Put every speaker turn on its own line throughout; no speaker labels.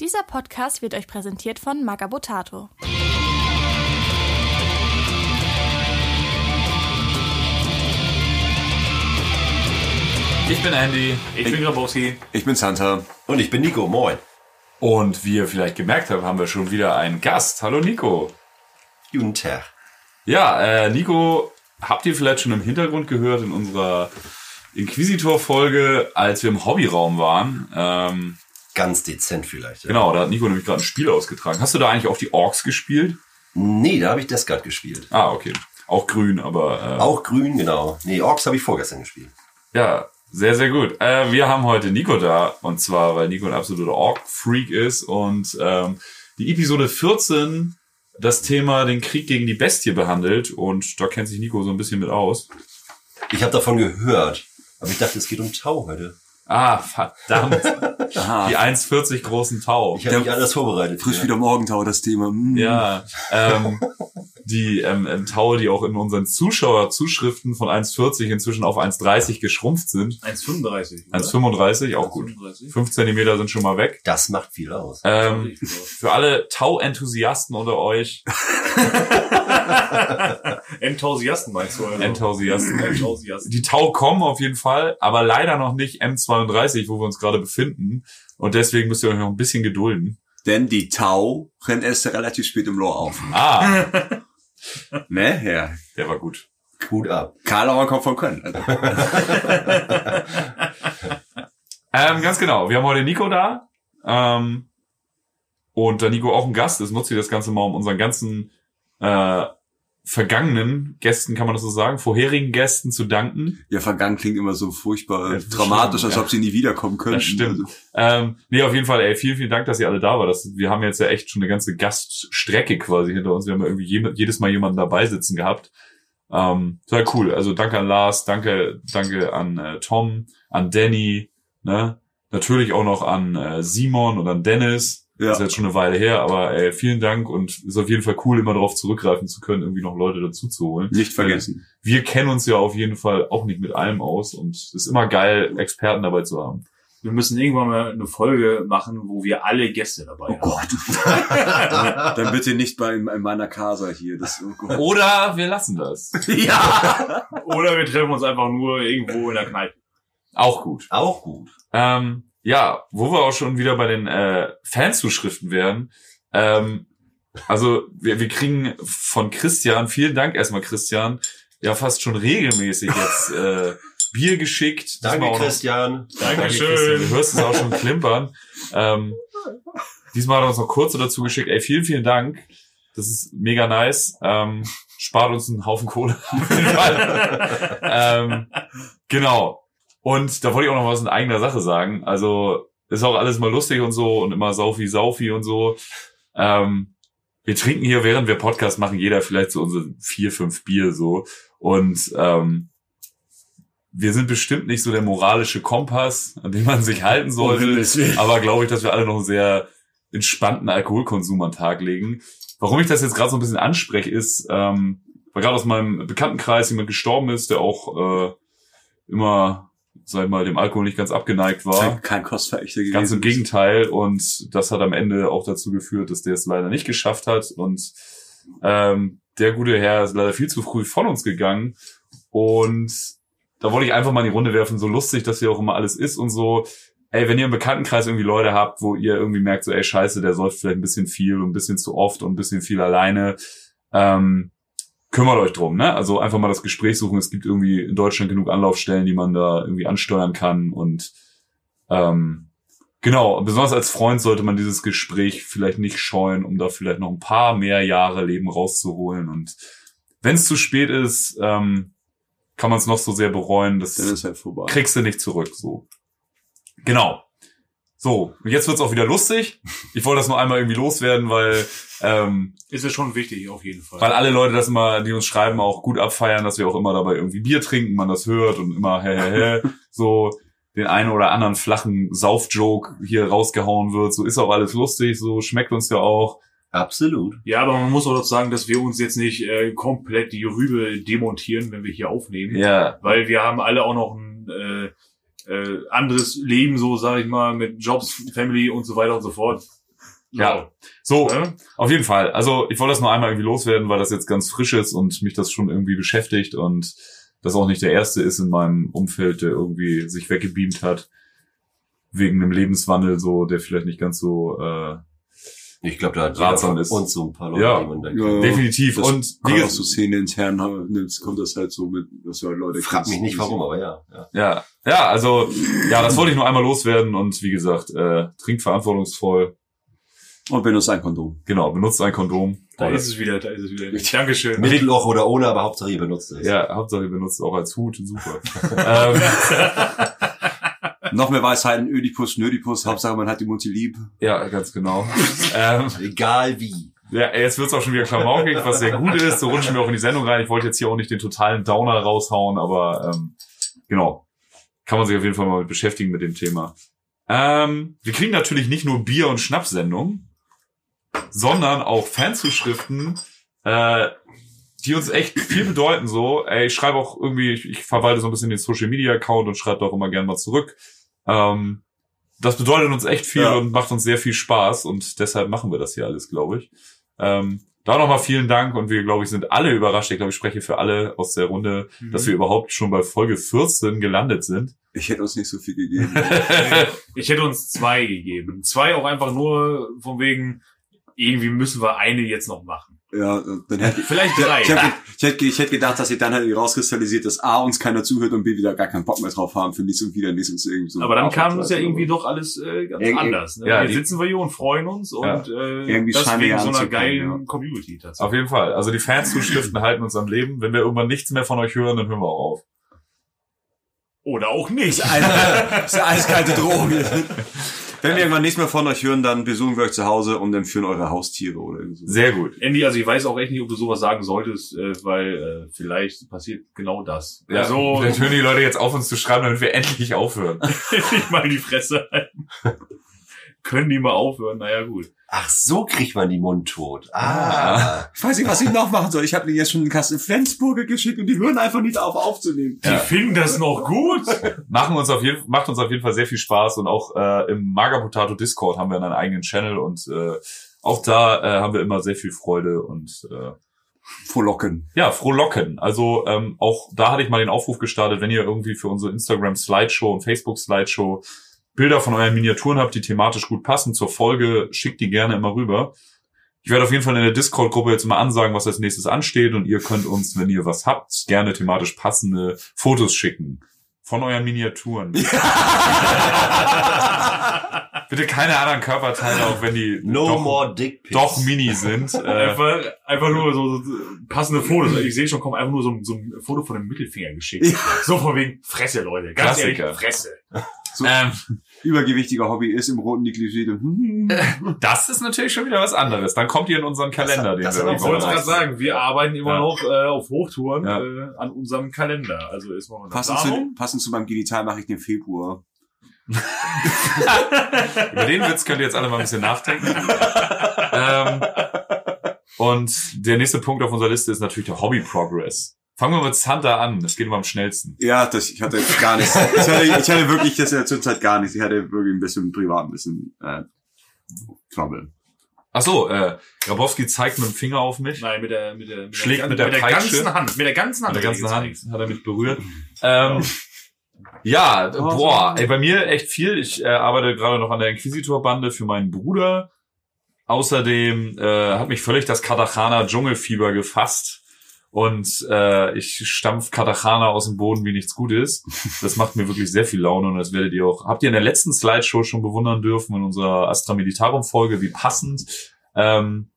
Dieser Podcast wird euch präsentiert von Magabotato.
Ich bin Andy. Ich, bin Grabowski.
Ich bin Santa.
Und ich bin Nico, moin.
Und wie ihr vielleicht gemerkt habt, haben wir schon wieder einen Gast. Hallo Nico.
Guten Tag.
Ja, äh, Nico, habt ihr vielleicht schon im Hintergrund gehört in unserer Inquisitor-Folge, als wir im Hobbyraum waren. Ähm,
Ganz dezent vielleicht. Ja.
genau, da hat Nico nämlich gerade ein Spiel ausgetragen. Hast du da eigentlich auch die Orks gespielt?
Nee, da habe ich Descard gespielt.
Ah, okay. Auch grün, aber äh,
Auch grün, genau. Nee, Orks habe ich vorgestern gespielt.
ja, sehr, sehr gut. Äh, wir haben heute Nico da. Und zwar, weil Nico ein absoluter Ork-Freak ist. Und ähm, die Episode 14 das Thema den Krieg gegen die Bestie behandelt. Und da kennt sich Nico so ein bisschen mit aus.
Ich habe davon gehört, aber ich dachte, es geht um Tau heute.
Ah, verdammt. die 1,40 großen Tau.
Ich habe mich anders vorbereitet.
Frisch wieder Morgentau, das Thema. Mm.
Ja, ähm, die ähm, ähm, Tau, die auch in unseren Zuschauerzuschriften von 1,40 inzwischen auf 1,30 geschrumpft sind.
1,35. oder?
1,35, auch gut.
1,35.
5 Zentimeter sind schon mal weg.
Das macht viel aus.
Ähm, für alle Tau-Enthusiasten unter euch,
Enthusiasten meinst du? Also.
Enthusiasten,
Enthusiasten.
die Tau kommen auf jeden Fall, aber leider noch nicht M32, wo wir uns gerade befinden. Und deswegen müsst ihr euch noch ein bisschen gedulden.
Denn die Tau rennt erst relativ spät im Lore auf.
Ah,
Ne? Ja.
der war gut.
Hut ab.
Karlauer kommt von Köln. Also,
Ähm, ganz genau. Wir haben heute Nico da. Ähm, und da Nico auch ein Gast ist, nutzt ihr das Ganze mal, um unseren ganzen äh, vergangenen Gästen, kann man das so sagen, vorherigen Gästen zu danken.
Ja, vergangen klingt immer so furchtbar äh,
Ja, das
dramatisch,
stimmt,
als
ja.
ob sie nie wiederkommen könnten. Also,
Das stimmt. Ähm, nee, auf jeden Fall, ey, vielen, vielen Dank, dass ihr alle da wart. Das, wir haben jetzt ja echt schon eine ganze Gaststrecke quasi hinter uns. Wir haben ja irgendwie je, jedes Mal jemanden dabei sitzen gehabt. Ähm, total cool. Also danke an Lars, danke, danke an äh, Tom, an Danny, ne? Natürlich auch noch an äh, Simon und an Dennis.
Ja.
Ist jetzt schon eine Weile her, aber ey, vielen Dank und ist auf jeden Fall cool, immer darauf zurückgreifen zu können, irgendwie noch Leute dazu zu holen.
Nicht vergessen.
Wir kennen uns ja auf jeden Fall auch nicht mit allem aus und es ist immer geil, Experten dabei zu haben.
Wir müssen irgendwann mal eine Folge machen, wo wir alle Gäste dabei
Oh
haben.
Gott. Dann bitte nicht bei in meiner Casa hier. Das, oh Gott.
Oder wir lassen das.
Ja.
Oder wir treffen uns einfach nur irgendwo in der Kneipe.
Auch gut.
Auch gut.
Ähm, ja, wo wir auch schon wieder bei den äh, Fanzuschriften wären. Ähm, also wir, wir kriegen von Christian, vielen Dank erstmal Christian, ja fast schon regelmäßig jetzt äh, Bier geschickt. Diesmal
Danke,
auch noch-
Christian.
Dankeschön.
Christian. Du hörst es auch schon klimpern. ähm, diesmal hat er uns noch kurze dazu geschickt. Ey, vielen, vielen Dank. Das ist mega nice. Ähm, spart uns einen Haufen Kohle. Auf jeden Fall. ähm, genau. Und da wollte ich auch noch was in eigener Sache sagen. Also ist auch alles mal lustig und so und immer saufi, saufi und so. Ähm, wir trinken hier, während wir Podcast machen, jeder vielleicht so unsere vier, fünf Bier so. Und ähm, wir sind bestimmt nicht so der moralische Kompass, an dem man sich halten
um
sollte. oh, aber glaube ich, dass wir alle noch einen sehr entspannten Alkoholkonsum an den Tag legen. Warum ich das jetzt gerade so ein bisschen anspreche, ist, ähm, weil gerade aus meinem Bekanntenkreis jemand gestorben ist, der auch äh, immer, sag ich mal, dem Alkohol nicht ganz abgeneigt war.
Kein Kostverächter gewesen.
Ganz im Gegenteil. Und das hat am Ende auch dazu geführt, dass der es leider nicht geschafft hat. Und ähm, der gute Herr ist leider viel zu früh von uns gegangen. Und da wollte ich einfach mal in die Runde werfen, so lustig, dass hier auch immer alles ist und so. Ey, wenn ihr im Bekanntenkreis irgendwie Leute habt, wo ihr irgendwie merkt, so, ey, scheiße, der säuft vielleicht ein bisschen viel und ein bisschen zu oft und ein bisschen viel alleine, ähm, kümmert euch drum, ne? Also einfach mal das Gespräch suchen. Es gibt irgendwie in Deutschland genug Anlaufstellen, die man da irgendwie ansteuern kann und ähm, Genau, besonders als Freund sollte man dieses Gespräch vielleicht nicht scheuen, um da vielleicht noch ein paar mehr Jahre Leben rauszuholen. Und wenn es zu spät ist, ähm, kann man es noch so sehr bereuen, das
Dann ist halt vorbei.
kriegst du nicht zurück. So. Genau. So, und jetzt wird's auch wieder lustig. Ich wollte das nur einmal irgendwie loswerden, weil ähm,
Ist ja schon wichtig, auf jeden Fall.
weil alle Leute das immer, die uns schreiben, auch gut abfeiern, dass wir auch immer dabei irgendwie Bier trinken, man das hört und immer hä, hä, hä, so den einen oder anderen flachen Saufjoke hier rausgehauen wird. So ist auch alles lustig, so schmeckt uns ja auch.
Absolut.
ja, aber man muss auch sagen, dass wir uns jetzt nicht äh, komplett die Rübe demontieren, wenn wir hier aufnehmen.
Ja,
weil wir haben alle auch noch ein äh, äh, anderes Leben, so sage ich mal, mit Jobs, Family und so weiter und so fort.
Ja. So,
Ne?
auf jeden Fall. Also ich wollte das nur einmal irgendwie loswerden, weil das jetzt ganz frisch ist und mich das schon irgendwie beschäftigt und das auch nicht der erste ist in meinem Umfeld, der irgendwie sich weggebeamt hat wegen einem Lebenswandel, so der vielleicht nicht ganz so äh,
Ich glaube, da hat
Ratsam
jeder
ist-
von uns so ein paar Leute,
Ja.
die man da
Ja, ja.
definitiv
Das
und wie
Kommt
gesagt-
aus so Szene intern, haben- nimmst- kommt das halt so mit, dass du halt Leute
Frag
kennst,
mich nicht
die-
warum, aber ja. ja.
Ja, ja, also, ja, das wollte ich nur einmal loswerden und wie gesagt, äh, trinkt verantwortungsvoll.
Und benutzt ein Kondom.
Genau, benutzt ein Kondom.
Da ist es wieder, da ist es wieder. Dankeschön.
Mittelloch oder ohne, aber Hauptsache ihr benutzt es.
Ja, Hauptsache ihr benutzt es auch als Hut, super. ähm,
Noch mehr Weisheiten, Ödipus, Nödipus, Hauptsache man hat die Mutti lieb.
ja, ganz genau. ähm,
Egal wie.
ja, jetzt wird's auch schon wieder klamaukig, was sehr gut ist. So rutschen wir auch in die Sendung rein. Ich wollte jetzt hier auch nicht den totalen Downer raushauen, aber ähm, genau. Kann man sich auf jeden Fall mal mit beschäftigen mit dem Thema. Ähm, wir kriegen natürlich nicht nur Bier- und Schnapssendungen, sondern auch Fanzuschriften, äh, die uns echt viel bedeuten. So, ey, ich schreibe auch irgendwie, ich, ich verwalte so ein bisschen den Social Media Account und schreibe da auch immer gerne mal zurück. Ähm, das bedeutet uns echt viel
Ja.
und macht uns sehr viel Spaß und deshalb machen wir das hier alles, glaube ich. Ähm, da nochmal vielen Dank und wir, glaube ich, sind alle überrascht. Ich glaube, ich spreche für alle aus der Runde,
Mhm.
dass wir überhaupt schon bei Folge 14 gelandet sind.
Ich hätte uns nicht so viel gegeben.
Ich hätte uns zwei gegeben. Zwei auch einfach nur von wegen, irgendwie müssen wir eine jetzt noch machen.
ja, dann hätte ich,
Vielleicht drei.
ich, hätte, ich, hätte, ich hätte gedacht, dass sich dann halt rauskristallisiert, dass A, uns keiner zuhört und B, wieder gar keinen Bock mehr drauf haben für nichts und wieder nichts und so irgendwie so.
Aber dann kam
Aber-
uns ja irgendwie doch alles äh, ganz
Irgendwie-
anders. Ne?
ja,
Hier
die-
sitzen wir hier und freuen uns
Ja.
und äh,
Irgendwie
das
scheinen wir
wegen
ja
so einer
anzukommen,
geilen
ja.
Community
Auf
tatsächlich.
jeden Fall. Also die Fanzuschriften halten uns am Leben. Wenn wir irgendwann nichts mehr von euch hören, dann hören wir auch auf.
Oder auch nicht.
Das ist eine eiskalte Drohung. Wenn wir irgendwann nichts mehr von euch hören, dann besuchen wir euch zu Hause und entführen eure Haustiere oder irgendwie so.
Sehr gut.
Andy, also ich weiß auch echt nicht, ob du sowas sagen solltest, äh, weil äh, vielleicht passiert genau das.
Ja,
also,
Vielleicht hören die Leute jetzt auf, uns zu schreiben, damit wir endlich aufhören.
nicht mal die Fresse halten. Können die mal aufhören? Naja, gut.
Ach, so kriegt man die mundtot. Ah.
Ich weiß nicht, was ich noch machen soll. Ich habe mir jetzt schon einen Kasten Flensburger geschickt und die hören einfach nicht auf aufzunehmen.
Die finden das noch gut.
Machen uns auf jeden, macht uns auf jeden Fall sehr viel Spaß und auch äh, im Maga Potato Discord haben wir einen eigenen Channel und äh, auch da äh, haben wir immer sehr viel Freude und äh,
Frohlocken.
ja, frohlocken. Also ähm, auch da hatte ich mal den Aufruf gestartet, wenn ihr irgendwie für unsere Instagram-Slideshow und Facebook-Slideshow Bilder von euren Miniaturen habt, die thematisch gut passen zur Folge, schickt die gerne immer rüber. Ich werde auf jeden Fall in der Discord-Gruppe jetzt mal ansagen, was als nächstes ansteht und ihr könnt uns, wenn ihr was habt, gerne thematisch passende Fotos schicken von euren Miniaturen. Bitte keine anderen Körperteile, auch wenn die
No
doch,
more dick pics.
doch Mini sind. Äh,
Einfach, einfach nur so, so passende Fotos. Also Ich sehe schon, kommen einfach nur so, ein- so ein Foto von dem Mittelfinger geschickt. So von wegen Fresse, Leute. Ganz
Klassiker.
ehrlich, Fresse.
ähm,
Übergewichtiger Hobby ist im roten Negligé. und-
Das ist natürlich schon wieder was anderes. Dann kommt ihr in unseren Kalender, den
das
wir
hat auch
irgendwie
Ich
so
wollte
was-
machen.
gerade sagen, wir arbeiten immer
Ja.
noch äh, auf Hochtouren
Ja.
äh, an unserem Kalender. Also ist mal eine
Passend
Planung.
zu, passend zu meinem Genital mache ich den Februar.
Über den Witz könnt ihr jetzt alle mal ein bisschen nachdenken. ähm, und der nächste Punkt auf unserer Liste ist natürlich der Hobby Progress. Fangen wir mit Santa an. Das geht immer am schnellsten.
Ja, das, ich hatte gar nichts. Ich hatte, ich hatte wirklich das in der Zwischenzeit gar nichts. Ich hatte wirklich ein bisschen privat ein bisschen äh, Trouble.
Ach so, äh, Grabowski zeigt mit dem Finger auf mich.
Nein, mit der, mit der, mit
Schlägt
der,
mit der Peitsche.
ganzen Hand. Mit der ganzen Hand.
Mit der ganzen
hat er
Hand
gezeigt.
hat er mich berührt. Ähm, ja, äh, boah, ey, bei mir echt viel. Ich äh, arbeite gerade noch an der Inquisitor-Bande für meinen Bruder. Außerdem äh, hat mich völlig das Katachana-Dschungelfieber gefasst. Und äh, ich stampf Katachana aus dem Boden wie nichts Gutes. Das macht mir wirklich sehr viel Laune und das werdet ihr auch, habt ihr in der letzten Slideshow schon bewundern dürfen in unserer Astra Militarum-Folge, wie passend. Ähm,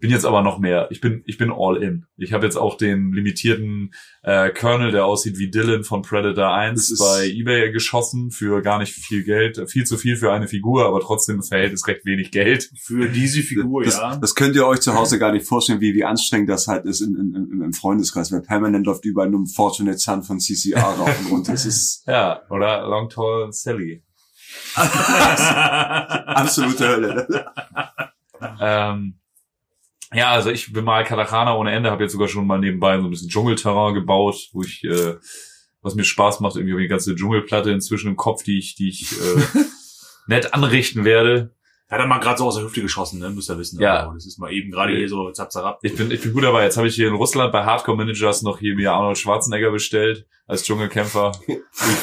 bin jetzt aber noch mehr. Ich bin, ich bin all in. Ich habe jetzt auch den limitierten äh, Colonel, der aussieht wie Dylan von Predator 1,
Das ist-
bei eBay geschossen für gar nicht viel Geld. äh, Viel zu viel für eine Figur, aber trotzdem verhält es recht wenig Geld.
Für diese Figur,
das,
ja.
das könnt ihr euch zu Hause gar nicht vorstellen, wie, wie anstrengend das halt ist in, in, in, im Freundeskreis, weil permanent läuft überall nur ein Fortunate Sun von CCR rauf und runter. Das ist
Ja, oder Long Tall Sally.
absolute Hölle.
Ähm, ja, also ich bemal Katakana ohne Ende, habe jetzt sogar schon mal nebenbei so ein bisschen Dschungelterrain gebaut, wo ich, äh, was mir Spaß macht, irgendwie hab ich die ganze Dschungelplatte inzwischen im Kopf, die ich, die ich äh, nett anrichten werde.
Hat er mal gerade so aus der Hüfte geschossen, ne? Müsst ihr wissen.
Ja.
Also, das ist mal eben gerade hier so zap, zap, ab.
Ich bin, ich bin gut dabei. Jetzt habe ich hier in Russland bei Hardcore Managers noch hier mir Arnold Schwarzenegger bestellt als Dschungelkämpfer.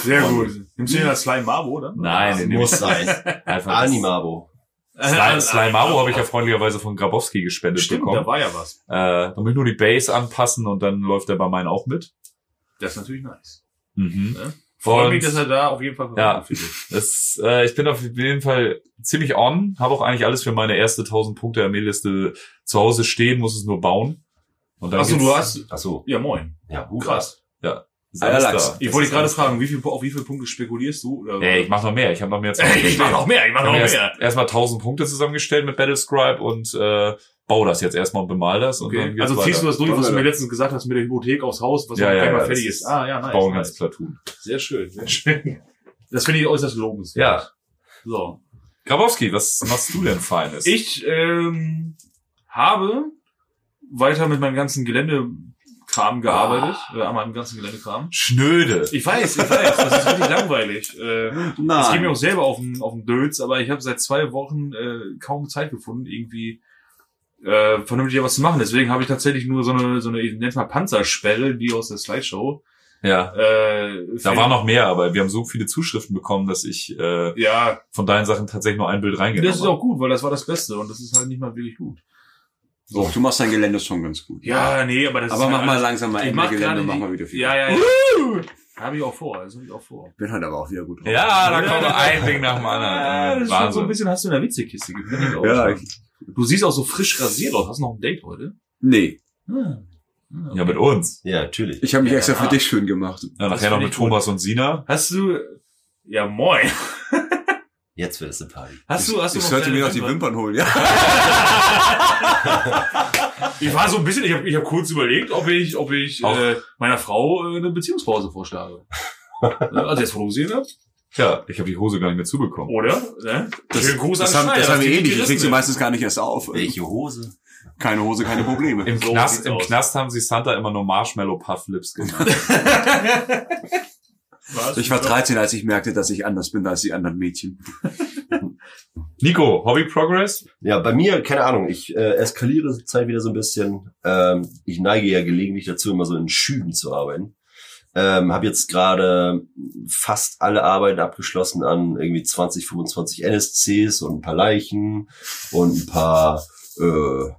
Sehr gut. Nimmst du den als Slime Marbo, oder?
Nein, den nehme ich
Muss sein.
einfach.
Animabo.
Slime, Slime Maro habe ich ja freundlicherweise von Grabowski gespendet
Stimmt, da
bekommen.
war ja was.
Äh, da muss ich nur die Base anpassen und dann läuft der bei meinen auch mit.
Das ist natürlich nice.
Mhm.
Ja. Freut mich, dass
Und
er da auf jeden Fall
Ja.
verwendet
das, äh, ich bin auf jeden Fall ziemlich on, habe auch eigentlich alles für meine erste 1000 Punkte Armeeliste zu Hause stehen, muss es nur bauen. Und
wird.
dann
Achso,
geht's-
du hast.
Ach so.
Ja, moin.
Ja, hurra.
Krass.
ist alles
Allerlachs.
da.
Ich
Das ist
wollte dich gerade
alles da.
fragen, wie viel, auf wie viele Punkte spekulierst du? Oder
Ey, ich mach noch mehr, ich habe noch mehr zu Hause
Ey, ich mach
stehen.
noch mehr, ich mach
Ich
noch
habe erst,
mehr.
erstmal 1000 Punkte zusammengestellt mit Battlescribe und äh, baue das jetzt erstmal und bemal das. Und dann
Okay.
geht's
Also ziehst du
weiter.
das durch,
Doch,
was du mir
Leute.
letztens gesagt hast mit der Hypothek aufs Haus, was
Ja,
noch
ja,
einmal
ja,
fertig
das
ist. Ah, ja,
Ich baue ein
nice.
ganzes
nice.
Platoon.
Sehr schön, sehr schön. Das finde ich äußerst lobenswert.
Ja,
So.
Grabowski, was machst du denn Feines?
Ich ähm, habe weiter mit meinem ganzen Geländekram gearbeitet,
Ah.
äh, an meinem ganzen Geländekram.
Schnöde.
Ich weiß, ich weiß, das ist wirklich langweilig. Äh,
Nein.
Es geht mir auch selber auf den, auf den Dötz, aber ich habe seit zwei Wochen äh, kaum Zeit gefunden, irgendwie äh, vernünftig was zu machen. Deswegen habe ich tatsächlich nur so eine, so eine ich nenn's mal Panzersperre, die aus der Slideshow.
Ja.
Äh,
Da war noch mehr, aber wir haben so viele Zuschriften bekommen, dass ich äh,
Ja,
von deinen Sachen tatsächlich nur ein Bild reingenommen
das ist auch gut, weil das war das Beste und das ist halt nicht mal wirklich gut.
Du machst dein Gelände schon ganz gut.
Ja, nee, aber das
Aber
ist
mach
halt
mal
alles-
langsam mal
Ich
Ende
mach
Gelände,
gerade
mach
die-
mal wieder viel.
Ja, ja, ja. Habe ich auch vor, das habe ich auch vor.
Bin halt aber auch wieder gut drauf.
habe. Ja, da kommt
Ja,
ein Ding nach dem
Ah,
anderen.
das
Äh,
ist schon so ein
Wahnsinn.
bisschen hast du in der Witzekiste gefunden. glaub ich. ne?
ja ich,
Du siehst auch so frisch rasiert aus. Hast du noch ein Date heute?
nee.
Hm. Hm.
Ja, mit uns.
Ja, natürlich.
Ich habe mich
Ja,
extra
ah.
für dich schön gemacht.
Ja,
Das
nachher noch
find
mit
ich gut.
Thomas und Sina.
Hast du. Ja, moin.
Jetzt wird es eine Party.
Hast du, hast du
ich
noch
sollte
deine
mir noch die
Wimpern?
Wimpern holen, ja.
Ich war so ein bisschen, ich habe ich hab kurz überlegt, ob ich, ob ich
Auch.
äh, meiner Frau äh, eine Beziehungspause vorschlage. also jetzt, wo du gesehen hast,
Tja, ich habe die Hose gar nicht mehr zubekommen.
oder? Ne?
Das,
Schönen Gruß
das
an
haben,
Schneider,
das haben
dass
wir
die
eh nicht. Ich
gerissen
krieg sie
ist.
meistens gar nicht erst auf.
Welche Hose?
Keine Hose, keine Probleme.
Im,
Oh, So
Knast,
sieht's
Im
aus.
Knast haben sie Santa immer nur Marshmallow Puff Lips genannt.
Was?
Ich war 13, als ich merkte, dass ich anders bin als die anderen Mädchen.
Nico, Hobby Progress?
Ja, bei mir, keine Ahnung, ich äh, eskaliere zurzeit wieder so ein bisschen. Ähm, ich neige ja gelegentlich dazu, immer so in Schüben zu arbeiten. Ähm, habe jetzt gerade fast alle Arbeiten abgeschlossen an irgendwie 20, 25 NSCs und ein paar Leichen und ein paar, äh,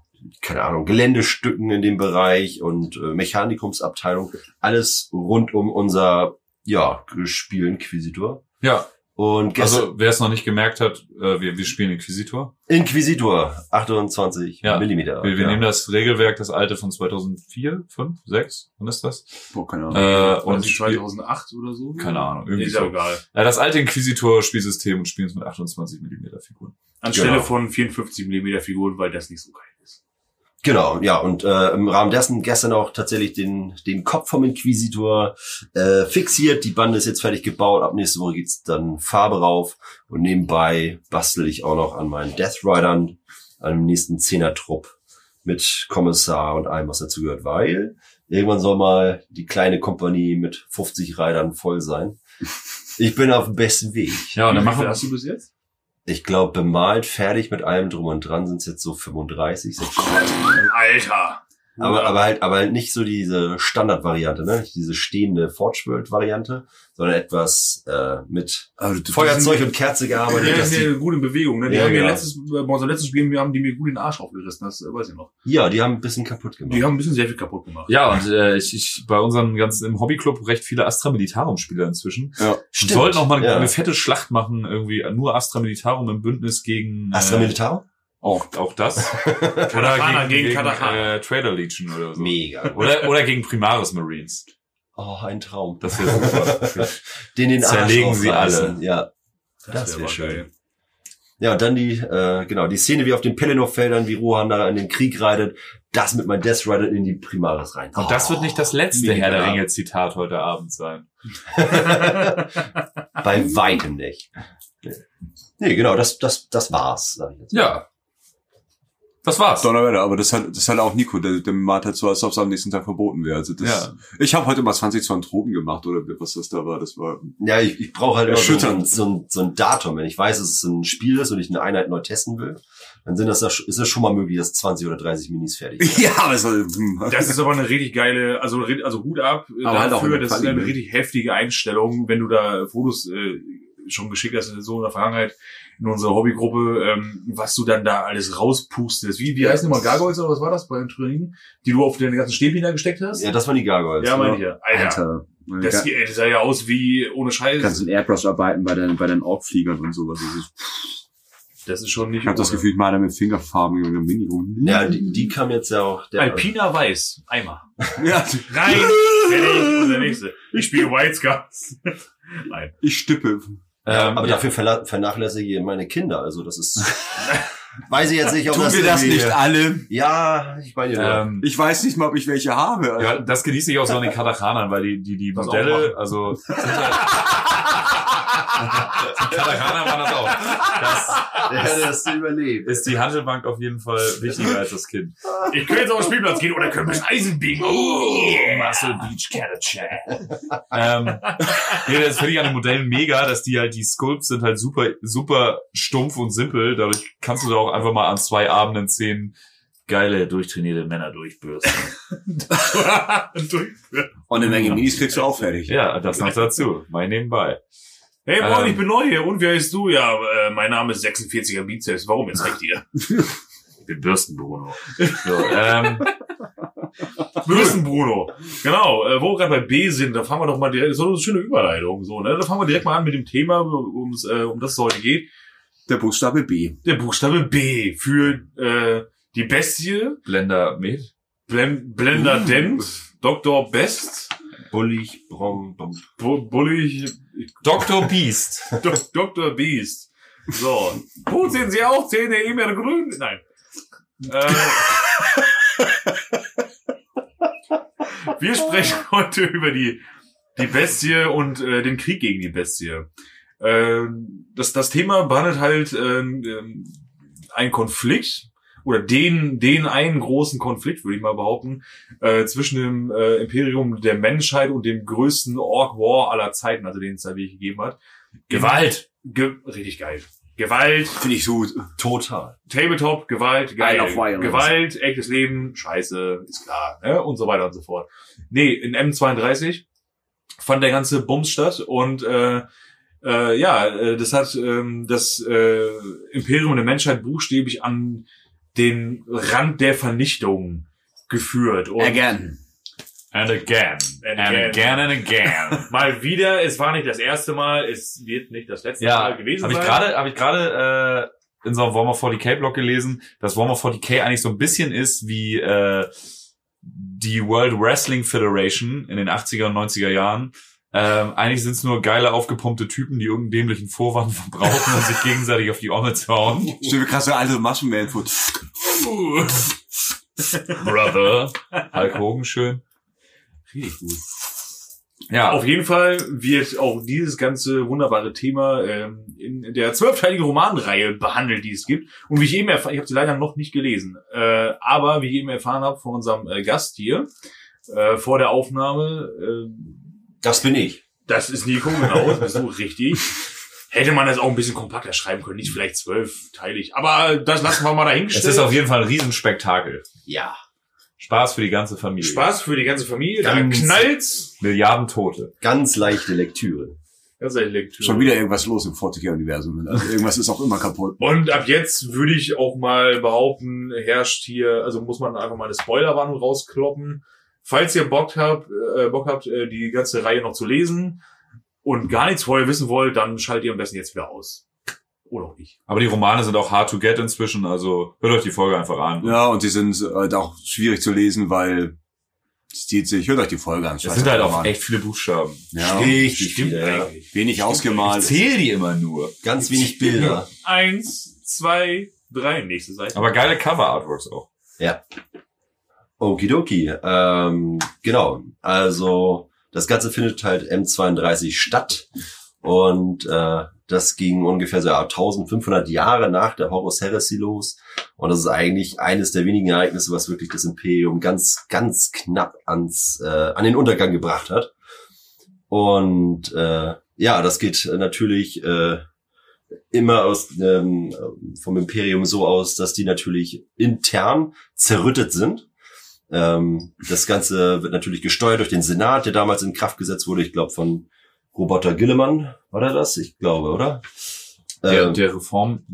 keine Ahnung, Geländestücken in dem Bereich und äh, Mechanikumsabteilung. Alles rund um unser, ja, Spielinquisitor.
Ja,
Und gestern,
also wer es noch nicht gemerkt hat, äh, wir, wir spielen Inquisitor.
Inquisitor, 28
Ja.
Millimeter.
Wir, wir
ja.
nehmen das Regelwerk, das alte von 2004, 5, 6, wann ist das?
Boah, keine Ahnung.
Äh,
War
und
das nicht
spiel-
2008 oder so?
Keine Ahnung, irgendwie
Irgendwie ist ja
so.
egal.
ja, das alte Inquisitor-Spielsystem und spielen es mit 28 mm Figuren.
Anstelle
Genau.
von 54 mm Figuren, weil das nicht so geil ist.
Genau, ja, und äh, im Rahmen dessen gestern auch tatsächlich den, den Kopf vom Inquisitor äh, fixiert. Die Bande ist jetzt fertig gebaut. Ab nächste Woche geht's dann Farbe rauf. Und nebenbei bastel ich auch noch an meinen Death Riders, einem nächsten Zehner-Trupp mit Kommissar und allem, was dazugehört, weil irgendwann soll mal die kleine Kompanie mit 50 Reitern voll sein. Ich bin auf dem besten Weg.
Ja, und dann
Wie viel
machen wir
hast du bis jetzt?
Ich glaube, bemalt, fertig mit allem drum und dran sind's jetzt so 35, 6
Alter!
aber, aber halt, aber halt nicht so diese Standardvariante, ne? Nicht diese stehende Forge-World-Variante, sondern etwas äh, mit
Aber du- du-
Feuerzeug und
Aber
Kerze
die
gearbeitet.
ja,
dass
sind
die,
ja gut in Bewegung, ne? Die
Ja,
haben mir
genau.
letztes, bei unserem letzten Spiel, wir haben die mir gut den Arsch aufgerissen, das äh, weiß ich noch.
ja, die haben ein bisschen kaputt
Die
gemacht.
haben ein bisschen sehr viel kaputt gemacht.
Ja, und äh, ich, ich bei unseren ganzen im Hobbyclub recht viele Astra Militarum Spieler inzwischen.
Ja.
Wir sollten auch mal eine,
ja.
eine fette Schlacht machen, irgendwie nur Astra Militarum im Bündnis gegen äh,
Astra Militaro?
auch, auch das.
Katachana gegen Katachana.
äh, Trader Legion oder so.
Mega.
Oder, oder gegen Primaris Marines.
Oh, ein Traum.
Das wäre super.
Den den Arsch
Zerlegen sie
aufreißen. Ja.
Das
Das
wär
wär
aber
schön.
geil.
Ja, und dann die, äh, genau, die Szene wie auf den Pelennor-Feldern, wie Rohan da in den Krieg reitet, das mit meinem Death Rider in die Primaris rein.
Und das wird nicht das letzte
mega.
Herr der Ringe Zitat heute Abend sein.
Bei weitem nicht. Nee, genau, das, das, das war's. Sag ich jetzt.
Ja. Das war's.
Donnerwetter, aber das hat, das hat auch Nico, der, der malt halt so, als ob es am nächsten Tag verboten wäre. Also das,
Ja.
ich habe heute mal 20 Zoantropen gemacht oder was das da war. Das war
Ja, ich, ich brauche halt immer so, ein-
Erschütternd.
so, ein, so ein Datum. Wenn ich weiß, dass es ein Spiel ist und ich eine Einheit neu testen will, dann sind das, ja sch- ist das schon mal möglich, dass 20 oder 30 Minis fertig sind.
ja, das war, hm.
Das ist aber eine richtig geile, also, re- also Hut ab äh,
Aber halt auch
dafür,
in der
das ist eine
Quali, ne?
richtig heftige Einstellung, wenn du da Fotos äh, schon geschickt hast, so in der Vergangenheit, in unsere Hobbygruppe, ähm, was du dann da alles rauspustest. Wie, wie
Ja,
heißen die mal
das-
Gargoyles oder was war das bei den Trainingen, die du auf den ganzen Stäbchen da gesteckt hast?
Ja, das waren die Gargoyles.
ja meine
ne?
ich ja. Alter,
Alter. Meine
das,
ga-
geht- das sah ja aus wie ohne
kannst
Scheiß.
du in Airbrush arbeiten bei den, bei den Orgfliegern und sowas. Das ist-
Das ist schon nicht
ich habe das
ohne.
Gefühl, ich male mit Fingerfarben und einem Mini
Ja, die, die kam jetzt ja auch der.
Alpina Weiß, Eimer.
ja,
Rein, fertig, und der nächste. Ich spiele White Scars. Nein.
ich stippe.
Äh,
Ähm,
aber
ja.
dafür verla- vernachlässige ich meine Kinder. Also das ist. weiß ich jetzt nicht, ob
Tun
das
wir das
irgendwie-
nicht alle?
Ja, ich meine ja.
Ähm,
Ich weiß nicht mal, ob ich welche habe.
ja, das genieße ich auch so an den Katachanern, weil die, die, die
Das auch machen.
Modelle, also, sind halt, die Katachanern waren das auch. Das
Der hätte das überlebt.
ist die Handelbank auf jeden Fall wichtiger als das Kind.
Ich könnte jetzt auf den Spielplatz gehen oder können wir ein Eisen biegen. Oh,
Oh,
Yeah.
Muscle Beach Catachan. ähm, nee, das finde ich an den Modellen mega, dass die halt, die Sculpts sind halt super, super stumpf und simpel. Dadurch kannst du da auch einfach mal an zwei Abenden zehn geile, durchtrainierte Männer durchbürsten.
Und eine Menge Minis kriegst du auch fertig.
ja, das noch dazu. Mein nebenbei.
hey, Paul,
Ähm.
ich bin neu hier. Und wie heißt du? Ja, äh, mein Name ist 46er Bizeps. Warum jetzt nicht dir? Ich bin Bürsten Bruno.
So, ähm,
Bürsten Bruno. Genau. Äh, wo wir gerade bei B sind, da fangen wir doch mal direkt. Das ist doch eine schöne Überleitung. So, ne? Da fangen wir direkt mal an mit dem Thema, um's, äh, um das es heute geht.
Der Buchstabe B.
Der Buchstabe B für äh, die Bestie,
Blender Med.
Blen Blender Dent, Dr. Best,
Bullig, brom, brom.
Bu- Bullig,
Dr. Beast.
Do Dr. Beast. So. Putin, Sie auch Zähne immer grün? Nein. Äh, wir sprechen heute über die, die Bestie und äh, den Krieg gegen die Bestie. Äh, das, das Thema behandelt halt ähm, ähm, einen Konflikt oder den, den einen großen Konflikt, würde ich mal behaupten, äh, zwischen dem äh, Imperium der Menschheit und dem größten Orc-War aller Zeiten, also den es da wirklich gegeben hat.
Gewalt.
Ge richtig geil. Gewalt,
Finde ich gut.
Total.
Tabletop, Gewalt, geil.
Isle of Wight oder
Gewalt, echtes Leben, scheiße, ist klar, ne? Und so weiter und so fort. Nee, in M32 fand der ganze Bums statt und äh, äh, ja, äh, das hat ähm, das äh, Imperium der Menschheit buchstäblich an den Rand der Vernichtung geführt. Und
Again.
And again.
And
And,
again.
again and again.
Mal wieder, es war nicht das erste Mal, es wird nicht das letzte Mal
ja, habe ich
gewesen sein.
gerade, habe ich gerade äh, in so einem Warhammer 40k Blog gelesen, dass Warhammer 40k eigentlich so ein bisschen ist wie äh, die World Wrestling Federation in den 80er und 90er Jahren. Ähm, eigentlich sind es nur geile aufgepumpte Typen, die irgendeinen dämlichen Vorwand verbrauchen und sich gegenseitig auf die Ommels hauen.
Stell mir krasse alte Maschenman-Food.
Brother. Äh, Hulk Hogan schön.
Richtig gut.
Ja,
Ah, Auf jeden Fall wird auch dieses ganze wunderbare Thema ähm, in der zwölfteiligen Romanreihe behandelt, die es gibt. Und wie ich eben erfahren, ich habe sie leider noch nicht gelesen, äh, aber wie ich eben erfahren habe von unserem äh, Gast hier äh, vor der Aufnahme, äh,
Das bin ich.
das ist Nico, genau, das bist du richtig. Hätte man das auch ein bisschen kompakter schreiben können, nicht vielleicht zwölfteilig. Aber das lassen wir mal
es
dahingestellt.
ist auf jeden Fall ein Riesenspektakel.
Ja.
Spaß für die ganze Familie.
Spaß für die ganze Familie. Da
Ganz-
knallt's.
Milliarden Tote.
Ganz leichte Lektüre.
Das ist eine Lektüre.
Schon wieder irgendwas los im 40er-Universum. Also irgendwas ist auch immer kaputt.
Und ab jetzt würde ich auch mal behaupten, herrscht hier, also muss man einfach mal eine Spoilerwarnung rauskloppen. Falls ihr Bock habt, äh, Bock habt, äh, die ganze Reihe noch zu lesen und gar nichts vorher wissen wollt, dann schaltet ihr am besten jetzt wieder aus. Oder auch nicht.
Aber die Romane sind auch hard to get inzwischen, also hört euch die Folge einfach an.
Ja, und die sind halt auch schwierig zu lesen, weil es zieht sich. Hört euch die Folge an.
Es sind halt auch
Mann.
echt viele Buchstaben.
ja,
Richtig
Stimmt
viele, ja.
eigentlich.
wenig
Ich
ausgemalt.
zähle die immer nur.
Ganz wenig Bilder.
Eins, zwei, drei, nächste Seite.
Aber geile Cover-Artworks auch.
Okidoki. Ähm, genau. Also das Ganze findet halt M32 statt. Und äh, Das ging ungefähr so ja, 1500 Jahre nach der Horus Heresy los. Und das ist eigentlich eines der wenigen Ereignisse, was wirklich das Imperium ganz, ganz knapp ans, äh, an den Untergang gebracht hat. Und äh, ja, das geht äh, natürlich äh, immer aus ähm, vom Imperium so aus, dass die natürlich intern zerrüttet sind. Ähm, das Ganze wird natürlich gesteuert durch den Senat, der damals in Kraft gesetzt wurde, ich glaube, von Roboter Gillemann, war der das? Ich glaube, oder?
Der,
Ähm,
der Reform,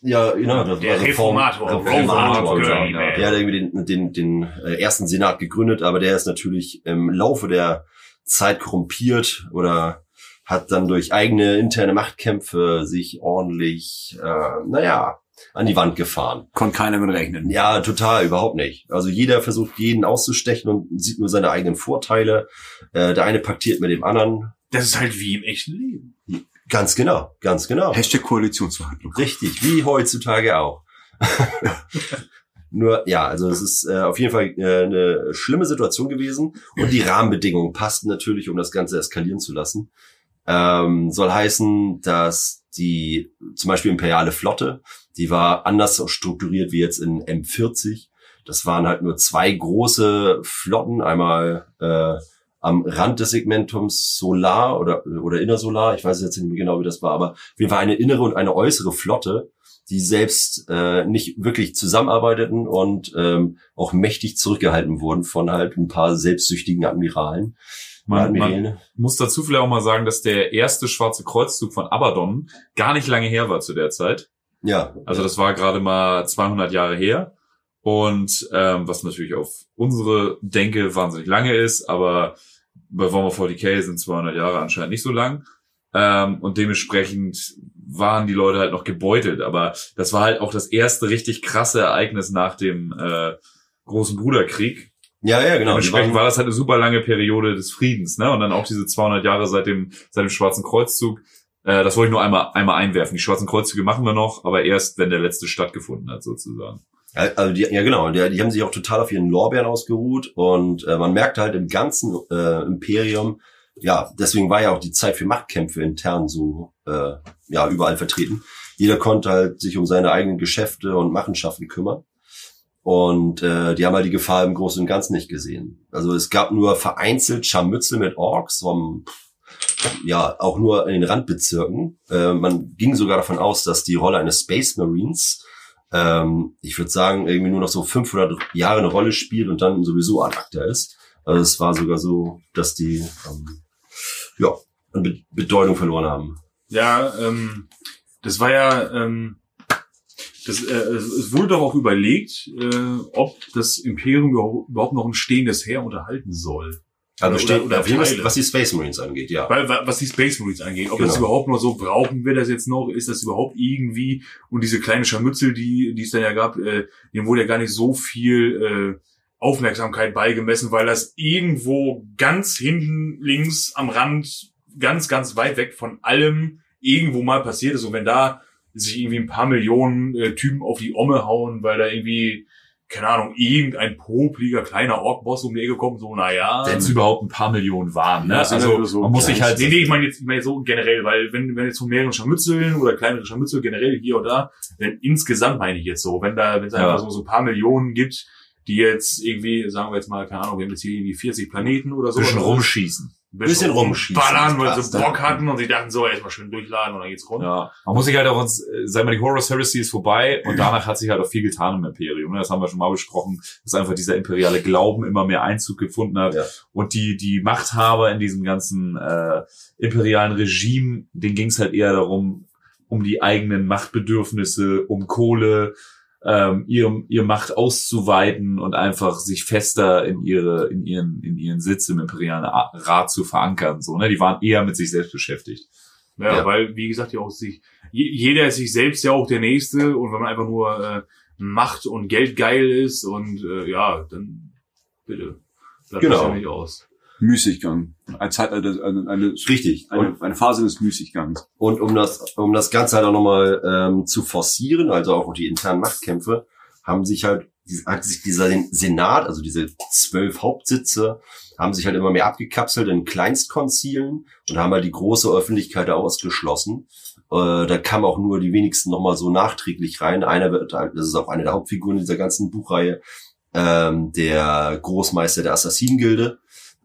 ja, genau, das
Der
war Reform-
Reformator.
Reformator,
Reformator,
genau.
genau.
Der hat irgendwie den, den, den äh, ersten Senat gegründet, aber der ist natürlich im Laufe der Zeit korrumpiert oder hat dann durch eigene interne Machtkämpfe sich ordentlich, äh, naja, an die Wand gefahren.
Konnte keiner mit rechnen.
Ja, total, überhaupt nicht. Also jeder versucht jeden auszustechen und sieht nur seine eigenen Vorteile. Äh, der eine paktiert mit dem anderen.
Das ist halt wie im echten Leben.
Ganz genau, ganz genau.
Hashtag Koalitionsverhandlung.
Richtig, wie heutzutage auch. Nur, ja, also es ist äh, auf jeden Fall äh, eine schlimme Situation gewesen und die Rahmenbedingungen passten natürlich, um das Ganze eskalieren zu lassen. Ähm, soll heißen, dass die zum Beispiel imperiale Flotte, die war anders strukturiert wie jetzt in M40. Das waren halt nur zwei große Flotten, einmal äh, am Rand des Segmentums Solar oder, oder Innersolar, ich weiß jetzt nicht mehr genau, wie das war, aber auf jeden Fall eine innere und eine äußere Flotte, die selbst äh, nicht wirklich zusammenarbeiteten und ähm, auch mächtig zurückgehalten wurden von halt ein paar selbstsüchtigen Admiralen.
man, man
Admirälen.
muss dazu vielleicht auch mal sagen, dass der erste Schwarze Kreuzzug von Abaddon gar nicht lange her war zu der Zeit.
ja.
Also das war gerade mal 200 Jahre her. Und ähm, was natürlich auf unsere Denke wahnsinnig lange ist, aber bei Warhammer 40k sind 200 Jahre anscheinend nicht so lang. Ähm, und dementsprechend waren die Leute halt noch gebeutelt. Aber das war halt auch das erste richtig krasse Ereignis nach dem äh, Großen Bruderkrieg.
ja, ja, genau. Die
Dementsprechend
waren-
war das halt eine super lange Periode des Friedens, ne? Und dann auch diese 200 Jahre seit dem, seit dem Schwarzen Kreuzzug. Äh, das wollte ich nur einmal, einmal einwerfen. Die Schwarzen Kreuzzüge machen wir noch, aber erst, wenn der letzte stattgefunden hat, sozusagen.
Ja, Also die, ja genau, die, die haben sich auch total auf ihren Lorbeeren ausgeruht und äh, man merkte halt im ganzen äh, Imperium, ja, deswegen war ja auch die Zeit für Machtkämpfe intern so äh, ja überall vertreten. Jeder konnte halt sich um seine eigenen Geschäfte und Machenschaften kümmern. Und äh, die haben halt die Gefahr im Großen und Ganzen nicht gesehen. Also es gab nur vereinzelt Scharmützel mit Orks vom ja, auch nur in den Randbezirken. Äh, man ging sogar davon aus, dass die Rolle eines Space Marines ähm, ich würde sagen, irgendwie nur noch so 500 Jahre eine Rolle spielt und dann sowieso ad acta ist. Also es war sogar so, dass die ähm, ja, an Be Bedeutung verloren haben.
Ja, ähm, das war ja, ähm, das, äh, es es wurde doch auch überlegt, äh, ob das Imperium überhaupt- überhaupt noch ein stehendes Heer unterhalten soll.
Also
Oder-
steht,
oder
auf jeden Fall,
Teile.
was die Space Marines angeht, ja.
Weil, wa- was die Space Marines angeht, ob das
Genau.
überhaupt noch so, brauchen wir das jetzt noch, ist das überhaupt irgendwie, und diese kleine Scharmützel, die, die es dann ja gab, äh, dem wurde ja gar nicht so viel äh, Aufmerksamkeit beigemessen, weil das irgendwo ganz hinten links am Rand, ganz, ganz weit weg von allem irgendwo mal passiert ist. Und wenn da sich irgendwie ein paar Millionen äh, Typen auf die Omme hauen, weil da irgendwie, keine Ahnung, irgendein popliger kleiner Ork-Boss um die Ecke kommt, so, naja.
Wenn es überhaupt ein paar Millionen waren, ne?
Ja, sind ja
also,
nur so
man muss sich halt,
Nee, nee, ich meine jetzt, ich meine jetzt so generell, weil wenn, wenn jetzt von mehreren Scharmützeln oder kleinere Scharmützel generell hier oder da, dann insgesamt meine ich jetzt so, wenn da, wenn es
Ja.
einfach so, so ein paar Millionen gibt, die jetzt irgendwie, sagen wir jetzt mal, keine Ahnung, wir haben jetzt hier irgendwie 40 Planeten oder so.
ein bisschen
Oder so.
rumschießen.
Ein
bisschen rumschießen,
Ballern, weil
das
sie
passt,
Bock
ja.
hatten und sie dachten so, erstmal schön durchladen und dann geht's rum.
Ja. Man muss sich halt auch, uns- äh, sag mal, die Horus Heresy ist vorbei und danach hat sich halt auch viel getan im Imperium. ne? Das haben wir schon mal besprochen, dass einfach dieser imperiale Glauben immer mehr Einzug gefunden hat
Ja.
und die, die Machthaber in diesem ganzen äh, imperialen Regime, denen ging es halt eher darum, um die eigenen Machtbedürfnisse, um Kohle, ähm, ihre, ihre Macht auszuweiten und einfach sich fester in ihre, in ihren, in ihren Sitz im imperialen A- Rat zu verankern. So, ne? Die waren eher mit sich selbst beschäftigt.
Ja,
Ja.
weil, wie gesagt, ja auch sich, je- jeder ist sich selbst ja auch der Nächste und wenn man einfach nur äh, Macht und Geld geil ist und äh, ja, dann bitte. Bleibt das
Genau.
ja nicht aus.
Müßiggang. Ein Zeitalter, eine, eine,
Richtig. Und,
eine, eine Phase des Müßiggangs.
und um das, um das Ganze halt auch nochmal ähm, zu forcieren, also auch die internen Machtkämpfe, haben sich halt die- hat sich dieser Sen- Senat, also diese zwölf Hauptsitze, haben sich halt immer mehr abgekapselt in Kleinstkonzilen und haben halt die große Öffentlichkeit ausgeschlossen. Äh, da kamen auch nur die wenigsten nochmal so nachträglich rein. Einer wird, halt, das ist auch eine der Hauptfiguren dieser ganzen Buchreihe, ähm, der Großmeister der Assassinengilde,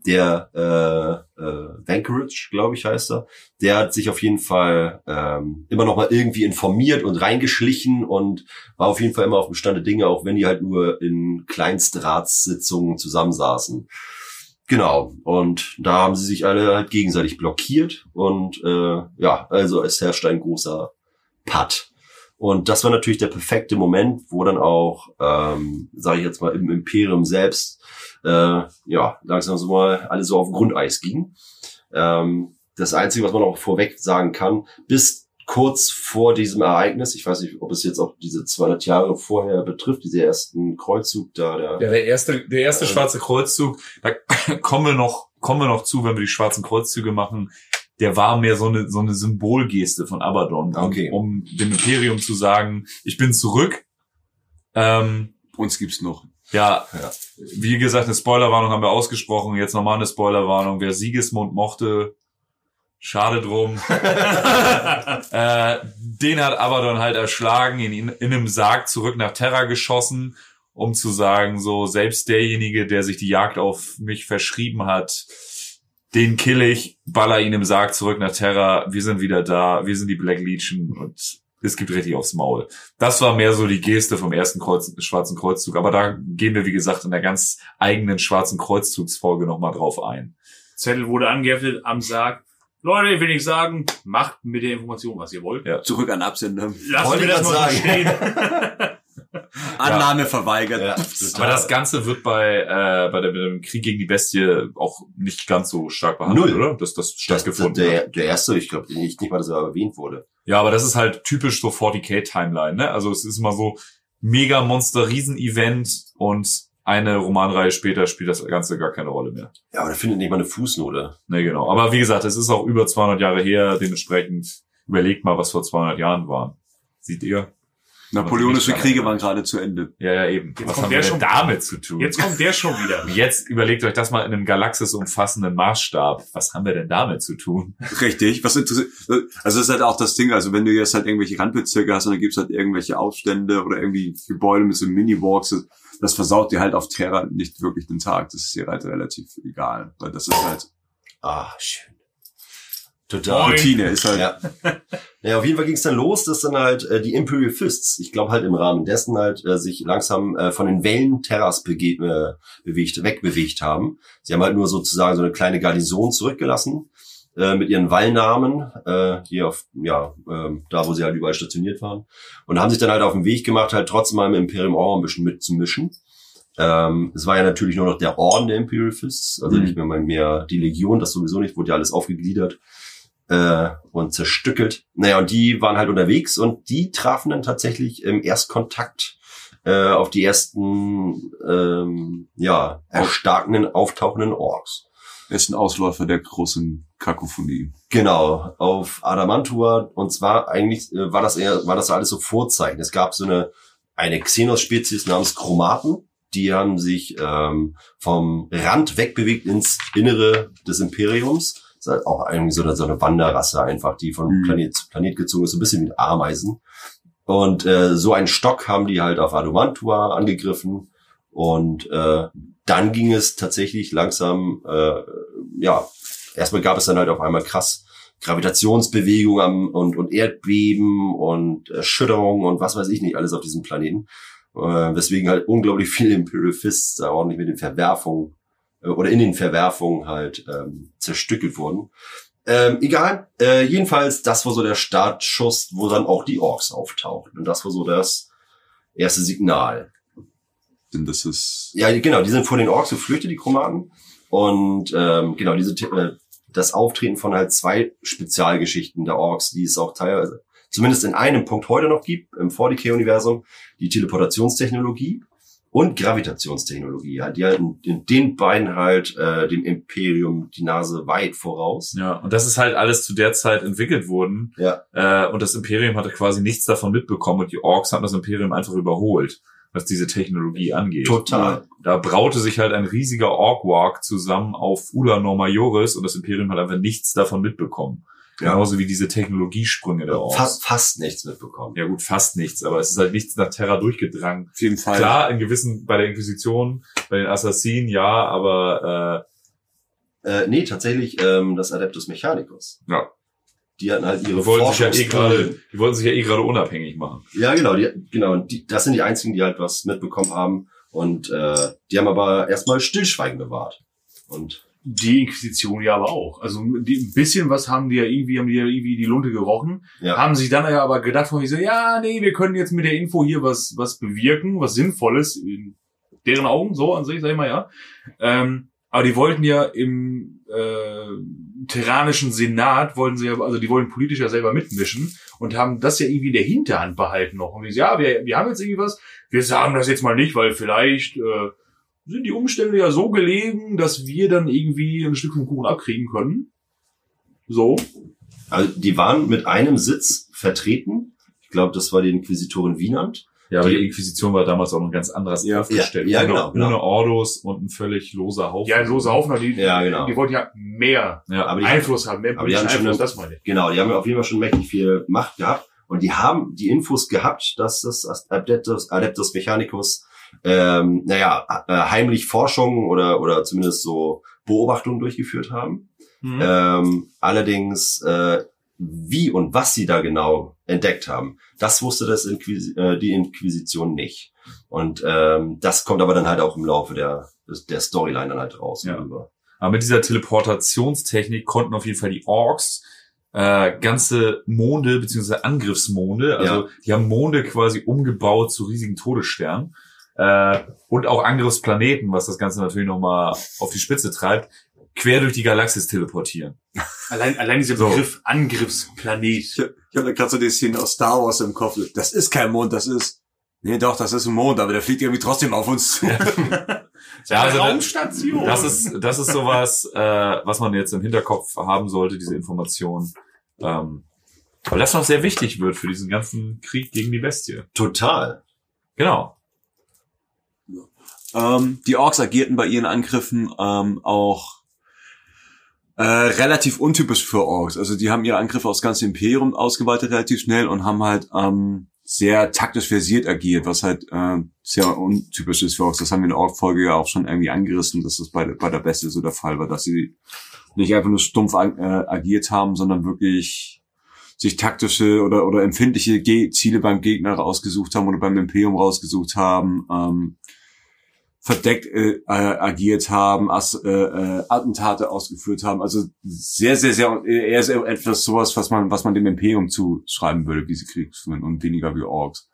der äh, äh, Vankerage, glaube ich, heißt er der hat sich auf jeden Fall ähm, immer noch mal irgendwie informiert und reingeschlichen und war auf jeden Fall immer auf dem Stand der Dinge, auch wenn die halt nur in Kleinstratssitzungen zusammensaßen. Genau, und da haben sie sich alle halt gegenseitig blockiert und äh, ja, also es herrschte ein großer Patt. Und das war natürlich der perfekte Moment, wo dann auch, ähm, sage ich jetzt mal, im Imperium selbst äh, ja langsam so mal alle so auf Grundeis ging. Ähm, das Einzige, was man auch vorweg sagen kann, bis kurz vor diesem Ereignis, ich weiß nicht, ob es jetzt auch diese 200 Jahre vorher betrifft, diese ersten Kreuzzug da, der,
Ja, der erste, der erste
Ähm.
schwarze Kreuzzug, da kommen wir noch, kommen wir noch zu, wenn wir die schwarzen Kreuzzüge machen. Der war mehr so eine, so eine Symbolgeste von Abaddon, um,
Okay.
um dem Imperium zu sagen, ich bin zurück. Ähm,
Uns gibt's noch.
ja,
Ja.
wie gesagt, eine Spoilerwarnung haben wir ausgesprochen. Jetzt nochmal eine Spoilerwarnung. Wer Siegesmund mochte, schade drum. äh, den hat Abaddon halt erschlagen, ihn in, in einem Sarg zurück nach Terra geschossen, um zu sagen, so selbst derjenige, der sich die Jagd auf mich verschrieben hat, den kill ich, baller ihn im Sarg zurück nach Terra. Wir sind wieder da, wir sind die Black Legion und es gibt richtig aufs Maul. Das war mehr so die Geste vom ersten Kreuz, Schwarzen Kreuzzug. Aber da gehen wir, wie gesagt, in der ganz eigenen Schwarzen Kreuzzugsfolge nochmal drauf ein.
Zettel wurde angeheftet am Sarg. Leute, ich will nicht sagen, macht mit der Information, was ihr wollt.
Ja.
Zurück an Absender.
Lasst
Wollte
mir das
grad
mal so
sagen.
stehen.
Annahme verweigert.
Ja,
Aber
total.
das Ganze wird bei, äh, bei dem- bei dem Krieg gegen die Bestie auch nicht ganz so stark behandelt,
Null.
oder? Dass das
das,
stattgefunden hat.
der, der erste, ich glaube nicht, nicht mal, dass er erwähnt wurde.
Ja, aber das ist halt typisch so 40k-Timeline, ne? Also es ist immer so mega Monster-Riesen-Event und eine Romanreihe später spielt das Ganze gar keine Rolle mehr.
Ja, aber da findet nicht mal eine Fußnote.
Ne, genau. Aber wie gesagt, es ist auch über 200 Jahre her, dementsprechend überlegt mal, was vor 200 Jahren war. Sieht ihr?
Napoleonische Kriege waren gerade zu Ende.
Ja, ja, eben.
Jetzt
was
kommt
haben wir
der
denn
schon-
damit zu tun?
Jetzt kommt der schon wieder.
Jetzt überlegt euch das mal in einem Galaxis umfassenden Maßstab. Was haben wir denn damit zu tun?
Richtig. Was interessiert, also das ist halt auch das Ding, also wenn du jetzt halt irgendwelche Randbezirke hast und dann gibt's halt irgendwelche Aufstände oder irgendwie Gebäude mit so Mini-Walks, das- das versaut dir halt auf Terra nicht wirklich den Tag. Das ist dir halt relativ egal. Weil das ist halt,
Ah, schön. Total.
Moin.
Routine ist halt,
Ja. Naja, auf jeden Fall ging es dann los, dass dann halt äh, die Imperial Fists, ich glaube halt im Rahmen dessen halt äh, sich langsam äh, von den Wellen Terras bege- äh, bewegt, wegbewegt haben. Sie haben halt nur sozusagen so eine kleine Garnison zurückgelassen äh, mit ihren Wallnamen, äh, hier auf, ja, ähm, da wo sie halt überall stationiert waren. Und haben sich dann halt auf den Weg gemacht, halt trotzdem mal im Imperium auch ein bisschen mitzumischen. Ähm, es war ja natürlich nur noch der Orden der Imperial Fists, also
Mhm.
nicht mehr, mehr die Legion, das sowieso nicht, wurde ja alles aufgegliedert äh, und zerstückelt. Naja, und die waren halt unterwegs und die trafen dann tatsächlich im Erstkontakt äh, auf die ersten ähm, ja, erstarkenden, auftauchenden Orks.
ist ein Ausläufer der großen Kakophonie.
Genau, auf Adamantua. Und zwar eigentlich äh, war das eher, war das alles so Vorzeichen. Es gab so eine, eine Xenos-Spezies namens Chromaten. Die haben sich ähm, vom Rand wegbewegt ins Innere des Imperiums. Ist halt auch irgendwie so eine, so eine Wanderrasse einfach, die von
Mhm.
Planet zu Planet gezogen ist, so ein bisschen wie Ameisen. Und äh, so einen Stock haben die halt auf Adamantua angegriffen. Und äh, dann ging es tatsächlich langsam, äh, ja, erstmal gab es dann halt auf einmal krass Gravitationsbewegungen am- und, und Erdbeben und Erschütterungen und was weiß ich nicht alles auf diesem Planeten. Äh, weswegen halt unglaublich viele Imperial Fists da ordentlich mit den Verwerfungen äh, oder in den Verwerfungen halt ähm, zerstückelt wurden. Ähm, egal, äh, jedenfalls, das war so der Startschuss, wo dann auch die Orks auftauchten. Und das war so das erste Signal.
Denn das ist,
Ja, genau, die sind vor den Orks geflüchtet, die Chromaten. Und ähm, genau, diese Te- äh, das Auftreten von halt zwei Spezialgeschichten der Orks, die es auch teilweise, zumindest in einem Punkt heute noch gibt, im 40k-Universum, die Teleportationstechnologie und Gravitationstechnologie. Halt, die halt in, in den beiden halt äh, dem Imperium die Nase weit voraus.
Ja, und das ist halt alles zu der Zeit entwickelt worden.
Ja.
Äh, und das Imperium hatte quasi nichts davon mitbekommen und die Orks haben das Imperium einfach überholt. was diese Technologie angeht.
Total.
Da braute sich halt ein riesiger Orc-Walk zusammen auf Ulanor Majoris und das Imperium hat einfach nichts davon mitbekommen.
Ja.
Genauso wie diese Technologiesprünge da auch.
Fast, fast nichts mitbekommen.
Ja gut, fast nichts, aber es ist halt nichts nach Terra durchgedrängt.
Auf jeden Fall.
Klar, in gewissen, bei der Inquisition, bei den Assassinen, ja, aber
Äh, nee, tatsächlich ähm, das Adeptus Mechanicus.
Ja.
Die hatten halt
äh,
ihre
die, wollten sich ja eh
Forschungsbrillen.
gerade, die wollten sich ja eh gerade unabhängig machen.
Ja, genau, die, genau. und Die, das sind die einzigen, die halt was mitbekommen haben. Und äh, die haben aber erstmal Stillschweigen bewahrt. Und
Die Inquisition ja aber auch. Also die, ein bisschen was haben die ja irgendwie, haben die ja irgendwie die Lunte gerochen.
Ja.
Haben sich dann ja aber gedacht, von wegen so, ja, nee, wir können jetzt mit der Info hier was, was bewirken, was Sinnvolles, in deren Augen, so an sich, sag ich mal, ja. Ähm, aber die wollten ja im äh, terranischen Senat, wollten sie ja, also die wollten politisch ja selber mitmischen und haben das ja irgendwie in der Hinterhand behalten noch. Und die so, ja, wir, wir haben jetzt irgendwie was, wir sagen das jetzt mal nicht, weil vielleicht äh, sind die Umstände ja so gelegen, dass wir dann irgendwie ein Stück vom Kuchen abkriegen können. So.
also die waren mit einem Sitz vertreten. Ich glaube, das war die Inquisitorin Wienand.
Ja, aber
Die-
die Inquisition war damals auch noch ein ganz anderes
Ja,
aufgestellt.
ja,
ohne,
ja, genau, genau.
ohne Ordos und ein völlig loser Haufen.
Ja, ein loser Haufen, die,
Ja, genau.
die wollten ja mehr
Ja,
Aber die,
Einfluss haben, mehr
aber die haben
politischen
schon
Einfluss,
eine-
das meine ich.
genau, die haben ja auf jeden Fall schon mächtig viel Macht gehabt. Und die haben die Infos gehabt, dass das Adeptus, Adeptus Mechanicus, ähm, naja, äh, heimlich Forschungen oder, oder zumindest so Beobachtungen durchgeführt haben.
Hm? Mhm.
Ähm, allerdings, äh, wie und was sie da genau entdeckt haben, das wusste das Inquis äh, die Inquisition nicht. Und ähm, das kommt aber dann halt auch im Laufe der, des- der Storyline dann halt raus.
Ja.
Rüber.
Aber mit dieser Teleportationstechnik konnten auf jeden Fall die Orks äh, ganze Monde beziehungsweise Angriffsmonde, also die haben Monde quasi umgebaut zu riesigen Todessternen äh, und auch Angriffsplaneten, was das Ganze natürlich nochmal auf die Spitze treibt, quer durch die Galaxis teleportieren.
Allein, allein dieser
So.
Begriff Angriffsplanet.
Ich habe gerade so die Szene aus Star Wars im Kopf. Das ist kein Mond, das ist. Nee, doch, das ist ein Mond, aber der fliegt irgendwie trotzdem auf uns zu.
Ja, also da-
Raumstation.
Das ist, das ist sowas, äh, was man jetzt im Hinterkopf haben sollte, diese Information. Ähm, weil das noch sehr wichtig wird für diesen ganzen Krieg gegen die Bestie.
Total.
Genau.
Ähm, die Orks agierten bei ihren Angriffen ähm, auch äh, relativ untypisch für Orks. Also die haben ihre Angriffe aufs ganze Imperium ausgeweitet relativ schnell und haben halt ähm, sehr taktisch versiert agiert, was halt äh, sehr untypisch ist für Orks. Das haben wir in der Ork-Folge ja auch schon irgendwie angerissen, dass das bei, bei der Beste so der Fall war, dass sie nicht einfach nur stumpf ag äh, agiert haben, sondern wirklich sich taktische oder, oder empfindliche Ge Ziele beim Gegner rausgesucht haben oder beim Imperium rausgesucht haben. Ähm, verdeckt äh, äh, agiert haben, Ass, äh, äh, Attentate ausgeführt haben. Also sehr, sehr, sehr äh, eher so etwas sowas, was man, was man dem Imperium zuschreiben würde, wie sie Krieg führen und weniger wie Orks.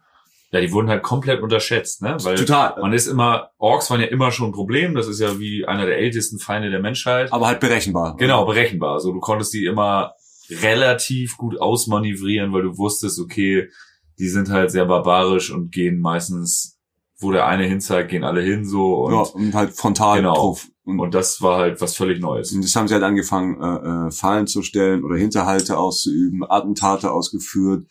Ja, die wurden halt komplett unterschätzt, ne? Weil
Total.
man ist immer, Orks waren ja immer schon ein Problem, das ist ja wie einer der ältesten Feinde der Menschheit.
Aber halt berechenbar.
Genau, berechenbar. Also du konntest die immer relativ gut ausmanövrieren, weil du wusstest, okay, die sind halt sehr barbarisch und gehen meistens, wo der eine hinzeigt, gehen alle hin so und,
ja, und halt frontal
Genau.
drauf. Und,
und das war halt was völlig Neues.
und das haben sie halt angefangen, äh, äh, Fallen zu stellen oder Hinterhalte auszuüben, Attentate ausgeführt.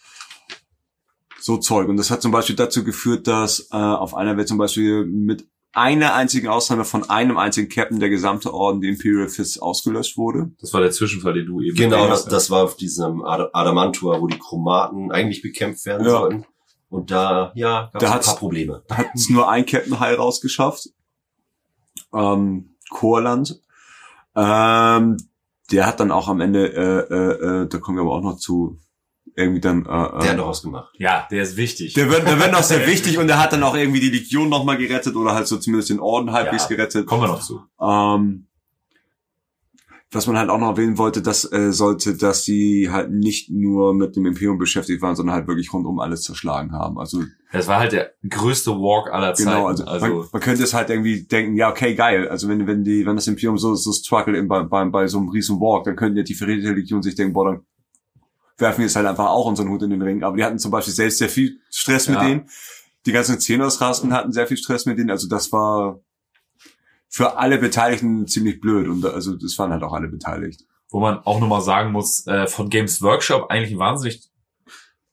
So Zeug. Und das hat zum Beispiel dazu geführt, dass äh, auf einer Welt zum Beispiel mit einer einzigen Ausnahme von einem einzigen Captain der gesamte Orden, die Imperial Fist, ausgelöscht wurde.
Das war der Zwischenfall, den du eben
Genau,
erwähnt
das,
hast.
das war auf diesem Ad Adamantua, wo die Chromaten eigentlich bekämpft werden
Ja.
sollten. Und da, ja, gab
Da
es ein
hat's-
paar Probleme.
hat es nur ein Captain High rausgeschafft. Ähm, Chorland. Ähm, der hat dann auch am Ende, äh, äh, äh, da kommen wir aber auch noch zu, irgendwie dann. Äh,
Der
äh,
hat noch was gemacht.
Ja, der ist wichtig.
der wird, der wird noch sehr wichtig und der hat dann auch irgendwie die Legion nochmal gerettet oder halt so zumindest den Orden halbwegs
Ja.
gerettet.
Kommen wir noch zu.
Ähm, was man halt auch noch erwähnen wollte, dass äh, sollte, dass sie halt nicht nur mit dem Imperium beschäftigt waren, sondern halt wirklich rundum alles zerschlagen haben. Also
Das war halt der größte Walk aller Zeiten.
Genau, also, man, man könnte es halt irgendwie denken, ja, okay, geil. Also wenn, wenn die, wenn das Imperium so, so struggle in, bei, bei, bei so einem riesen Walk, dann könnten ja die verräterische Legion sich denken, boah, dann werfen wir jetzt halt einfach auch unseren Hut in den Ring. Aber die hatten zum Beispiel selbst sehr viel Stress mit
Ja.
denen. Die ganzen Xenos-Rasten hatten sehr viel Stress mit denen. Also das war für alle Beteiligten ziemlich blöd. Und da- also das waren halt auch alle beteiligt.
wo man auch nochmal sagen muss, äh, von Games Workshop eigentlich ein wahnsinnig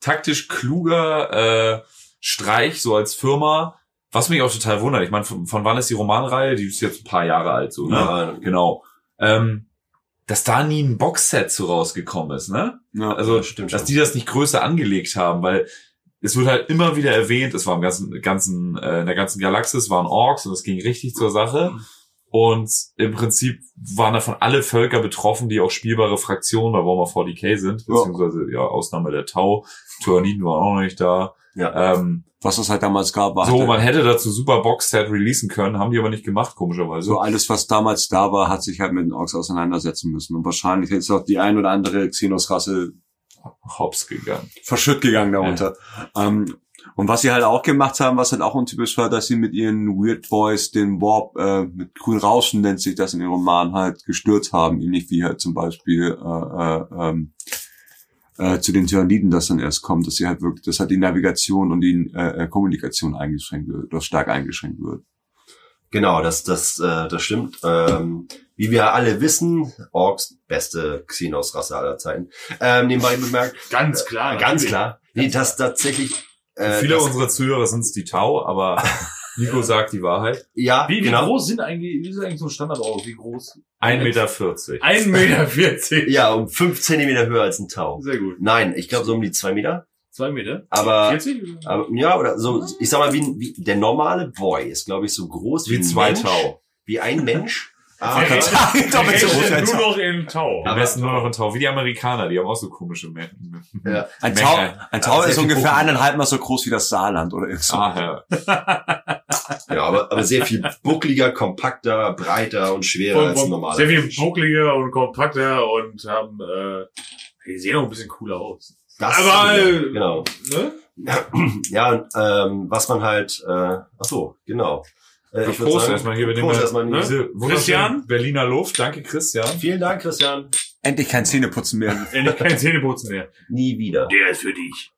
taktisch kluger äh, Streich, so als Firma, Was mich auch total wundert, ich meine, von, von wann ist die Romanreihe? Die ist jetzt ein paar Jahre alt, so, ne?
Ja.
Genau. Ähm, dass da nie ein Boxset zu rausgekommen ist, ne?
Ja.
Also,
Ja, stimmt
dass
schon.
die das nicht größer angelegt haben, weil es wird halt immer wieder erwähnt, es war im ganzen, ganzen äh, in der ganzen Galaxis waren Orks und es ging richtig zur
Mhm.
Sache. Und im Prinzip waren davon alle Völker betroffen, die auch spielbare Fraktionen bei Warhammer 40k sind,
Ja.
beziehungsweise ja, Ausnahme der Tau. Tyranniden waren auch noch nicht da.
Ja.
Ähm,
Was es halt damals gab, war
so,
halt,
man hätte dazu super Boxset releasen können, haben die aber nicht gemacht, komischerweise.
so alles, was damals da war, hat sich halt mit den Orks auseinandersetzen müssen. Und wahrscheinlich ist auch die ein oder andere Xenos-Rasse
Hops gegangen.
verschütt gegangen darunter. Ähm, und was sie halt auch gemacht haben, was halt auch untypisch war, dass sie mit ihren Weird Boys den Warp äh, mit grün Rauschen nennt sich das in ihrem Roman halt gestürzt haben, ähnlich wie halt zum Beispiel äh, äh, ähm, äh, zu den Tyranniden das dann erst kommt, dass sie halt wirklich, dass halt die Navigation und die äh, äh, Kommunikation eingeschränkt wird, oder stark eingeschränkt wird.
Genau, das, das, äh, das stimmt. Ähm, wie wir alle wissen, Orks beste Xenos-Rasse aller Zeiten. Ähm, nebenbei bemerkt,
Ganz klar.
ganz
Ah, natürlich.
klar. Nee, das tatsächlich. Äh,
Viele
das,
unserer Zuhörer sind die Tau, aber Nico sagt die Wahrheit.
ja,
Wie, wie
genau.
groß sind eigentlich, wie ist eigentlich so ein Standard aus? Wie groß?
1,40 Meter.
1,40 Meter.
Ja, um fünf Zentimeter höher als ein Tau.
Sehr gut.
Nein, ich glaube so um die zwei Meter.
Zwei Meter?
Aber,
40?
aber ja, oder so, ich sag mal, wie, ein- wie der normale Boy ist, glaube ich, so groß wie,
Wie zwei
ein Mensch,
Tau.
Wie ein Mensch. Ah,
Okay.
Aber,
Doppelt
so groß als
Nur noch in Tau.
Am besten nur noch in Tau. Wie die Amerikaner, die haben auch so komische Märchen.
ja,
Ein
Menge.
Tau, ein Tau
sehr
ist
viel
ungefähr
Kuchen.
eineinhalb Mal so groß wie das Saarland oder irgend so.
Ah, ja.
ja aber, aber sehr viel buckliger, kompakter, breiter und schwerer
Und
als ein
vom-
normaler.
sehr viel
Mensch.
buckliger und kompakter und haben, äh, die sehen auch ein bisschen cooler aus.
Das
Aber, äh,
genau.
Ne?
Ja, und, ähm, was man halt, äh, ach so, genau. Äh, ich würd
Prost
sagen,
erstmal hier. Wir nehmen
Prost
ja
erstmal.
ne?
diese wunderschönen
Christian?
Berliner Luft. Danke, Christian.
Vielen Dank, Christian.
Endlich kein Zähneputzen mehr.
Endlich kein Äh, Zähneputzen mehr.
Nie wieder.
Der ist für dich.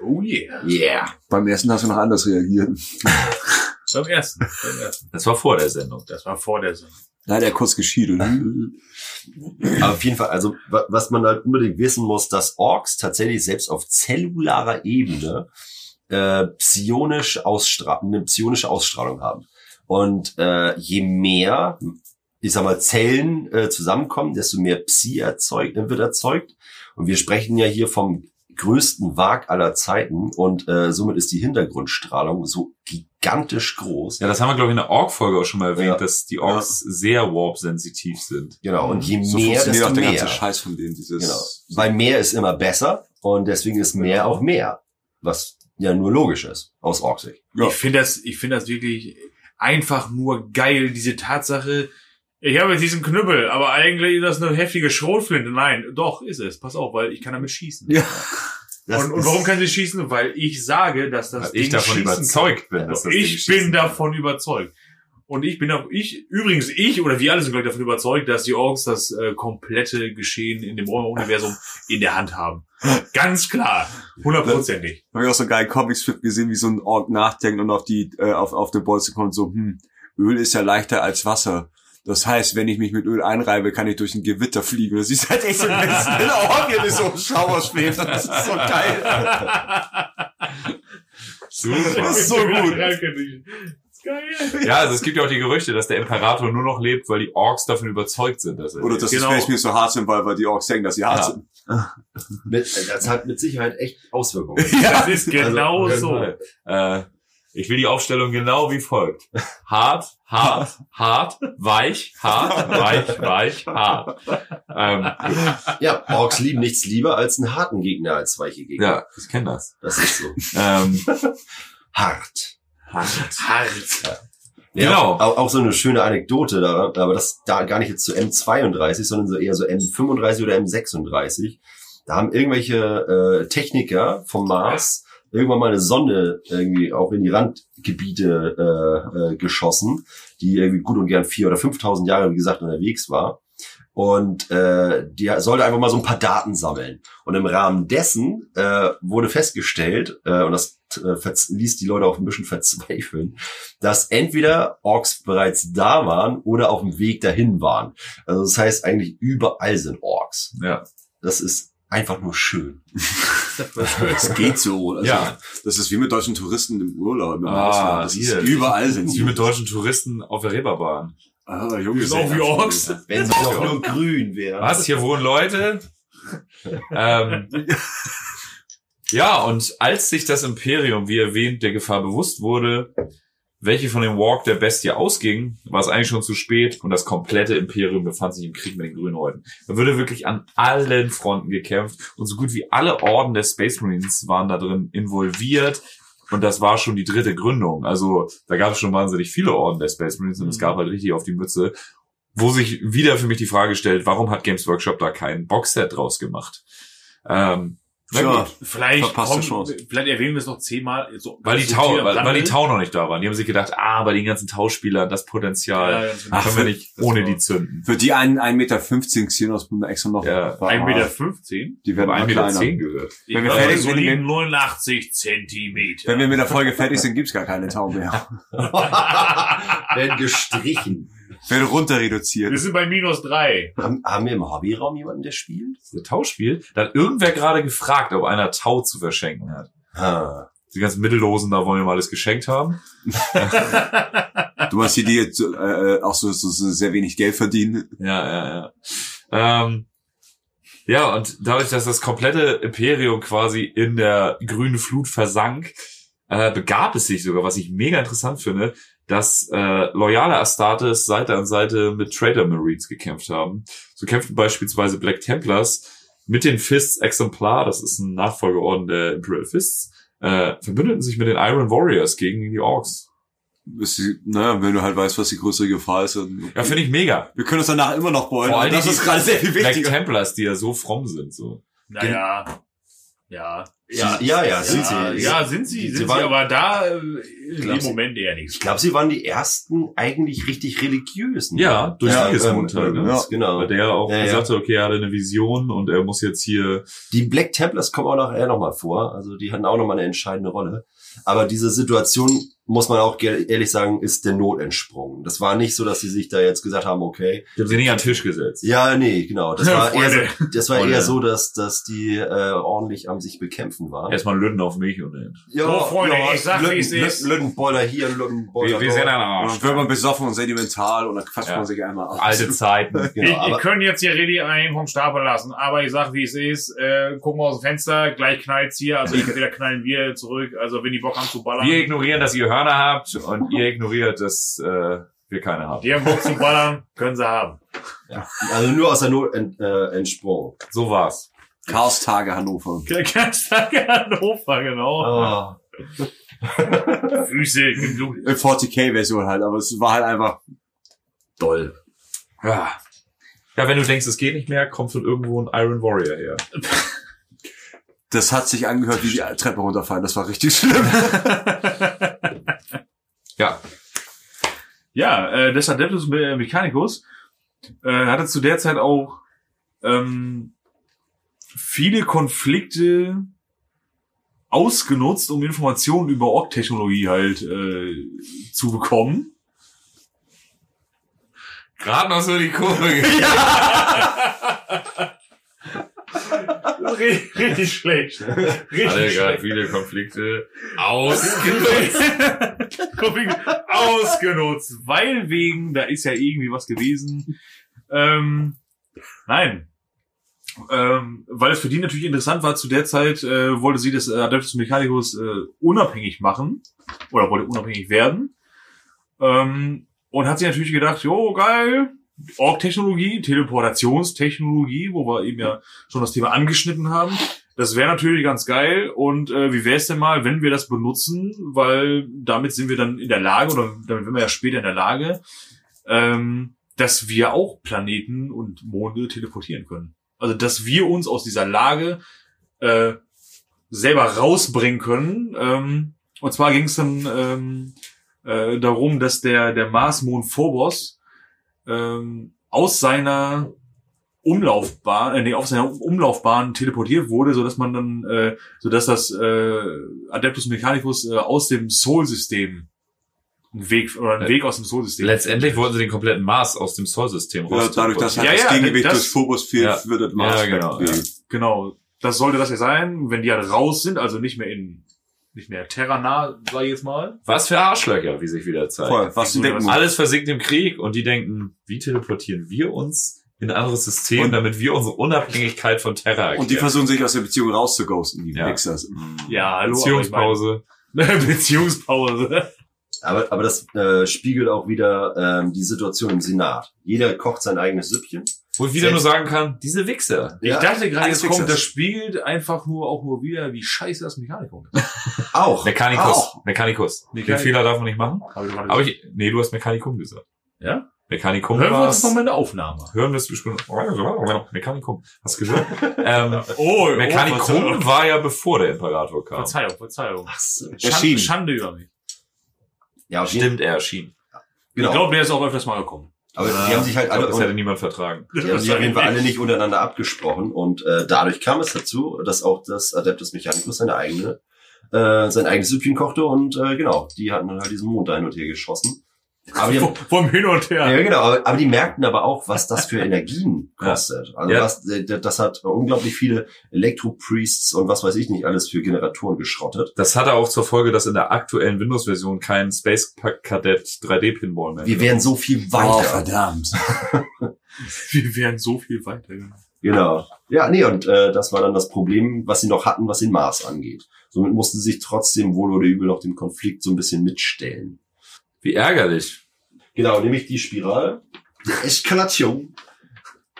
Oh yeah.
Yeah.
Beim ersten hast du noch anders reagiert.
Beim ersten. Beim ersten.
Das war vor der Sendung.
Das war vor der Sendung.
Da hat er kurz geschiedelt.
Aber auf jeden Fall, also wa- was man halt unbedingt wissen muss, dass Orks tatsächlich selbst auf zellularer Ebene äh, psionisch ausstrahlen, eine psionische Ausstrahlung haben. Und äh, je mehr, ich sag mal, Zellen äh, zusammenkommen, desto mehr Psi erzeugt, äh, wird erzeugt. Und wir sprechen ja hier vom größten Wag aller Zeiten und äh, somit ist die Hintergrundstrahlung so gigantisch groß.
Ja, das haben wir, glaube ich, in der Org-Folge auch schon mal erwähnt,
Ja.
dass die Orks sehr warp-sensitiv sind.
Genau, und je
So
mehr,
funktioniert
desto
auch der
mehr.
ganze Scheiß von denen. Dieses
Genau. Weil mehr ist immer besser und deswegen ist mehr
Genau.
auch mehr. Was ja nur logisch ist, aus Orksicht.
Ja.
Ich finde das, ich finde das wirklich einfach nur geil, diese Tatsache. Ich habe jetzt diesen Knüppel, aber eigentlich ist das eine heftige Schrotflinte. Nein, doch, ist es. Pass auf, weil ich kann damit schießen.
Ja.
Das
und, und
ist-
warum kann sie schießen? Weil ich sage, dass das
Weil
Ding
ich davon
schießen kann.
überzeugt bin,
Ja,
dass das Ding
Also Ich
schießen
bin
kann.
davon überzeugt. Und ich bin auch, ich, übrigens, ich oder wir alle sind, glaube ich, davon überzeugt, dass die Orks das äh, komplette Geschehen in dem Universum in der Hand haben. Ganz klar. Hundertprozentig.
Habe ich auch so einen geilen Comicstrip gesehen, wie so ein Ork nachdenkt und auf die äh, auf, auf den Bolzen kommt und so, hm, Öl ist ja leichter als Wasser. Das heißt, wenn ich mich mit Öl einreibe, kann ich durch ein Gewitter fliegen. Das ist halt echt so ein ganz schneller Ork, der durch so ein Schauer schwebt. Das ist so geil.
Super.
Das ist so gut.
Danke, dich. Ist Geil.
Ja, also es gibt ja auch die Gerüchte, dass der Imperator nur noch lebt, weil die Orks davon überzeugt sind, dass er
Oder das
Genau.
ist, wenn ich mir so hart sind, weil, weil die Orks denken, dass sie hart
Ja.
sind.
Mit, das hat mit Sicherheit echt Auswirkungen.
Das
Also,
ist genau
lebt.
so.
Äh, ich will die Aufstellung genau wie folgt. Hart, hart, hart, weich, hart, weich, weich, hart. Ähm,
ja, Orks lieben nichts lieber als einen harten Gegner als weiche Gegner.
ja, ich kenne das.
Das ist so.
Ähm,
Hart.
Hart.
Ja,
Genau.
Auch, auch so eine schöne Anekdote daran, aber das da gar nicht jetzt zu M32, sondern so eher so M35 oder M36. Da haben irgendwelche äh, Techniker vom Mars irgendwann mal eine Sonde irgendwie auch in die Randgebiete äh, äh, geschossen, die irgendwie gut und gern vier oder 5.000 Jahre, wie gesagt, unterwegs war. Und äh, die sollte einfach mal so ein paar Daten sammeln. Und im Rahmen dessen äh, wurde festgestellt, äh, und das äh, verz- ließ die Leute auch ein bisschen verzweifeln, dass entweder Orks bereits da waren oder auf dem Weg dahin waren. Also das heißt eigentlich überall sind Orks.
Ja.
Das ist einfach nur schön.
Es geht so. Also,
Ja.
Das ist wie mit deutschen Touristen im Urlaub. Im
Ah,
Ausland. das ist
hier.
überall sind
Wie mit deutschen Touristen auf der Reeperbahn.
Ah, Junge,
Ist auch wie Orks.
Wenn es doch nur grün wäre.
Was? Hier wohnen Leute? ähm, ja, und als sich das Imperium, wie erwähnt, der Gefahr bewusst wurde, welche von dem Walk der Bestie ausging, war es eigentlich schon zu spät und das komplette Imperium befand sich im Krieg mit den Grünhäuten. Da wurde wirklich an allen Fronten gekämpft und so gut wie alle Orden der Space Marines waren da drin involviert und das war schon die dritte Gründung. Also da gab es schon wahnsinnig viele Orden der Space Marines und
Mhm.
es gab halt richtig auf die Mütze wo sich wieder für mich die Frage stellt, warum hat Games Workshop da kein Boxset draus gemacht? Ähm, na
Tja.
gut,
Vielleicht,
Verpasste
kommt,
Chance.
vielleicht erwähnen wir es noch zehnmal. So,
weil die
so
Tau,
hier also am
weil, weil die
Rande.
Tau noch nicht da waren. Die haben sich gedacht, ah, bei den ganzen Tauspielern, das Potenzial
Ja, ganz genau.
Ach,
können wir nicht
das
ohne
war-
die zünden.
Für die einen 1,15 Meter Xenos bin ich extra noch.
Ja,
war-
1,15 Meter. 15.
Die werden
Bei
mal
1,10 Meter
kleiner.
zehn gehört.
Ich
Wenn wir
glaube,
fertig
so
sind,
liegen
gehen-
89 Zentimeter.
Wenn wir mit der Folge fertig sind, gibt's gar keine Tau mehr.
Werden gestrichen.
Werden runter reduziert.
wir sind bei minus drei.
Haben, haben wir im Hobbyraum jemanden, der spielt?
Der Tauspiel, da hat irgendwer gerade gefragt, ob einer Tau zu verschenken hat.
Ha.
Die ganzen Mittellosen, da wollen wir mal alles geschenkt haben.
Du hast die, die jetzt äh, auch so, so, so sehr wenig Geld verdienen.
Ja, ja, ja. Ähm, ja, und dadurch, dass das komplette Imperium quasi in der grünen Flut versank, äh, begab es sich sogar, was ich mega interessant finde, dass äh, loyale Astartes Seite an Seite mit Trader Marines gekämpft haben. So kämpften beispielsweise Black Templars mit den Fists Exemplar, das ist ein Nachfolgeorden der Imperial Fists, äh, verbündeten sich mit den Iron Warriors gegen die Orks.
Ist die- Naja, wenn du halt weißt, was die größere Gefahr ist. Dann
Ja, finde ich mega.
wir können uns danach immer noch beulen.
Vor
aber
allen
Das
Dingen
ist
die-
gerade sehr viel
Black
wichtiger.
Templars, die ja so fromm sind, so.
Naja. Ja.
Ja, ja, ja, sind
ja,
sie.
ja, sind sie,
Sie
sind sie,
waren-
aber da äh,
glaub,
im
sie-
Moment eher nichts.
Ich glaube, sie waren die ersten eigentlich richtig religiösen.
Ja, durch
Ja,
Siegesmund
ähm,
halt, ne?
ganz genau.
Weil der auch
Ja, ja.
gesagt hat, okay, er hatte eine Vision und er muss jetzt hier.
Die Black Templars kommen auch nachher nochmal vor. Also die hatten auch nochmal eine entscheidende Rolle. Aber diese Situation, muss man auch ge- ehrlich sagen, ist der Not entsprungen. Das war nicht so, dass sie sich da jetzt gesagt haben, okay.
Ich habe sie nicht an den Tisch gesetzt.
Ja, nee, genau. Das war, eher,
Freunde.
so- das war eher
Freunde.
so, dass, dass die äh, ordentlich am sich bekämpfen waren.
Erstmal Lütten auf mich und den.
So, Freunde, ich sag, wie es ist.
Lüttenboiler hier, Lüttenboiler
an
Und dann wird man besoffen und sedimental und dann quatscht
Ja.
man sich einmal ab.
Alte Zeiten.
Genau,
ich,
aber
ich können jetzt hier Redi einen vom Stapel lassen, aber ich sag, wie es ist, äh, gucken wir aus dem Fenster, gleich knallt's hier, also entweder knallen wir zurück, also wenn die Bock haben zu ballern,
Wir ignorieren, dass ihr Hörner habt und ihr ignoriert, dass äh, wir keine haben.
die haben Bock zu ballern, können sie haben.
also nur aus der Not ent, äh, entsprungen.
So war's.
Chaos-Tage Hannover.
Kerstage Hannover, genau.
Ah.
Füße im Blut.
Äh, 40k-Version halt, aber es war halt einfach doll.
Ja. ja, wenn du denkst, es geht nicht mehr, kommt von irgendwo ein Iron Warrior her.
Das hat sich angehört wie die Treppe runterfallen. Das war richtig schlimm.
Ja.
Ja, äh, des Adeptus Me- Mechanicus äh, hatte zu der Zeit auch ähm, viele Konflikte ausgenutzt, um Informationen über Org-Technologie halt äh, zu bekommen.
Gerade noch so die Kurve gekriegt.
Richtig schlecht.
Hatte
Richtig
gerade viele Konflikte ausgelöst.
Konflikt ausgenutzt, weil wegen, da ist ja irgendwie was gewesen. Ähm, nein. Ähm, weil es für die natürlich interessant war, zu der Zeit äh, wollte sie das äh, Adeptus Mechanicus äh, unabhängig machen oder wollte unabhängig werden. Ähm, und hat sie natürlich gedacht, jo, geil, Org-Technologie, Teleportationstechnologie, wo wir eben ja schon das Thema angeschnitten haben. Das wäre natürlich ganz geil. Und äh, wie wäre es denn mal, wenn wir das benutzen? Weil damit sind wir dann in der Lage, oder damit sind wir ja später in der Lage, ähm, dass wir auch Planeten und Monde teleportieren können. Also dass wir uns aus dieser Lage äh, selber rausbringen können. Ähm, und zwar ging es dann ähm, äh, darum, dass der, der Marsmond Phobos ähm, aus seiner Umlaufbahn, äh, nee, auf seiner Umlaufbahn teleportiert wurde, so dass man dann, äh, so dass das äh, Adeptus Mechanicus äh, aus dem Soul-System einen Weg oder einen
Äh,
Weg aus dem Soul-System.
Letztendlich wollten sie den kompletten Mars aus dem Soul-System
Ja, dadurch, dass halt
Ja,
das
ja,
Gegengewicht
das-
durch Phobos fehlt,
Ja.
wird das Maß
Ja, genau,
weg.
ja.
Die-
Genau. Das sollte das ja sein, wenn die halt raus sind, also nicht mehr in, nicht mehr terranah, sag ich jetzt mal.
Was für Arschlöcher, wie sich wieder zeigt.
Voll, was du denken musst.
Alles versinkt im Krieg und die denken, wie teleportieren wir uns in ein anderes System,
Und-
damit wir unsere Unabhängigkeit von Terra erklären.
Und die versuchen sich aus der Beziehung rauszugoasten, die
Ja.
Wichsers.
Ja, hallo.
Beziehungspause.
aber ich mein- Ne, Beziehungspause.
Aber, aber das äh, spiegelt auch wieder ähm, die Situation im Senat. Jeder kocht sein eigenes Süppchen.
Wo ich wieder
Selbst-
nur sagen kann, diese Wichser.
Ich dachte gerade,
alles
jetzt kommt,
Fixers.
das spiegelt einfach nur auch nur wieder, wie scheiße das Mechanikum ist.
Auch.
Mechanikus. Mechanikus. Den
Mechanikus.
Fehler darf man nicht machen.
Hab ich gerade
Aber ich, nee, du hast Mechanikum gesagt.
Ja?
Mechanikum
Hören wir uns
war's.
das nochmal in der Aufnahme.
Hören wir es bestimmt. Mechanikum. Hast du gehört? ähm,
Oh,
Mechanikum war ja bevor der Imperator kam.
Verzeihung, Verzeihung. Schande,
Erschienen.
Schande über mich.
Ja, auf jeden-
Stimmt, er erschien.
Genau.
Ich glaube, der ist auch öfters mal gekommen.
aber die haben sich halt
Ich glaub,
alle,
das hätte niemand vertragen.
die haben sich auf jeden Fall alle nicht untereinander abgesprochen und äh, dadurch kam es dazu, dass auch das Adeptus Mechanicus seine eigene, äh, sein eigenes Süppchen kochte und äh, genau, die hatten dann halt diesen Mond da hin und her geschossen. Aber die haben,
Vom- Vom Hin und Her.
Ja, genau. Aber, aber die merkten aber auch, was das für Energien
Ja.
kostet. Also
Ja.
was, äh, das hat unglaublich viele Elektropriests und was weiß ich nicht alles für Generatoren geschrottet.
Das hatte auch zur Folge, dass in der aktuellen Windows-Version kein Space Cadet 3D-Pinball mehr
Wir
gibt.
wären so viel weiter.
verdammt.
Wir wären so viel weiter.
genau. Ja, nee, und äh, das war dann das Problem, was sie noch hatten, was den Mars angeht. Somit mussten sie sich trotzdem wohl oder übel noch dem Konflikt so ein bisschen mitstellen.
Wie ärgerlich.
Genau, nämlich die Spirale der Eskalation.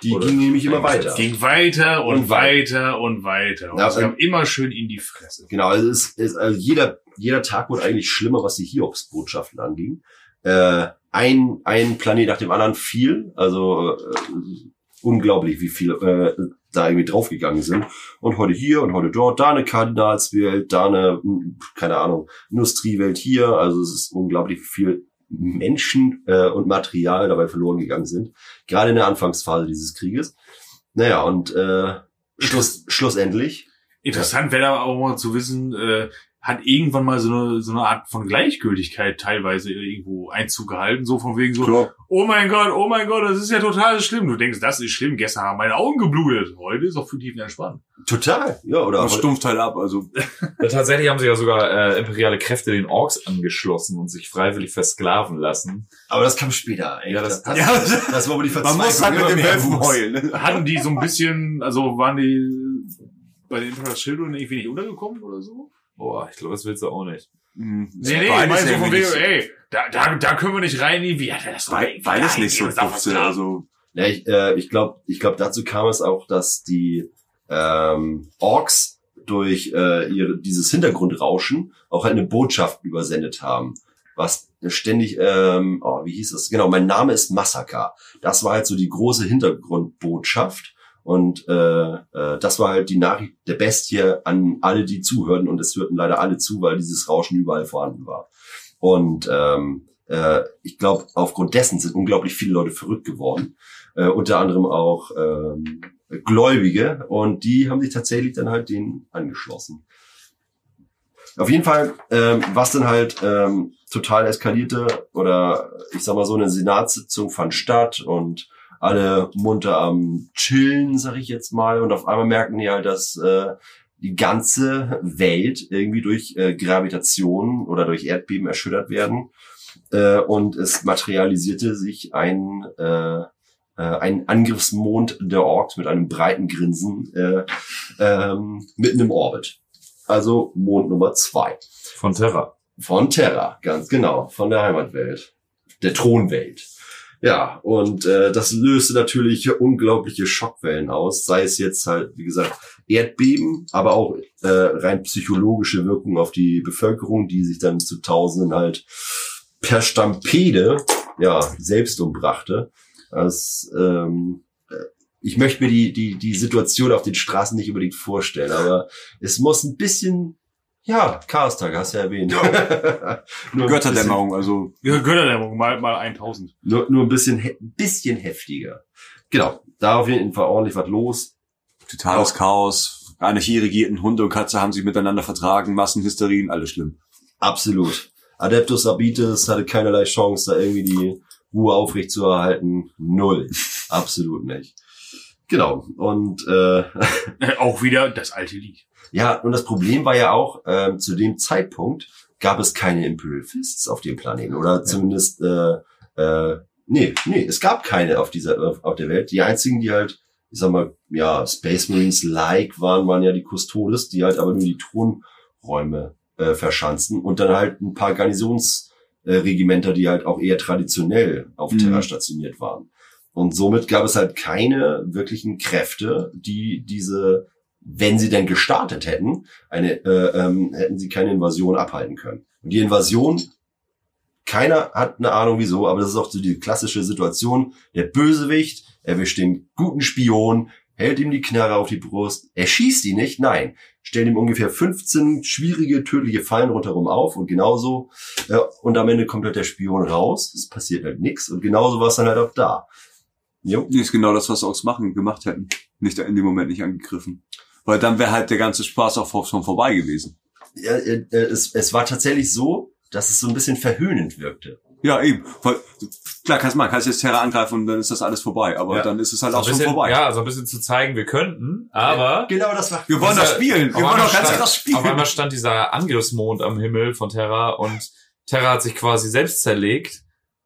Die
Oder-
ging nämlich immer weiter.
Ging weiter und,
Und
weiter und weiter. Und
Ja,
es kam immer schön in die Fresse.
Genau, also es ist, also jeder, jeder Tag wurde eigentlich schlimmer, was die Hiobsbotschaften anging. Äh, ein, ein Planet nach dem anderen fiel, also äh, unglaublich, wie viele äh, da irgendwie draufgegangen sind. Und heute hier und heute dort, da eine Kardinalswelt, da eine, mh, keine Ahnung, Industriewelt hier. Also es ist unglaublich, wie viel Menschen äh, und Material dabei verloren gegangen sind. Gerade in der Anfangsphase dieses Krieges. Naja, und äh, Schluss, schlussendlich
Interessant wäre aber auch mal zu wissen, äh, hat irgendwann mal so eine, so eine Art von Gleichgültigkeit teilweise irgendwo Einzug gehalten, so von wegen so,
Klar.
oh mein Gott, oh mein Gott, das ist ja total schlimm. Du denkst, das ist schlimm, gestern haben meine Augen geblutet, heute ist auch für die entspannt.
Total, ja, oder?
Das stumpft halt ab, also.
Ja, Äh, tatsächlich haben sich ja sogar äh, imperiale Kräfte den Orks angeschlossen und sich freiwillig versklaven lassen.
Aber das kam später. Ey.
Ja, halt das-
das,
Ja.
das, war wohl die Verzweiflung.
halt
immer mehr wuchs.
heulen. ne?
Hatten die so ein bisschen, also waren die bei den Imperial Schildern irgendwie nicht untergekommen oder so?
Boah, ich glaube, das willst du auch nicht.
Mhm.
Nee, nee, ich
Beides
meine so von
irgendwie
wegen,
nicht-
ey, da, da, da können wir nicht rein, wie hat er das
Be- Beides
Nein,
nicht so
geh uns da
dufte,
was
also.
Ja, ich äh, ich glaube, ich glaub, dazu kam es auch, dass die ähm, Orks durch äh, ihre, dieses Hintergrundrauschen auch eine Botschaft übersendet haben. Was ständig, ähm, oh, wie hieß das? Genau, mein Name ist Massaker. Das war halt so die große Hintergrundbotschaft. Und äh, äh, das war halt die Nachricht der Bestie an alle, die zuhörten. Und es hörten leider alle zu, weil dieses Rauschen überall vorhanden war. Und ähm, äh, ich glaube, aufgrund dessen sind unglaublich viele Leute verrückt geworden äh, unter anderem auch ähm, Gläubige und die haben sich tatsächlich dann halt denen angeschlossen. Auf jeden Fall, ähm, was dann halt ähm, total eskalierte oder ich sag mal so eine Senatssitzung fand statt und alle munter am Chillen, sag ich jetzt mal, und auf einmal merken die halt, dass äh, die ganze Welt irgendwie durch äh, Gravitation oder durch Erdbeben erschüttert werden äh, und es materialisierte sich ein äh, äh, ein Angriffsmond der Orks mit einem breiten Grinsen äh, ähm, mitten im Orbit. Also Mond Nummer zwei
Von Terra.
Von Terra, ganz genau. Von der Heimatwelt. Der Thronwelt. Ja, und äh, das löste natürlich unglaubliche Schockwellen aus. Sei es jetzt halt, wie gesagt, Erdbeben, aber auch äh, rein psychologische Wirkung auf die Bevölkerung, die sich dann zu Tausenden halt per Stampede ja, selbst umbrachte. Das, ähm, äh, ich möchte mir die, die, die Situation auf den Straßen nicht unbedingt vorstellen, aber es muss ein bisschen, ja, Chaos-Tag hast du ja erwähnt. Nur ein bisschen-
Götterdämmerung, also.
Ja, Götterdämmerung, mal, mal 1000.
nur, nur ein bisschen, he- ein bisschen heftiger. Genau. Da auf jeden Fall ordentlich was los.
Totales Chaos. Anarchie regierten Hunde und Katze haben sich miteinander vertragen, Massenhysterien, alles schlimm.
Absolut. Adeptus Abitus hatte keinerlei Chance, da irgendwie die Ruhe aufrechtzuerhalten. Null. Absolut nicht. Genau. Und äh,
Äh, Auch wieder das alte Lied.
ja, und das Problem war ja auch, ähm, zu dem Zeitpunkt gab es keine Imperial Fists auf dem Planeten. Oder zumindest, äh, äh, nee, nee, es gab keine auf dieser auf- auf der Welt. Die einzigen, die halt, ich sag mal, ja, Space Marines-like waren, waren ja die Custodes, die halt aber nur die Thronräume äh, verschanzen und dann halt ein paar Garnisons. äh, Regimenter, die halt auch eher traditionell auf
Mhm.
Terra stationiert waren. Und somit gab es halt keine wirklichen Kräfte, die diese, wenn sie denn gestartet hätten, eine, äh, ähm, hätten sie keine Invasion abhalten können. Und die Invasion, keiner hat eine Ahnung wieso, aber das ist auch so die klassische Situation. Der Bösewicht erwischt den guten Spion, hält ihm die Knarre auf die Brust, er schießt ihn nicht, nein, stellt ihm ungefähr 15 schwierige, tödliche Fallen rundherum auf und genauso ja, und am Ende kommt halt der Spion raus, es passiert halt nix und genauso war es dann halt auch da. Jo.
Nee, ist genau das, was sie aus machen gemacht hätten. Nicht in dem Moment nicht angegriffen. Weil dann wäre halt der ganze Spaß auch vor- schon vorbei gewesen.
Ja, äh, äh, es, es war tatsächlich so, dass es so ein bisschen verhöhnend wirkte.
Ja, eben. Weil, klar, kannst du machen, kannst jetzt Terra angreifen und dann ist das alles vorbei. Aber
Ja.
dann ist es halt
So
auch
ein
schon
bisschen,
vorbei.
ja, also ein bisschen zu zeigen, wir könnten, aber
Genau das war.
Wir wollen
Dieser-
das spielen.
auf
Wir wollen
einmal
doch ganz
stand-
krass
Auf einmal
spielen.
stand dieser Angriffsmond am Himmel von Terra und Terra hat sich quasi selbst zerlegt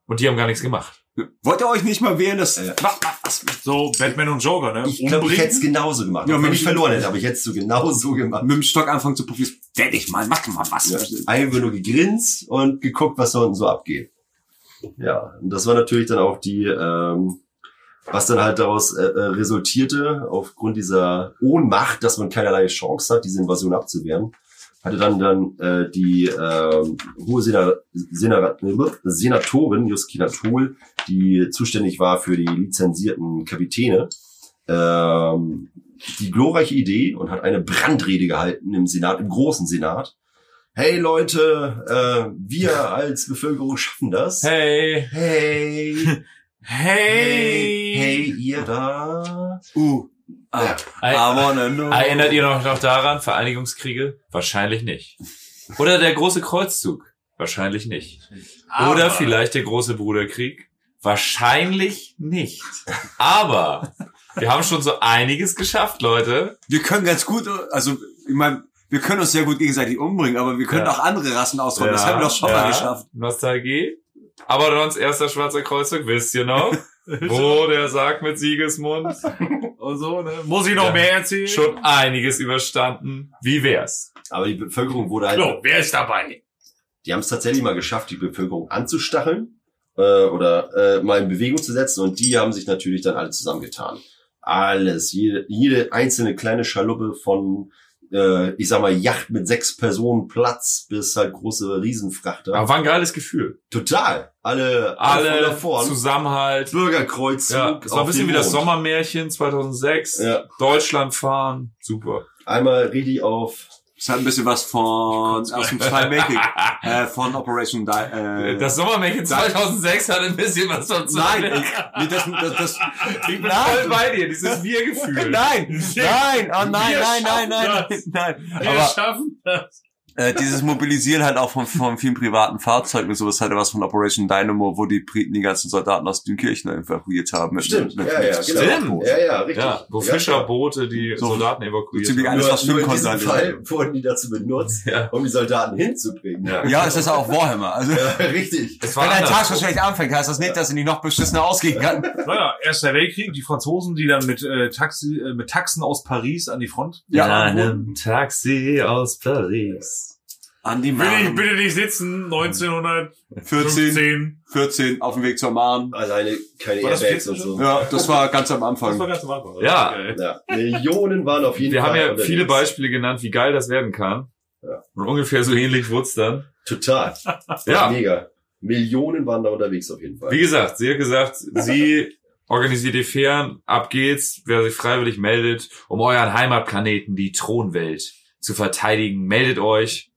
und die haben gar nichts gemacht.
Wollt ihr euch nicht mal wehren, das...
Ja.
Macht mal was mit
So, Batman und Joker, ne?
Ich glaube, ich
Umbringen.
hätte es genauso gemacht.
Ja,
Ja, wenn
Mensch.
ich verloren hätte, aber ich hätte es so genauso gemacht.
mit dem Stock anfangen zu probieren. Denk ich mal, mach mal was.
Ja. Einfach nur gegrinst und geguckt, was da unten so abgeht. Ja, und das war natürlich dann auch die, ähm, was dann halt daraus äh, äh, resultierte, aufgrund dieser Ohnmacht, dass man keinerlei Chance hat, diese Invasion abzuwehren, hatte dann dann äh, die ähm, hohe Sena Sena Senatorin Juskina Thol, die zuständig war für die lizenzierten Kapitäne, ähm, die glorreiche Idee und hat eine Brandrede gehalten im Senat, im großen Senat. Hey Leute, äh, wir als Bevölkerung schaffen das.
Hey,
Hey,
Hey!
hey, ihr da.
Uh, ah, I wanna know.
erinnert ihr noch, noch daran, Vereinigungskriege? Wahrscheinlich nicht. Oder der große Kreuzzug? Wahrscheinlich nicht.
Aber-
Oder vielleicht der große Bruderkrieg? Wahrscheinlich nicht. Aber wir haben schon so einiges geschafft, Leute.
Wir können ganz gut, also ich meine, wir können uns sehr gut gegenseitig umbringen, aber wir können
Ja.
auch andere Rassen ausräumen. das
Ja,
haben wir doch schon
ja.
mal geschafft.
Nostalgie. Aber Rons erster schwarzer Kreuzzug, wisst ihr noch? Wo der sagt mit Siegesmund.
Und so, ne? Muss ich noch
Ja.
mehr erzählen?
Schon einiges überstanden. Wie wär's?
Aber die Bevölkerung wurde halt,
So, wer ist dabei?
die haben es tatsächlich mal geschafft, die Bevölkerung anzustacheln äh, oder äh, mal in Bewegung zu setzen und die haben sich natürlich dann alle zusammengetan. Alles, jede, jede einzelne kleine Schaluppe von, äh, ich sag mal, Yacht mit sechs Personen Platz bis halt große Riesenfrachter.
Aber war ein geiles Gefühl.
Total, alle, Also von
Alle
davor.
Zusammenhalt.
Bürgerkreuzzug.
Ja, es war ein
auf
bisschen
den
wie das
Mond.
Sommermärchen 2006.
Ja.
Deutschland fahren. Super.
Einmal richtig auf
Das hat ein bisschen was von aus dem Zwei Making, äh, von Operation Di äh,
Das Sommermärchen 2006 hat ein bisschen was von
Nein, äh, nee, das, das, das
ich bin voll bei dir. Dieses Wir-Gefühl.
nein, oh
Wir schaffen
nein, nein.
Wir
Aber
schaffen das.
äh, dieses Mobilisieren halt auch von, von vielen privaten Fahrzeugen und sowas hatte was von Operation Dynamo, wo die Briten die ganzen Soldaten aus Dünkirchen evakuiert haben. Mit,
Stimmt,
mit,
ja, ja,
mit,
genau.
Stimmt.
Ja, ja, richtig.
Ja, wo
Ja, klar.
Fischerboote die
So,
Soldaten evakuiert
ziemlich
haben.
alles, was
nur, nur in
schwimmen konnte.
diesem
an dem Tag.
Fall wurden die dazu benutzt,
Ja.
um die Soldaten hinzubringen.
Ja.
Ja, es ist auch Warhammer. Also,
Ja, richtig.
Es war
wenn dein
anders.
Tag so schlecht anfängt, heißt das nicht, dass er nicht noch beschissener ausgehen kann.
Naja, Erster Weltkrieg, die Franzosen, die dann mit, äh, Taxi, äh, mit Taxen aus Paris an die Front.
Ja,
ne. Taxi aus Paris.
an die
Will ich bitte nicht sitzen, 1915.
14, 14 auf dem Weg zur Mahn.
Alleine keine
War das
Airbags
jetzt
und so.
Ja, das war ganz am
Das war
Anfang.
ganz normal. oder?
Ja.
Geil.
Ja. Millionen waren auf jeden
Wir
Fall.
haben ja
unterwegs.
viele Beispiele genannt, wie geil das werden kann.
Ja.
Und ungefähr so ähnlich wurde es dann.
Total.
Ja,
Mega. Millionen waren da unterwegs auf jeden Fall.
wie gesagt, sie hat gesagt, sie organisiert die Fähren, ab geht's, wer sich freiwillig meldet, um euren Heimatplaneten, die Thronwelt, zu verteidigen. Meldet euch.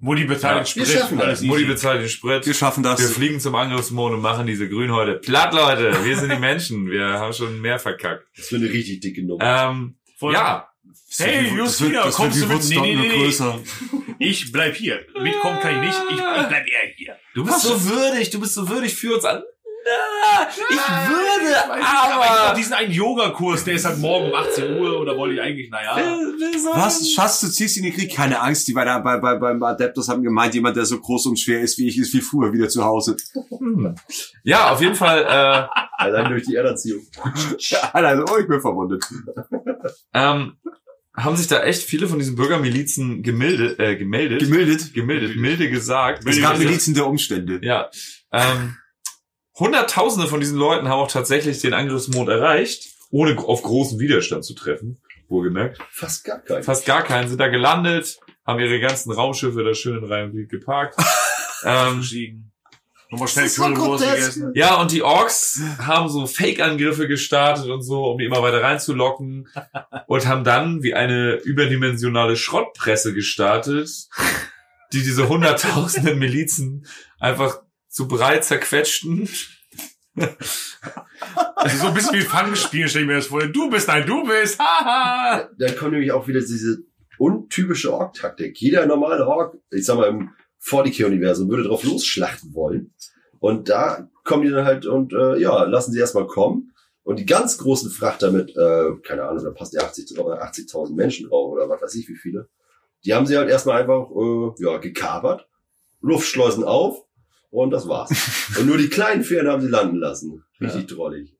Mutti bezahlt
Ja,
den
wir
Sprit.
schaffen das.
alles
Mutti
easy.
bezahlt den Sprit.
Wir schaffen das.
Wir fliegen zum Angriffsmond und machen diese Grünhäute platt, Leute. Wir sind die Menschen. Wir haben schon mehr verkackt.
Das ist für eine richtig dicke Nummer.
Ähm,
Voll-
ja,
Hey, Justina, kommst du mit? Nee, nee, nee.
größer.
Ich bleib hier. Mitkommen kann ich nicht. Ich, ich bleib eher hier.
du bist so würdig. Du bist so würdig für uns an.
Na,
Ich würde
weiß nicht, aber ich
aber-
hab diesen einen Yogakurs, der ist halt morgen um 18 Uhr oder wollte ich eigentlich, naja.
Was? Schatz, du ziehst in den Krieg? Keine Angst, die bei, der, bei, bei beim Adeptus haben gemeint, jemand, der so groß und schwer ist wie ich, ist wie früher wieder zu Hause.
Hm. Ja, auf jeden Fall. äh,
Allein durch die Erderziehung.
Allein, oh, ich bin verwundet.
Äh, ähm, haben sich da echt viele von diesen Bürgermilizen gemilde, äh, gemeldet.
Gemildet.
gemeldet, milde gesagt.
Es gab
Milde gesagt.
Milizen der Umstände.
Ja. Ähm, Hunderttausende von diesen Leuten haben auch tatsächlich den Angriffsmond erreicht, ohne gro- auf großen Widerstand zu treffen. Wohlgemerkt.
Fast gar kein.
Fast gar keinen sind da gelandet, haben ihre ganzen Raumschiffe da schön in Rheinland geparkt. ähm,
Gestiegen. Nochmal schnell Currywurst gegessen.
Ja, und die Orks haben so Fake-Angriffe gestartet und so, um die immer weiter reinzulocken. Und haben dann wie eine überdimensionale Schrottpresse gestartet, die diese hunderttausenden Milizen einfach zu breit zerquetschten.
Also so ein bisschen wie Fangspiel, stell ich mir das vor. Du bist ein, du bist, haha.
Dann kommt nämlich auch wieder diese untypische Ork-Taktik. Jeder normale Ork, ich sag mal im 40k-Universum, würde drauf losschlachten wollen. Und da kommen die dann halt und äh, ja, lassen sie erstmal kommen. Und die ganz großen Frachter mit, äh, keine Ahnung, da passt ja 80 oder 80.000 Menschen drauf oder was weiß ich wie viele, die haben sie halt erstmal einfach äh, ja, gekapert, Luftschleusen auf und das war's. und nur die kleinen Fähren haben sie landen lassen. Richtig drollig.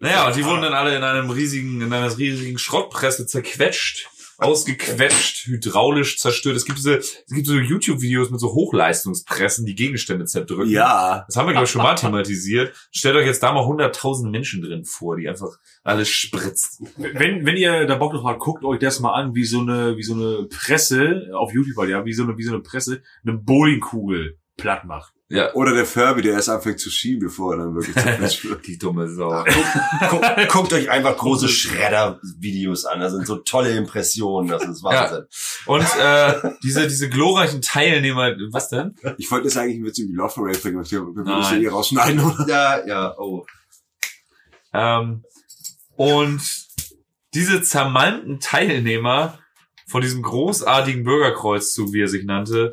Naja, und die wurden dann alle in einem riesigen, in einer riesigen Schrottpresse zerquetscht, ausgequetscht, hydraulisch zerstört. Es gibt diese, es gibt so YouTube-Videos mit so Hochleistungspressen, die Gegenstände zerdrücken.
Ja.
Das haben wir, glaube ich, schon mal thematisiert. Stellt euch jetzt da mal 100.000 Menschen drin vor, die einfach alles spritzt.
Wenn, wenn ihr da Bock drauf habt, guckt euch das mal an, wie so eine, wie so eine Presse, auf YouTube halt, ja, wie so eine, wie so eine Presse, eine Bowlingkugel platt macht.
Oder der Furby, der erst anfängt zu schieben, bevor er dann wirklich zu Flash wird.
Die dumme Sau.
Guckt, guckt euch einfach große Schredder-Videos an. Das sind so tolle Impressionen. Das ist Wahnsinn.
Und äh, diese, diese glorreichen Teilnehmer, was denn?
Ich wollte jetzt eigentlich ein bisschen die Love Parade bringen, aber ich glaube, wir
Nein.
müssen hier eh rausschneiden, oder?
Ja, ja, oh.
Ähm, und diese zermalmten Teilnehmer von diesem großartigen Bürgerkreuzzug, wie er sich nannte,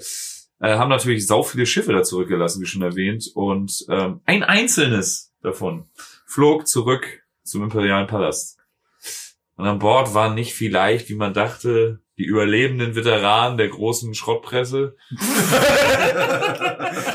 äh, haben natürlich sau viele Schiffe da zurückgelassen, wie schon erwähnt. Und ähm, ein einzelnes davon flog zurück zum imperialen Palast. Und an Bord waren nicht vielleicht, wie man dachte, die überlebenden Veteranen der großen Schrottpresse,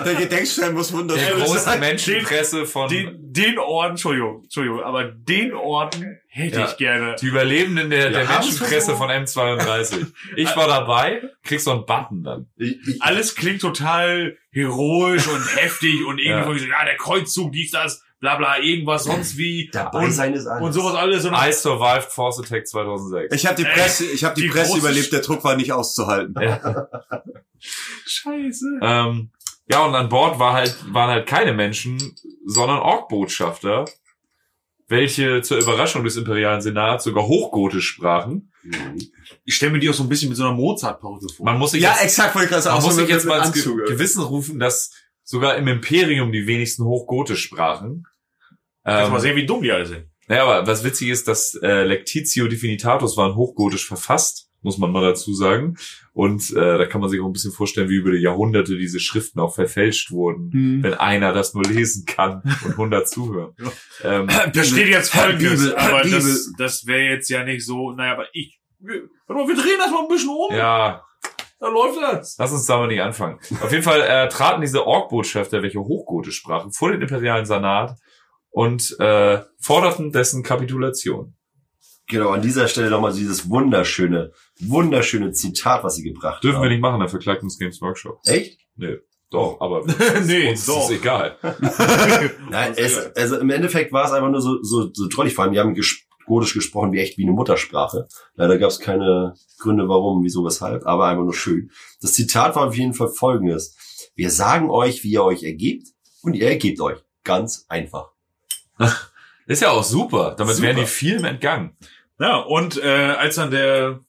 Der Gedenkstein muss wunderschön
der
sein.
großen Menschenpresse von
Den, den Orden, Entschuldigung, Entschuldigung, aber den Orden hätte
Ja.
ich gerne.
Die Überlebenden der, der
Wir haben's
Menschenpresse von M32. Ich war dabei, krieg so einen Button dann.
Ich, ich,
Alles klingt total heroisch und heftig und
Ja.
irgendwie so, ja, der Kreuzzug, dies, das, bla, bla, irgendwas sonst wie.
dabei
und,
sein ist alles.
und sowas alles.
Genau.
Und
I survived Force Attack 2006.
Ich habe die
Ey,
Presse, ich habe die,
die
Presse
große
überlebt,
Sch-
der Druck war nicht auszuhalten.
Ja.
Scheiße.
ähm, ja, und an Bord war halt, waren halt keine Menschen, sondern Ork-Botschafter, welche zur Überraschung des imperialen Senats sogar Hochgotisch sprachen.
Ah, Ich stelle mir die auch so ein bisschen mit so einer Mozart-Perücke vor.
Man muss sich
Ja,
jetzt,
exakt, wollte ich gerade sagen.
man
auch
muss
so
sich
mit-
jetzt
mit
mal ins Ge
Anzug.
Gewissen rufen, dass sogar im Imperium die wenigsten Hochgotisch sprachen.
Kannst
Ähm,
mal sehen, wie dumm die alle sind.
Naja, aber was witzig ist, dass äh, Lectitio Definitatus waren hochgotisch verfasst, muss man mal dazu sagen. Und äh, da kann man sich auch ein bisschen vorstellen, wie über die Jahrhunderte diese Schriften auch verfälscht wurden, wenn einer das nur lesen kann und 100 zuhören. Ähm,
Da steht jetzt Folgendes,
Bibel,
aber
Bibel.
das, das wäre jetzt ja nicht so, naja, aber ich, wir, warte mal, wir drehen das mal ein bisschen um,
ja,
da läuft das.
lass uns da mal nicht anfangen. Auf jeden Fall äh, traten diese Ork-Botschafter, welche hochgotisch sprachen, vor den imperialen Senat und äh, forderten dessen Kapitulation.
genau, an dieser Stelle nochmal dieses wunderschöne, wunderschöne Zitat, was sie gebracht
Dürfen
haben.
wir nicht machen, dafür klagt uns Games Workshop.
Echt?
Doch, aber
nee,
uns ist es egal.
Nein,
Das ist
es, also im Endeffekt war es einfach nur so, so, so trollig. Vor allem, die haben ges Godisch gesprochen wie echt wie eine Muttersprache. Leider gab es keine Gründe, warum, wieso, weshalb, aber einfach nur schön. Das Zitat war auf jeden Fall folgendes. Wir sagen euch, wie ihr euch ergebt und ihr ergebt euch. Ganz einfach.
Ist ja auch super, damit
Super.
wären die vielen entgangen.
Ja, und äh, als dann der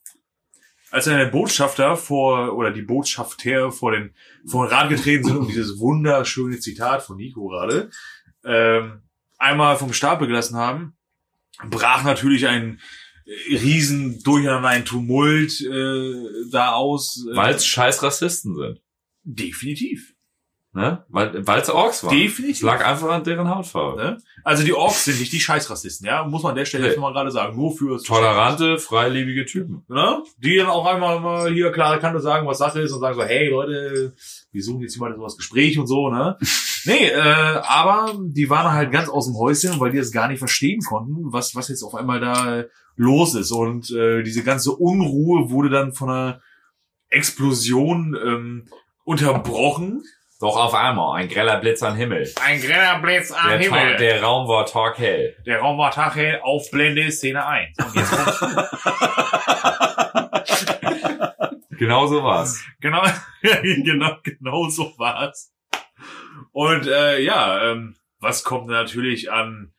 als dann der Botschafter vor oder die Botschafter vor den vor den Rat getreten sind und dieses wunderschöne Zitat von Nico gerade ähm, einmal vom Stapel gelassen haben, brach natürlich ein äh, riesen Durcheinander, ein Tumult äh, da aus. äh,
Weil es scheiß Rassisten sind.
Definitiv.
Ne? Weil es Orks waren. Es
Definitiv.
lag einfach an deren Hautfarbe.
Ne? Also die Orks sind nicht die Scheißrassisten, ja, muss man an der Stelle
Nee.
jetzt mal gerade sagen. Nur für
Tolerante, freiliebige Typen.
Ne? Die dann auch einmal mal hier klare Kante sagen, was Sache ist und sagen so, hey Leute, wir suchen jetzt jemanden so das Gespräch und so, ne? nee, äh, aber die waren halt ganz aus dem Häuschen, weil die das gar nicht verstehen konnten, was, was jetzt auf einmal da los ist. Und äh, diese ganze Unruhe wurde dann von einer Explosion ähm, unterbrochen.
Doch auf einmal, ein greller Blitz am Himmel.
Ein greller Blitz am
Der, Ta- der Raum war taghell.
Der Raum war Tache, Aufblende, Szene 1. Und jetzt kommt-
Genau so war's.
genau, genau, genau so war's. Und äh, ja, ähm, was kommt natürlich an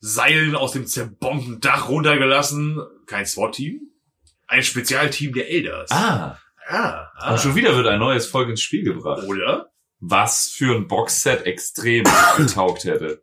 Seilen aus dem zerbombten Dach runtergelassen? Kein SWAT-Team, ein Spezialteam der Elders.
Ah,
ah, ah.
und schon wieder wird ein neues Volk ins Spiel gebracht.
Oder?
Was für ein Boxset extrem getaugt hätte.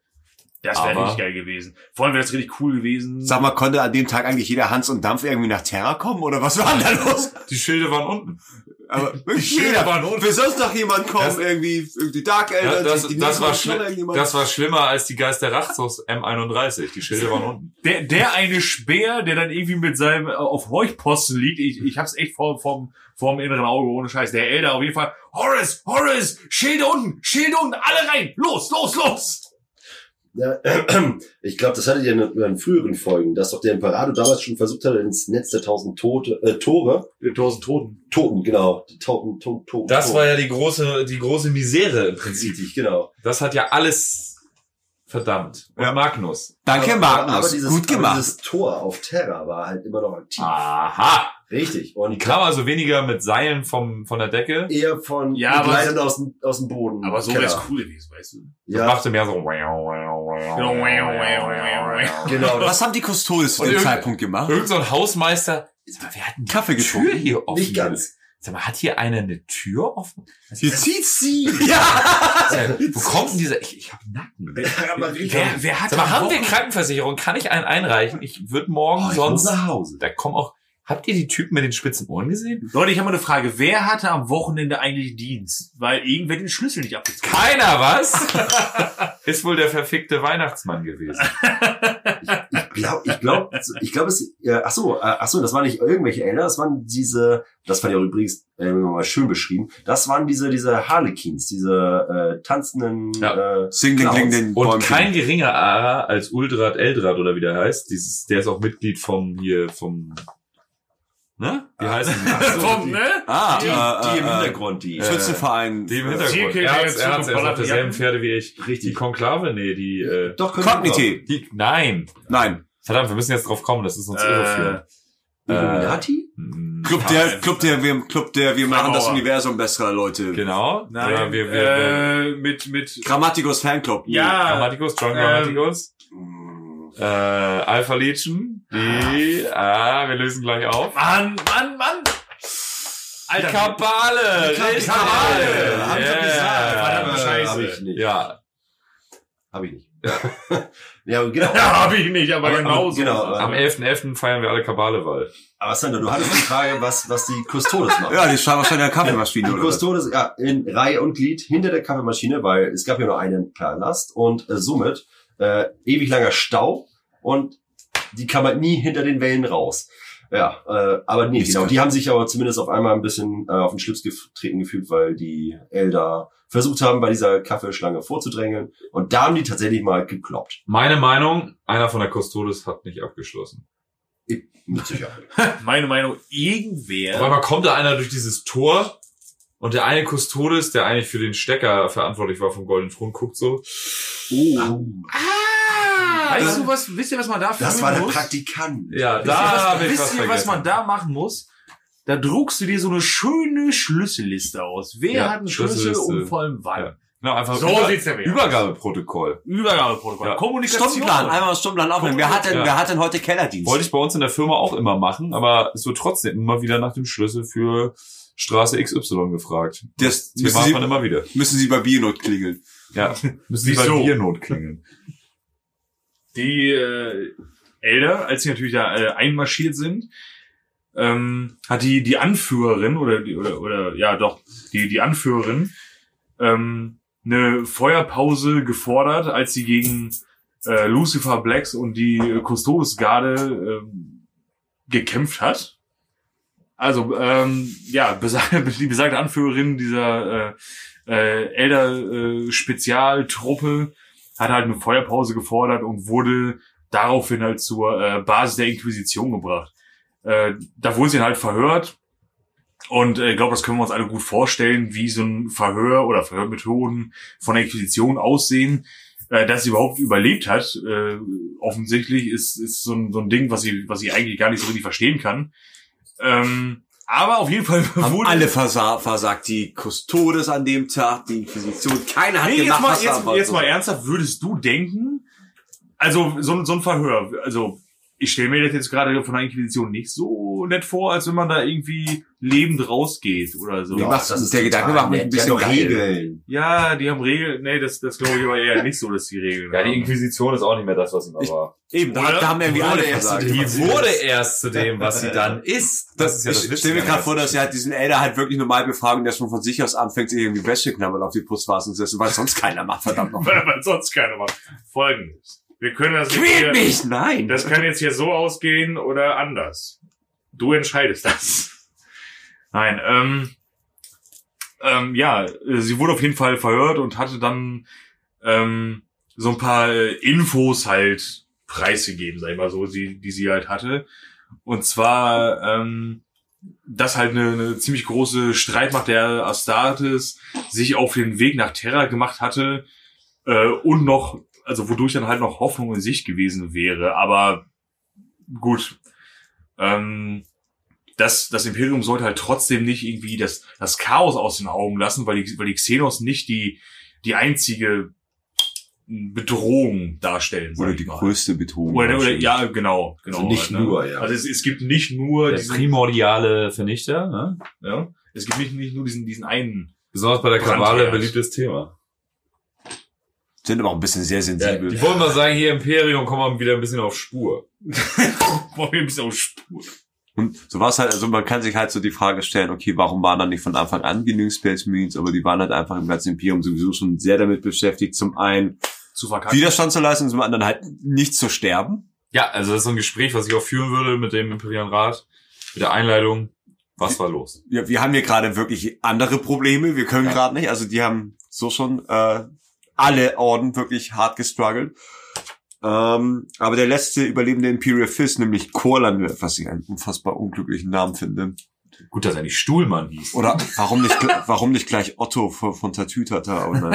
Das wäre
Aber-
richtig geil gewesen. Vor allem wäre das richtig cool gewesen.
Sag mal, konnte an dem Tag eigentlich jeder Hans und Dampf irgendwie nach Terra kommen oder was war denn da los?
Die Schilde waren unten.
Aber wirklich
Schilder
jeder.
waren unten.
Wer sonst noch jemand kommen?
Das-
irgendwie, irgendwie Dark
Ja,
Elder,
das,
die
das,
nächste
war
Woche
schli-
noch irgendjemand.
das war schlimmer als die Geister Rachts aus M31. Die Schilde waren unten.
Der, der eine Speer, der dann irgendwie mit seinem äh, auf Heuchposten liegt, ich, ich hab's echt vor, vom, vom inneren Auge, ohne Scheiß. Der Elder auf jeden Fall. Horace, Horace, Schild unten, Schild unten, alle rein, los, los, los!
Ja, ich glaube, das hattet ihr in, in früheren Folgen, dass doch der Imperator damals schon versucht hat, ins Netz der tausend Tote, äh, Tore,
Tausend Toten.
Toten, genau, die Toten, Toten, Toten. Toten.
ja die große, die große Misere im
richtig, genau.
Das hat ja alles verdammt. Und
Ja.
Magnus.
Danke, Magnus. Gut
Aber
gemacht.
dieses Tor auf Terra war halt immer noch aktiv.
Aha.
Richtig.
Ah. Die
Und
kam also weniger mit Seilen vom, von der Decke.
eher von
Ja, aber-
Begleitern aus, dem- aus dem Boden.
Aber so
Keller.
wär's cool gewesen, weißt du?
Das
Ja,
machte mehr so.
genau. Das
Was haben die Custodes zu
Und
dem
irgend-
Zeitpunkt
Genau.
gemacht?
Irgend so ein Hausmeister. Sag mal, wer hat denn
Kaffee
die Tür
getrunken.
hier offen?
nicht ganz.
Sag mal, hat hier einer eine Tür offen?
Hier zieht sie.
Sag mal, Wo kommt denn dieser? Ich, ich habe Nacken.
aber richtig.
Wer, wer hat? Sag mal, haben wir Krankenversicherung? Kann ich einen einreichen? Ich würde morgen
Oh, ich muss
sonst.
nach Hause.
Da kommen auch. Habt ihr die Typen mit den spitzen Ohren gesehen?
Leute, ich habe mal eine Frage. Wer hatte am Wochenende eigentlich Dienst? Weil irgendwer den Schlüssel nicht abgezogen hat.
Keiner was? Ist wohl der verfickte Weihnachtsmann gewesen.
Ich glaube, ich glaube, ich glaube, es, äh, ach so, äh, ach so, das waren nicht irgendwelche Elder, das waren diese, das war ja übrigens äh, mal schön beschrieben, das waren diese, diese Harlequins, diese äh, tanzenden,
Ja.
äh,
Sing den, kling den
Und
Bäumchen.
kein geringer Ara als Uldrad Eldrad oder wie der heißt. Dieses, der ist auch Mitglied vom hier, vom. Ne?
Ah.
Wie heißt
Keiner.
der?
Vom, ne?
Ah,
die,
äh,
die im
äh,
Hintergrund, die.
äh, Schützenverein.
Die im
Ziel
Hintergrund.
killt
Er
der
hat's,
Zug
er
und
hat's, er ist
ballert
auf
die
derselben
Jacken.
Pferde wie ich. Die
richtig.
Konklave? Nee, die, äh,
Doch,
Cognity.
die, nein.
Nein.
Verdammt, wir müssen jetzt drauf kommen, das ist uns
Äh,
irreführend.
Die
Äh,
Illuminati?
Mm,
Club der, Club der, wir, Club der, wir machen das
Freimaurer.
Universum besserer Leute.
Genau. Oder
Nein,
wir, wir,
äh, mit, mit,
Grammaticus Fanclub.
ja,
Grammaticus, John
ähm,
Grammaticus.
Mm.
Hm.
Äh, Alpha Legion. Die, ah, wir lösen gleich auf.
Mann, Mann, Mann!
Die Kabale!
Die Kabale,
richtig.
Kabale,
hab ich
Yeah.
gesagt, verdammte Scheiße.
Hab ich nicht.
Ja,
Hab ich nicht. Ja, genau.
Ja, habe ich nicht, aber,
Aber- aber
genauso.
genau, aber-
am 11.11. feiern wir alle Kabalewahl.
Aber Sandra, du hattest die Frage, was, was die Custodes machen.
Ja, die schauen wahrscheinlich an der Kaffeemaschine,
Die
oder? was?
Custodes, ja, in Reihe und Glied hinter der Kaffeemaschine, weil es gab ja nur einen Palast und äh, somit äh, ewig langer Stau und die kam halt nie hinter den Wellen raus. Ja, äh, aber nee,
Nichts
genau.
kann-
Die haben sich aber zumindest auf einmal ein bisschen äh, auf den Schlips getreten gefühlt, weil die Elder versucht haben, bei dieser Kaffeeschlange vorzudrängeln. Und da haben die tatsächlich mal gekloppt.
Meine Meinung, einer von der Custodes hat nicht abgeschlossen.
Mit Sicherheit.
Meine Meinung, irgendwer.
Auf einmal kommt da einer durch dieses Tor und der eine Custodes, der eigentlich für den Stecker verantwortlich war vom Goldenen Thron, guckt so.
weißt du was, wisst ihr, was man da
Oh, Das
fühlen
war der
muss?
Praktikant.
Ja,
Wisst ihr, was,
da habe ich
wisst
was
ihr,
vergessen.
was man da machen muss? Da druckst du dir so eine schöne Schlüsselliste aus. Wer
Ja,
hat einen Schlüssel
Schlüsselliste.
und vor allem wann?
Genau, einfach
So
Über
sieht's nämlich aus.
Übergabeprotokoll.
Übergabeprotokoll.
Ja.
Kommunikation.
Stundenplan, einmal das Stundenplan aufnehmen. Wer hat denn,
Ja.
wer hat denn heute Kellerdienst?
Wollte ich bei uns in der Firma auch immer machen, aber es wird trotzdem immer wieder nach dem Schlüssel für Straße XY gefragt.
Das
Hier
müssen
war man
sie,
immer wieder.
müssen sie bei Biernot klingeln.
Ja, müssen Sie bei
Wieso?
Biernot klingeln.
die äh, Elder, als sie natürlich da äh, einmarschiert sind, ähm, hat die die Anführerin oder die, oder oder ja doch die die Anführerin ähm, eine Feuerpause gefordert, als sie gegen äh, Lucifer Blacks und die Custodes-Garde ähm, gekämpft hat. Also, ähm, ja, besag- die besagte Anführerin dieser äh, äh, Elder-Spezialtruppe hat halt eine Feuerpause gefordert und wurde daraufhin halt zur äh, Basis der Inquisition gebracht. Äh, da wurde sie halt verhört und äh, ich glaube, das können wir uns alle gut vorstellen, wie so ein Verhör oder Verhörmethoden von der Inquisition aussehen. Äh, dass sie überhaupt überlebt hat, äh, offensichtlich, ist, ist so, ein, so ein Ding, was sie, was sie eigentlich gar nicht so richtig verstehen kann. Ähm, aber auf jeden Fall
Haben
wurde...
alle versa versagt, die Kustodes an dem Tag, die Inquisition, keiner hat
Nee, jetzt
gemacht,
mal,
was er
jetzt,
wollte.
jetzt mal ernsthaft, würdest du denken, also so, ein- so ein Verhör, also ich stelle mir das jetzt gerade von der Inquisition nicht so nett vor, als wenn man da irgendwie lebend rausgeht oder so.
Mir macht-
das ist
der Gedanke
total
macht mich
nett.
ein
Die haben
bisschen
doch
geil.
Regeln.
Ja, die haben Regeln, nee, das, das glaube ich aber eher nicht so, dass die Regeln
Ja, die
haben.
Inquisition ist auch nicht mehr das, was sie mal
Ich-
war.
Eben, da,
Oder?
da haben irgendwie
Wurde
alle
erst
versagt.
zu dem-
Die wurde erst zu dem, was sie dann ist. Das ist ja das
ich stelle mir
Witzige
gerade
an
vor,
der
dass er halt diesen Elder halt wirklich normal befragen, der schon von sich aus anfängt, sich irgendwie Wäscheknabbern auf die Putzfasen zu setzen, weil sonst keiner macht, verdammt noch.
Weil weil sonst keiner macht. Folgendes. Wir können das
Quält
hier,
mich! Nein!
das kann jetzt hier so ausgehen oder anders. Du entscheidest das. Nein, ähm, ähm, ja, äh, sie wurde auf jeden Fall verhört und hatte dann ähm, so ein paar äh, Infos halt preisgegeben, sag ich mal so, die, die sie halt hatte. Und zwar, ähm, dass halt eine, eine ziemlich große Streitmacht der Astartes sich auf den Weg nach Terra gemacht hatte äh, und noch, also wodurch dann halt noch Hoffnung in sich gewesen wäre. Aber gut, ähm, das, das Imperium sollte halt trotzdem nicht irgendwie das, das Chaos aus den Augen lassen, weil die, weil die Xenos nicht die, die einzige Bedrohung darstellen. sag ich mal.
Betonung.
Oder, oder, ja, genau. genau
Also nicht
ne?
nur, ja.
Also es, es gibt nicht nur
Der
diesen,
primordiale Vernichter, ne?
ja, es gibt nicht, nicht nur diesen, diesen einen.
Besonders bei der Kabale
Brandherd.
beliebtes Thema.
Sind aber auch ein bisschen sehr sensibel.
Die wollen mal sagen, hier Imperium, kommen wir wieder ein bisschen auf Spur.
Boah, wir müssen auf Spur.
Und so war es halt, also man kann sich halt so die Frage stellen, okay, warum waren dann nicht von Anfang an genügend Space Marines, aber die waren halt einfach im ganzen Imperium sowieso schon sehr damit beschäftigt, zum einen
Zu verkacken.
Widerstand zu leisten und zum anderen halt nicht zu sterben.
Ja, also das ist so ein Gespräch, was ich auch führen würde mit dem Imperialen Rat, mit der Einleitung. Was war los?
Wir, wir haben hier gerade wirklich andere Probleme, wir können gerade nicht, also die haben so schon äh, alle Orden wirklich hart gestruggelt. Ähm, aber der letzte überlebende Imperial Fist, nämlich Corlan, was ich einen unfassbar unglücklichen Namen finde.
Gut, dass er nicht Stuhlmann hieß.
Oder warum nicht, gl- warum nicht gleich Otto von, von Tatütata? Und dann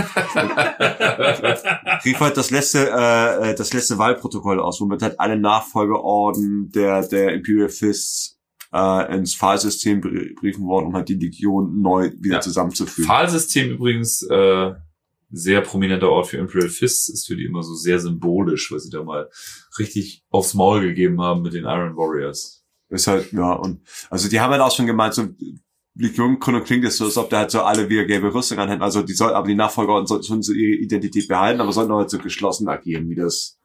rief halt das letzte, äh, äh, das letzte Wahlprotokoll aus, womit halt alle Nachfolgeorden der, der Imperial Fists äh, ins Fallsystem br- briefen worden, um halt die Legion neu wieder
Ja.
zusammenzufügen.
Pfahlsystem übrigens, äh, sehr prominenter Ort für Imperial Fists, ist für die immer so sehr symbolisch, weil sie da mal richtig aufs Maul gegeben haben mit den Iron Warriors.
Ist halt, ja, und also die haben halt auch schon gemeint, so Legiongründung klingt jetzt so, als ob da halt so alle wieder gelbe Rüstung anhätten. Also die sollten, aber die Nachfolgeorden sollten schon so ihre Identität behalten, aber sollten halt so geschlossen agieren, wie das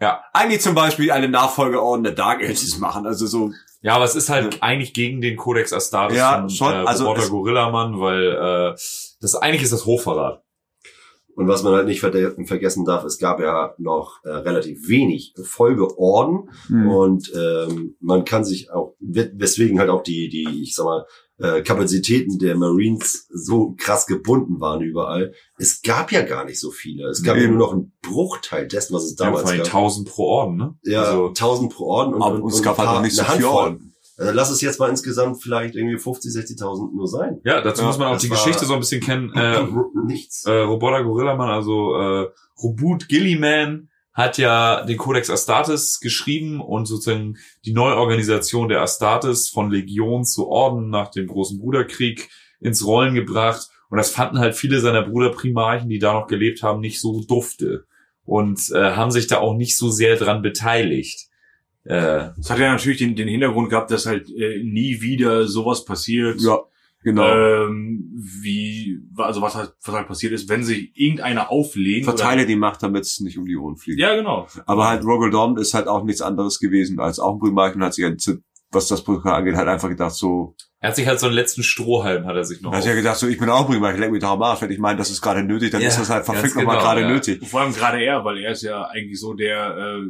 Ja.
eigentlich zum Beispiel eine Nachfolgeorden der Dark Ages machen. Also so
Ja, aber es ist halt eigentlich gegen den Codex Astartes
Ja,
von
schon,
äh,
also
Roboter
es-
Gorillamann, weil äh, das eigentlich ist das Hochverrat.
Und was man halt nicht verde- vergessen darf, es gab ja noch äh, relativ wenig Folgeorden
Mhm.
und ähm, man kann sich auch, we- weswegen halt auch die, die, ich sag mal, äh, Kapazitäten der Marines so krass gebunden waren überall. Es gab ja gar nicht so viele. Es gab ja
Eben.
nur noch einen Bruchteil dessen, was es
Ja,
damals
vor allem
gab.
1000 pro Orden, ne?
Ja,
Also,
1000 pro Orden und,
aber
und,
uns
und
gab
ein
halt
paar-
noch nicht so
eine
viel
Handvoll.
Orden.
Also lass es jetzt mal insgesamt vielleicht irgendwie 50, 60.000 nur sein.
ja, dazu
Ja,
muss man auch
das
die
war-
Geschichte so ein bisschen kennen. Äh, Ro-
Nichts.
äh, Roboter Gorillaman, also äh, Robot Gilliman, hat ja den Codex Astartes geschrieben und sozusagen die Neuorganisation der Astartes von Legion zu Orden nach dem Großen Bruderkrieg ins Rollen gebracht. Und das fanden halt viele seiner Bruderprimarchen, die da noch gelebt haben, nicht so dufte und äh, haben sich da auch nicht so sehr dran beteiligt. Äh,
Das hat ja natürlich den, den Hintergrund gehabt, dass halt äh, nie wieder sowas passiert.
Ja, genau.
Ähm, wie, also was halt, was halt passiert ist, wenn sich irgendeiner auflehnt.
Verteile die Macht, damit es nicht um die Ohren
Oder,
fliegt.
Äh, ja, genau.
Aber halt Rogoldom ist halt auch nichts anderes gewesen als auch ein Primarchen, hat sich halt, zu- was das Protokoll angeht, halt einfach gedacht so,
Er hat sich halt so einen letzten Strohhalm hat er
Oh.
sich noch.
Da hat ja
auf-
gedacht, so, ich bin auch prima, ich leck mich doch am Arsch. Wenn ich meine, das ist gerade nötig, dann
Ja,
ist das halt verfickt
ganz
nochmal
genau,
gerade
ja.
nötig.
Vor allem gerade er, weil er ist ja eigentlich so der, äh,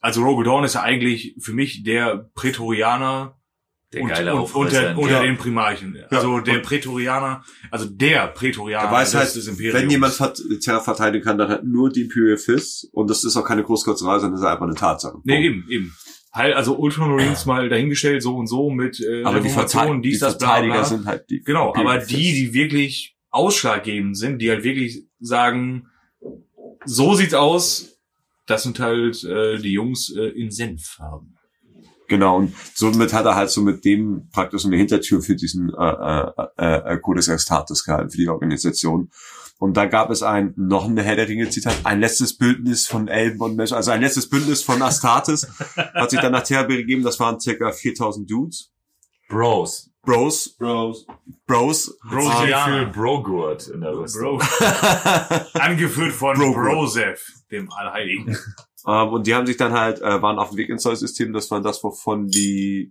also Rogue Dawn ist ja eigentlich für mich der Prätorianer
der
und-
geile
und, unter,
Aufreißer.
unter
Ja.
den Primarchen. Also der Prätorianer, also der Prätorianer
Er weiß halt,
des Imperiums.
Wenn jemand Vert- Terra verteidigen kann, dann halt nur die Imperial Fist. Und das ist auch keine Großkotzerei, sondern das ist einfach eine Tatsache.
Nee,
Punkt.
eben, eben. Halt, also Ultramarines mal dahingestellt, so und so mit äh,
aber die,
Reformationen,
Verteid die
dies, das, bla,
Verteidiger
bla.
sind halt die.
Genau,
Imperial
aber
Fist.
die, die wirklich ausschlaggebend sind, die halt wirklich sagen, so sieht's aus, das sind halt äh, die Jungs äh, in Senffarben.
Genau, und somit hat er halt so mit dem praktisch eine Hintertür für diesen äh, äh, äh, äh, Codex Extatus gehalten, für die Organisation. Und da gab es ein, noch eine Herr der Ringe-Zitat, ein letztes Bündnis von Elben und Menschen, also ein letztes Bündnis von Astartes, hat sich dann nach Terra begeben, das waren circa 4000 Dudes,
Bros.
Bros,
Bros.
Bros, Ah.
Ich
Bro,
fühle Brogurt in der Rüstung.
Ah. Bro. Angeführt von
Bro-
Brosef, dem Allheiligen.
Ähm, und die haben sich dann halt, äh, waren auf dem Weg ins neue System, das war das, wovon die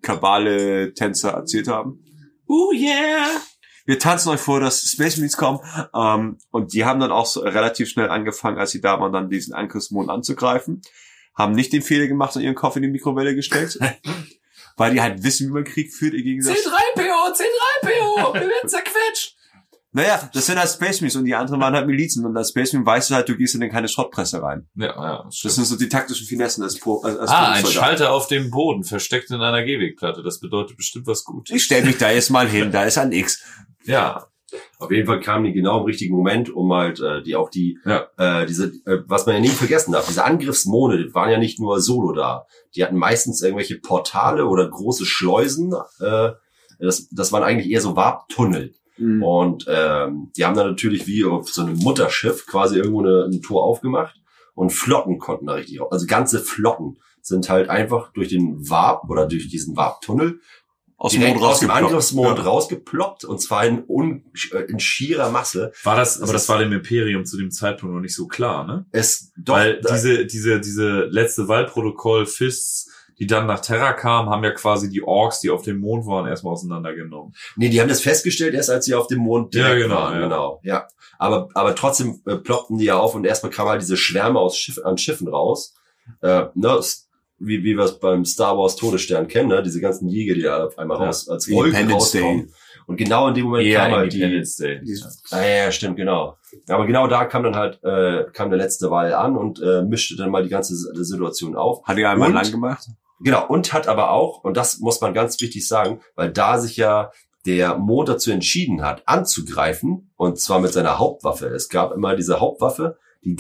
Kabale-Tänzer erzählt haben. Oh yeah! Wir tanzen euch vor, dass Space Marines kommen. Ähm, und die haben dann auch so relativ schnell angefangen, als sie da waren, dann diesen Angriffsmond anzugreifen. Haben nicht den Fehler gemacht und ihren Kopf in die Mikrowelle gesteckt. weil die halt wissen, wie man Krieg führt, ihr Gegensatz.
C3PO, C3PO, wir werden zerquetscht.
Naja, das sind halt Space Marines und die anderen waren halt Milizen. Und als Space Marine weißt du halt, du gehst in keine Schrottpresse rein.
Ja, ja, das
Das
stimmt.
sind so die taktischen Finessen als Pro. Als, als
Ah, ein
Berufssoldat.
Schalter auf dem Boden, versteckt in einer Gehwegplatte. Das bedeutet bestimmt was Gutes.
Ich stelle mich da jetzt mal hin, da ist ein X.
Ja,
Auf jeden Fall kamen die genau im richtigen Moment, um halt äh, die auch die,
Ja.
äh, diese, äh, was man ja nie vergessen darf, diese Angriffsmone die waren ja nicht nur solo da. Die hatten meistens irgendwelche Portale oder große Schleusen. Äh, das, das waren eigentlich eher so Warptunnel.
Mhm.
Und ähm, die haben dann natürlich wie auf so einem Mutterschiff quasi irgendwo eine, ein Tor aufgemacht und Flotten konnten da richtig raus. Also ganze Flotten sind halt einfach durch den Warp oder durch diesen Warptunnel
Aus dem
direkt
Mond
aus dem
rausgeploppt.
Angriffsmond
Ja.
rausgeploppt und zwar in, un, äh, in schierer Masse.
War das, aber
Das
das
ist-
war dem Imperium zu dem Zeitpunkt noch nicht so klar, ne?
Es doch
Weil
da-
diese, diese, diese letzte Waldprotokoll, Fists, die dann nach Terra kamen, haben ja quasi die Orks, die auf dem Mond waren, erstmal auseinandergenommen.
nee, die haben das festgestellt erst als sie auf dem Mond direkt
Ja, genau,
waren,
ja.
genau, ja. Aber aber trotzdem äh, ploppten die ja auf und erstmal kamen halt diese Schwärme aus Schiff, an Schiffen raus. Äh, ne, s- wie, wie wir es beim Star Wars Todesstern kennen, ne? diese ganzen Jäger, die da auf einmal
Ja.
raus als Wolken
Independence Day.
rauskommen. Und genau in dem Moment kam halt die,
Day.
Ah, ja, ja, stimmt, genau. Aber genau da kam dann halt, äh, kam der letzte Wahl an und äh, mischte dann mal die ganze S- Situation auf.
Hat er einmal
Und?
lang gemacht?
Genau, und hat aber auch, und das muss man ganz wichtig sagen, weil da sich ja der Mond dazu entschieden hat, anzugreifen, und zwar mit seiner Hauptwaffe. Es gab immer diese Hauptwaffe, die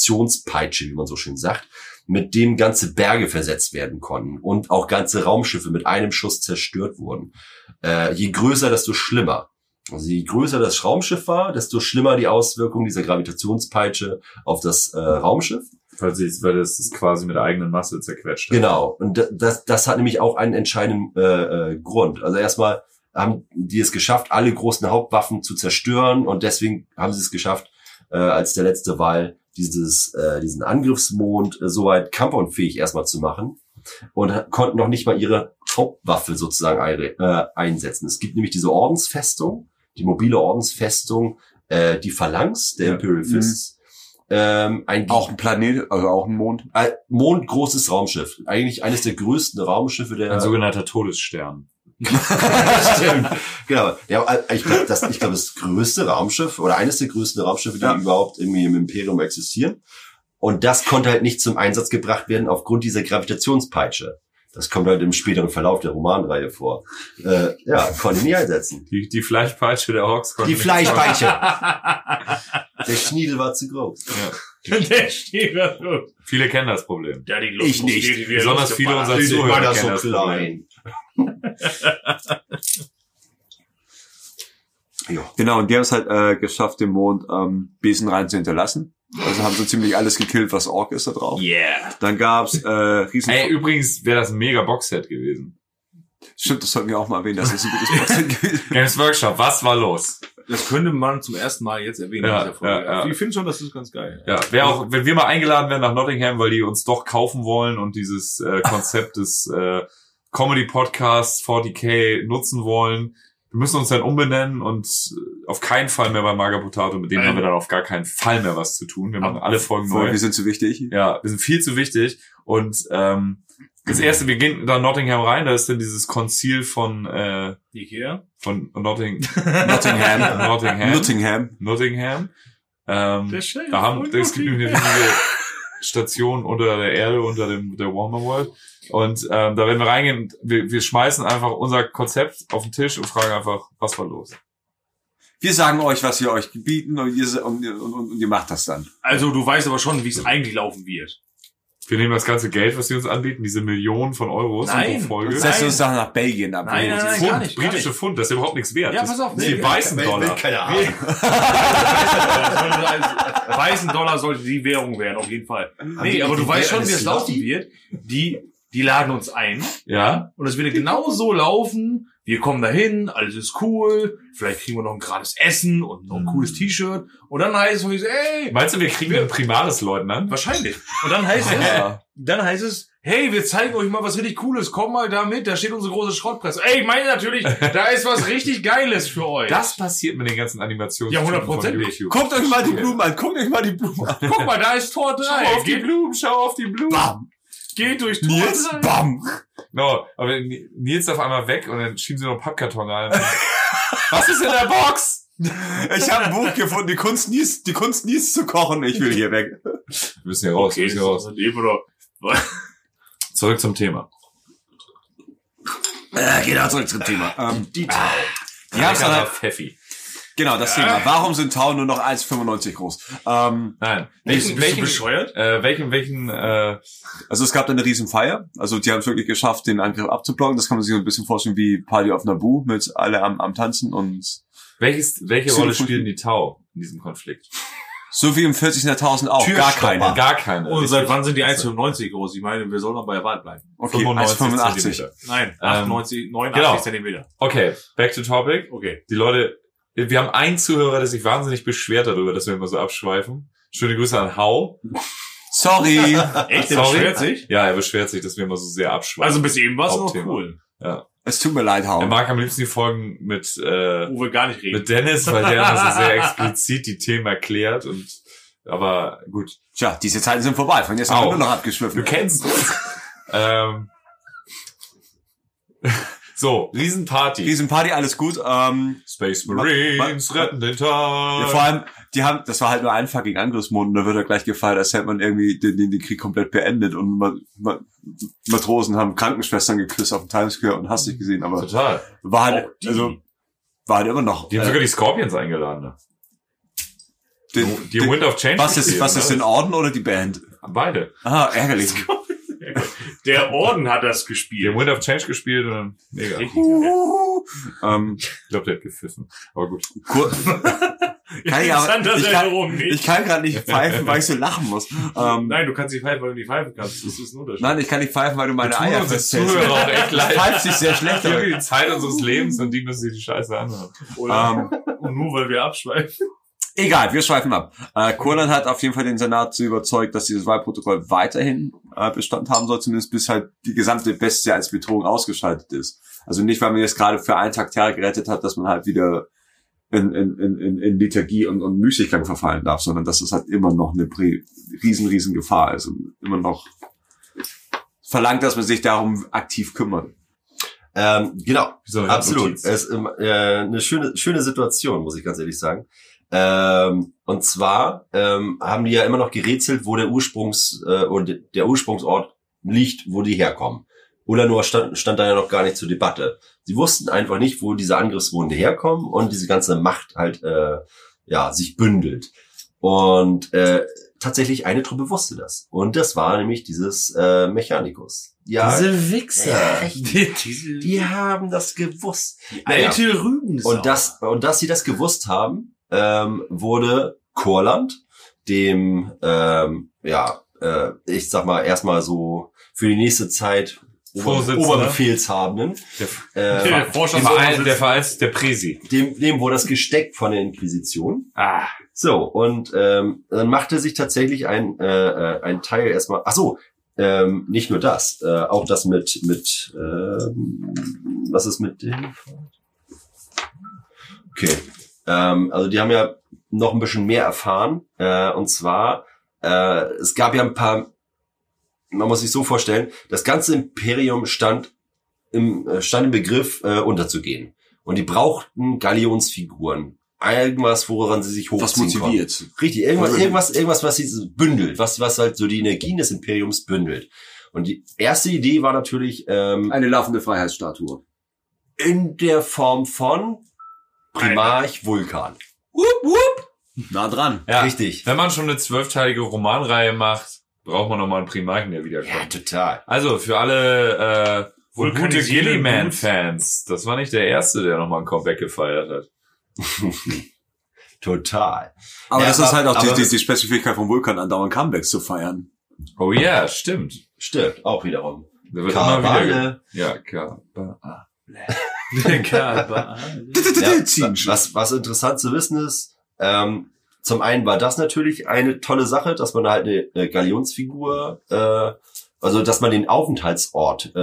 Gravitationspeitsche, wie man so schön sagt, mit dem ganze Berge versetzt werden konnten und auch ganze Raumschiffe mit einem Schuss zerstört wurden. Äh, je größer, desto schlimmer. Also je größer das Raumschiff war, desto schlimmer die Auswirkung dieser Gravitationspeitsche auf das äh, Raumschiff.
Weil, sie, weil das ist quasi mit der eigenen Masse zerquetscht. hat.
Genau. Und da- das, das hat nämlich auch einen entscheidenden äh, äh, Grund. Also erstmal haben die es geschafft, alle großen Hauptwaffen zu zerstören und deswegen haben sie es geschafft, äh, als der letzte Wahl dieses, äh, diesen Angriffsmond äh, soweit kampfunfähig erstmal zu machen und ha- konnten noch nicht mal ihre Hauptwaffe sozusagen ein, äh, einsetzen. Es gibt nämlich diese Ordensfestung, die mobile Ordensfestung, äh, die Phalanx der
Ja.
Imperial Fists. Ähm, ein
Auch ein Planet, also auch ein Mond.
ein mondgroßes Äh, Raumschiff. Eigentlich eines der größten Raumschiffe der.
Ein sogenannter Todesstern.
Stimmt. genau. Ja, aber ich glaube, das, ich glaub, das größte Raumschiff oder eines der größten Raumschiffe, die
Ja.
überhaupt irgendwie im Imperium existieren. Und das konnte halt nicht zum Einsatz gebracht werden aufgrund dieser Gravitationspeitsche. Das kommt halt im späteren Verlauf der Romanreihe vor. Äh, ja, konnte nie einsetzen.
Die, die Fleischpeitsche der Orks konnte
Die
nicht-
Fleischpeitsche. Der Schniedel war zu groß.
Der steht da so.
Viele kennen das Problem.
Ja, die Luft
Ich nicht.
geht, die wir
Besonders
Luft
viele
geballert.
unserer
Die-
Zuhörer.
die-
kennen das
Ja.
Genau, und die haben es halt äh, geschafft, den Mond ähm, Besen rein zu hinterlassen. Also haben so ziemlich alles gekillt, was Ork ist da drauf.
Yeah.
Dann gab's äh, Riesen...
Ey, übrigens wäre das ein mega Boxset gewesen.
Stimmt, das sollten wir auch mal erwähnen, dass das ein gutes Boxen gewesen
Games Workshop, was war los?
Das könnte man zum ersten Mal jetzt erwähnen.
Ja,
in dieser Folge.
ja, ja.
Ich finde schon, das ist ganz geil.
Ja, wäre auch, wenn wir mal eingeladen werden nach Nottingham, weil die uns doch kaufen wollen und dieses äh, Konzept des äh, Comedy-Podcasts 40k nutzen wollen. Wir müssen uns dann umbenennen und äh, auf keinen Fall mehr bei Magabotato. Mit dem
Nein.
haben wir dann auf gar keinen Fall mehr was zu tun. Wir machen
Ab-
alle Folgen
Weil
neu.
wir sind zu wichtig.
Ja, wir sind viel zu wichtig. Und ähm, das erste, wir gehen da in Nottingham rein, da ist dann dieses Konzil von äh,
Ikea?
von Notting
Nottingham.
Nottingham.
Nottingham.
Nottingham. Ähm,
Chef.
da haben, es gibt nämlich eine riesige Station unter der Erde, unter dem der Wonderworld. Und ähm, da werden wir reingehen und wir, wir schmeißen einfach unser Konzept auf den Tisch und fragen einfach, was war los?
Wir sagen euch, was wir euch gebieten und ihr, und, und, und ihr macht das dann.
Also du weißt aber schon, wie es eigentlich laufen wird.
Wir nehmen das ganze Geld, was sie uns anbieten, diese Millionen von Euros
Nein.
pro Folge.
Und
Nein.
setzen uns dann nach Belgien ab.
Nein, nein, nein.
Pfund,
gar nicht, gar
britische
nicht.
Pfund, das ist überhaupt nichts wert.
Ja,
das,
pass auf,
das
nee,
sind die weißen
Welt-
Dollar.
Welt- Keine Ahnung.
Also, weißen Dollar sollte die Währung werden, auf jeden Fall. Nee,
die-
aber du
die
weißt schon,
Währung
wie
ist
es laufen
Slotty?
wird. Die, die laden uns ein
Ja,
und es wird genau so laufen. Wir kommen dahin, alles ist cool. Vielleicht kriegen wir noch ein gratis Essen und noch ein cooles T-Shirt. Und dann heißt es, ey,
meinst du, wir kriegen einen Primarisleutnant?
wahrscheinlich. Und dann heißt es, dann heißt es, hey, wir zeigen euch mal was richtig Cooles. Komm mal da mit, da steht unsere große Schrottpresse. Ey, ich meine natürlich, da ist was richtig Geiles für euch.
Das passiert mit den ganzen Animationen.
Ja, hundertprozentig.
Guckt euch mal die Blumen an, guckt euch mal die Blumen an.
Guck mal, da ist Tor
Schau
3.
auf die Blumen, schau auf die Blumen.
Bam.
geht durch Tor
Nils,
3.
bam.
No, aber N- Nils darf einmal weg und dann schieben sie noch einen Pappkarton rein. Was ist in der Box?
Ich habe ein Buch gefunden, die Kunst Nils, die Kunst Nils zu kochen. Ich will hier weg.
Wir müssen hier raus, wir
Okay,
müssen hier
ist das
raus.
ein Leben oder?
Zurück zum Thema.
Äh, genau zurück zum Thema. Ähm, die
Ah.
Tau. Die haben's dann
Leckerer
halt,
Pfeffi.
genau, das Thema. Warum sind Tau nur noch 1,95 groß? Ähm,
Nein. Welchen,
Bist, bist du
welchen,
bescheuert?
äh, welchen, welchen, äh,
also es gab da eine riesen Feier. Also die haben es wirklich geschafft, den Angriff abzublocken. Das kann man sich so ein bisschen vorstellen wie Party auf Naboo mit alle am, am Tanzen und
welches, welche
Sind
Rolle
Fuß-
spielen die Tau in diesem Konflikt?
so wie im 40.000 auch. Gar
Türstopper.
keine.
Gar keine.
Und seit wann sind die
Also-
1,95 groß? Ich meine, wir sollen aber bei der Wahl bleiben. Ähm,
Okay, 1,85.
Zentimeter.
Nein, 98, 89
genau.
Zentimeter.
Okay, back to topic.
Okay.
Die Leute, wir haben einen Zuhörer, der sich wahnsinnig beschwert darüber, dass wir immer so abschweifen. Schöne Grüße an Hau.
Sorry.
Echt? Der
Sorry.
beschwert sich?
Ja, er beschwert sich, dass wir immer so sehr abschweifen.
Also bis eben war es noch
Hauptthema.
cool.
es tut mir leid, Hau.
er mag am liebsten die Folgen mit, äh,
Wo wir gar nicht reden.
mit Dennis, weil der immer so sehr explizit die Themen erklärt und aber gut,
Tja, diese Zeiten sind vorbei. Von jetzt an
Au.
wird nur noch
du
abgeschwiffen.
kennst uns. ähm, so, Riesenparty.
Riesenparty, alles gut. Ähm,
Space
Ma-
Marines
ma- ma-
retten den
ja,
Tag.
vor allem, die haben, das war halt nur ein fucking Angriffsmond und da wird er gleich gefeiert, als hätte man irgendwie den, den, den Krieg komplett beendet und Ma Ma Matrosen haben Krankenschwestern geküsst auf dem Times Square und hast dich gesehen, aber
Total.
war halt,
Auch die.
also, war halt immer noch.
Die haben
äh,
sogar die Scorpions eingeladen. ne?
den,
Die
den,
Wind of Change.
was ist,
gespielt,
was
ne?
ist den Orden oder die Band?
Beide.
Ah, ärgerlich.
Der Orden hat das
Die haben
gespielt.
Wind of Change gespielt und dann, mega. Ich
Richtig.
ähm,
glaube, der hat gepfiffen. Aber gut.
kur Kann ich aber-
Interessant, dass
ich
er
kann-
herum nicht.
ich kann gerade nicht pfeifen, weil ich so lachen muss. Ähm, nein.
Nein, du kannst nicht pfeifen, weil du nicht pfeifen kannst. Das ist ein Unterschied.
ich kann nicht pfeifen, weil du meine
Wir tun
Eier
uns als
festhältst.
Zuhörer auch echt leid.
Pfeift sich sehr schlecht,
Die
aber
haben die Zeit unseres Lebens und die müssen sich die Scheiße anhören.
Oder
Ähm,
und nur weil wir abschweifen.
egal, wir schweifen ab. Äh, Kurland hat auf jeden Fall den Senat zu überzeugt, dass dieses Wahlprotokoll weiterhin äh, Bestand haben soll, zumindest bis halt die gesamte Bestie als Bedrohung ausgeschaltet ist. Also nicht, weil man jetzt gerade für einen Tag Terra gerettet hat, dass man halt wieder in, in, in, in, in Lethargie und, und Müßiggang verfallen darf, sondern dass es halt immer noch eine pri- riesen, riesen Gefahr ist und immer noch verlangt, dass man sich darum aktiv kümmert.
Ähm, genau,
Wieso? Ich hab
Absolut.
Notiz.
Es ist ähm, äh, eine schöne, schöne Situation, muss ich ganz ehrlich sagen. Ähm, und zwar ähm, haben die ja immer noch gerätselt, wo der Ursprungs äh, und der Ursprungsort liegt, wo die herkommen. Ulanor stand, stand da ja noch gar nicht zur Debatte. Sie wussten einfach nicht, wo diese Angriffswunde herkommen und diese ganze Macht halt äh, ja sich bündelt. Und äh, tatsächlich eine Truppe wusste das. Und das war nämlich dieses äh, Mechanicus. Ja,
Diese
Wichser.
Die
die haben das gewusst.
alte Rüben.
Und das, und dass sie das gewusst haben, ähm, wurde Chorland, dem, ähm, ja, äh, ich sag mal, erstmal so für die nächste Zeit Ober
Vorsitzender.
Oberbefehlshabenden, äh,
der
Der
Vorstand
Verein, der Verein der Presi.
dem, dem wurde das gesteckt von der Inquisition.
Ah.
So, und ähm, dann machte sich tatsächlich ein, äh, äh, ein Teil erstmal. Ach so, Ähm, nicht nur das, äh, auch das mit, mit ähm, was ist mit dem? Okay. Ähm, also die haben ja noch ein bisschen mehr erfahren. Äh, und zwar, äh, es gab ja ein paar, man muss sich so vorstellen, das ganze Imperium stand im, äh, stand im Begriff, äh, unterzugehen. Und die brauchten Galionsfiguren. Irgendwas, woran sie sich hochziehen
Was
konnten.
motiviert?
Richtig, irgendwas,
Also-
irgendwas, irgendwas, was sie bündelt, was, was halt so die Energien des Imperiums bündelt. Und die erste Idee war natürlich ähm,
Eine laufende Freiheitsstatue.
in der Form von Primarch Vulkan.
Nah dran.
Ja.
Richtig.
Wenn man schon eine zwölfteilige Romanreihe macht, braucht man nochmal einen Primarchen, der
Ja,
wiederkommt.
total.
Also, für alle äh, wohl gute
Vulkanisierte Dudes.
Gilliman-Fans, das war nicht der Erste, der nochmal ein Comeback gefeiert hat.
Total.
Aber
Ja,
das ist
aber-
halt auch
aber-
die, die, die Spezifikkeit von Vulkan, andauernd Comebacks zu feiern.
Oh ja, stimmt.
Stimmt, auch wiederum.
Der wird immer wieder...
Karawane.
Ja, Kabale. Kabale.
Ja,
Ziehen.
was, was interessant zu wissen ist, ähm, zum einen war das natürlich eine tolle Sache, dass man halt eine, eine Galionsfigur, äh, also dass man den Aufenthaltsort äh,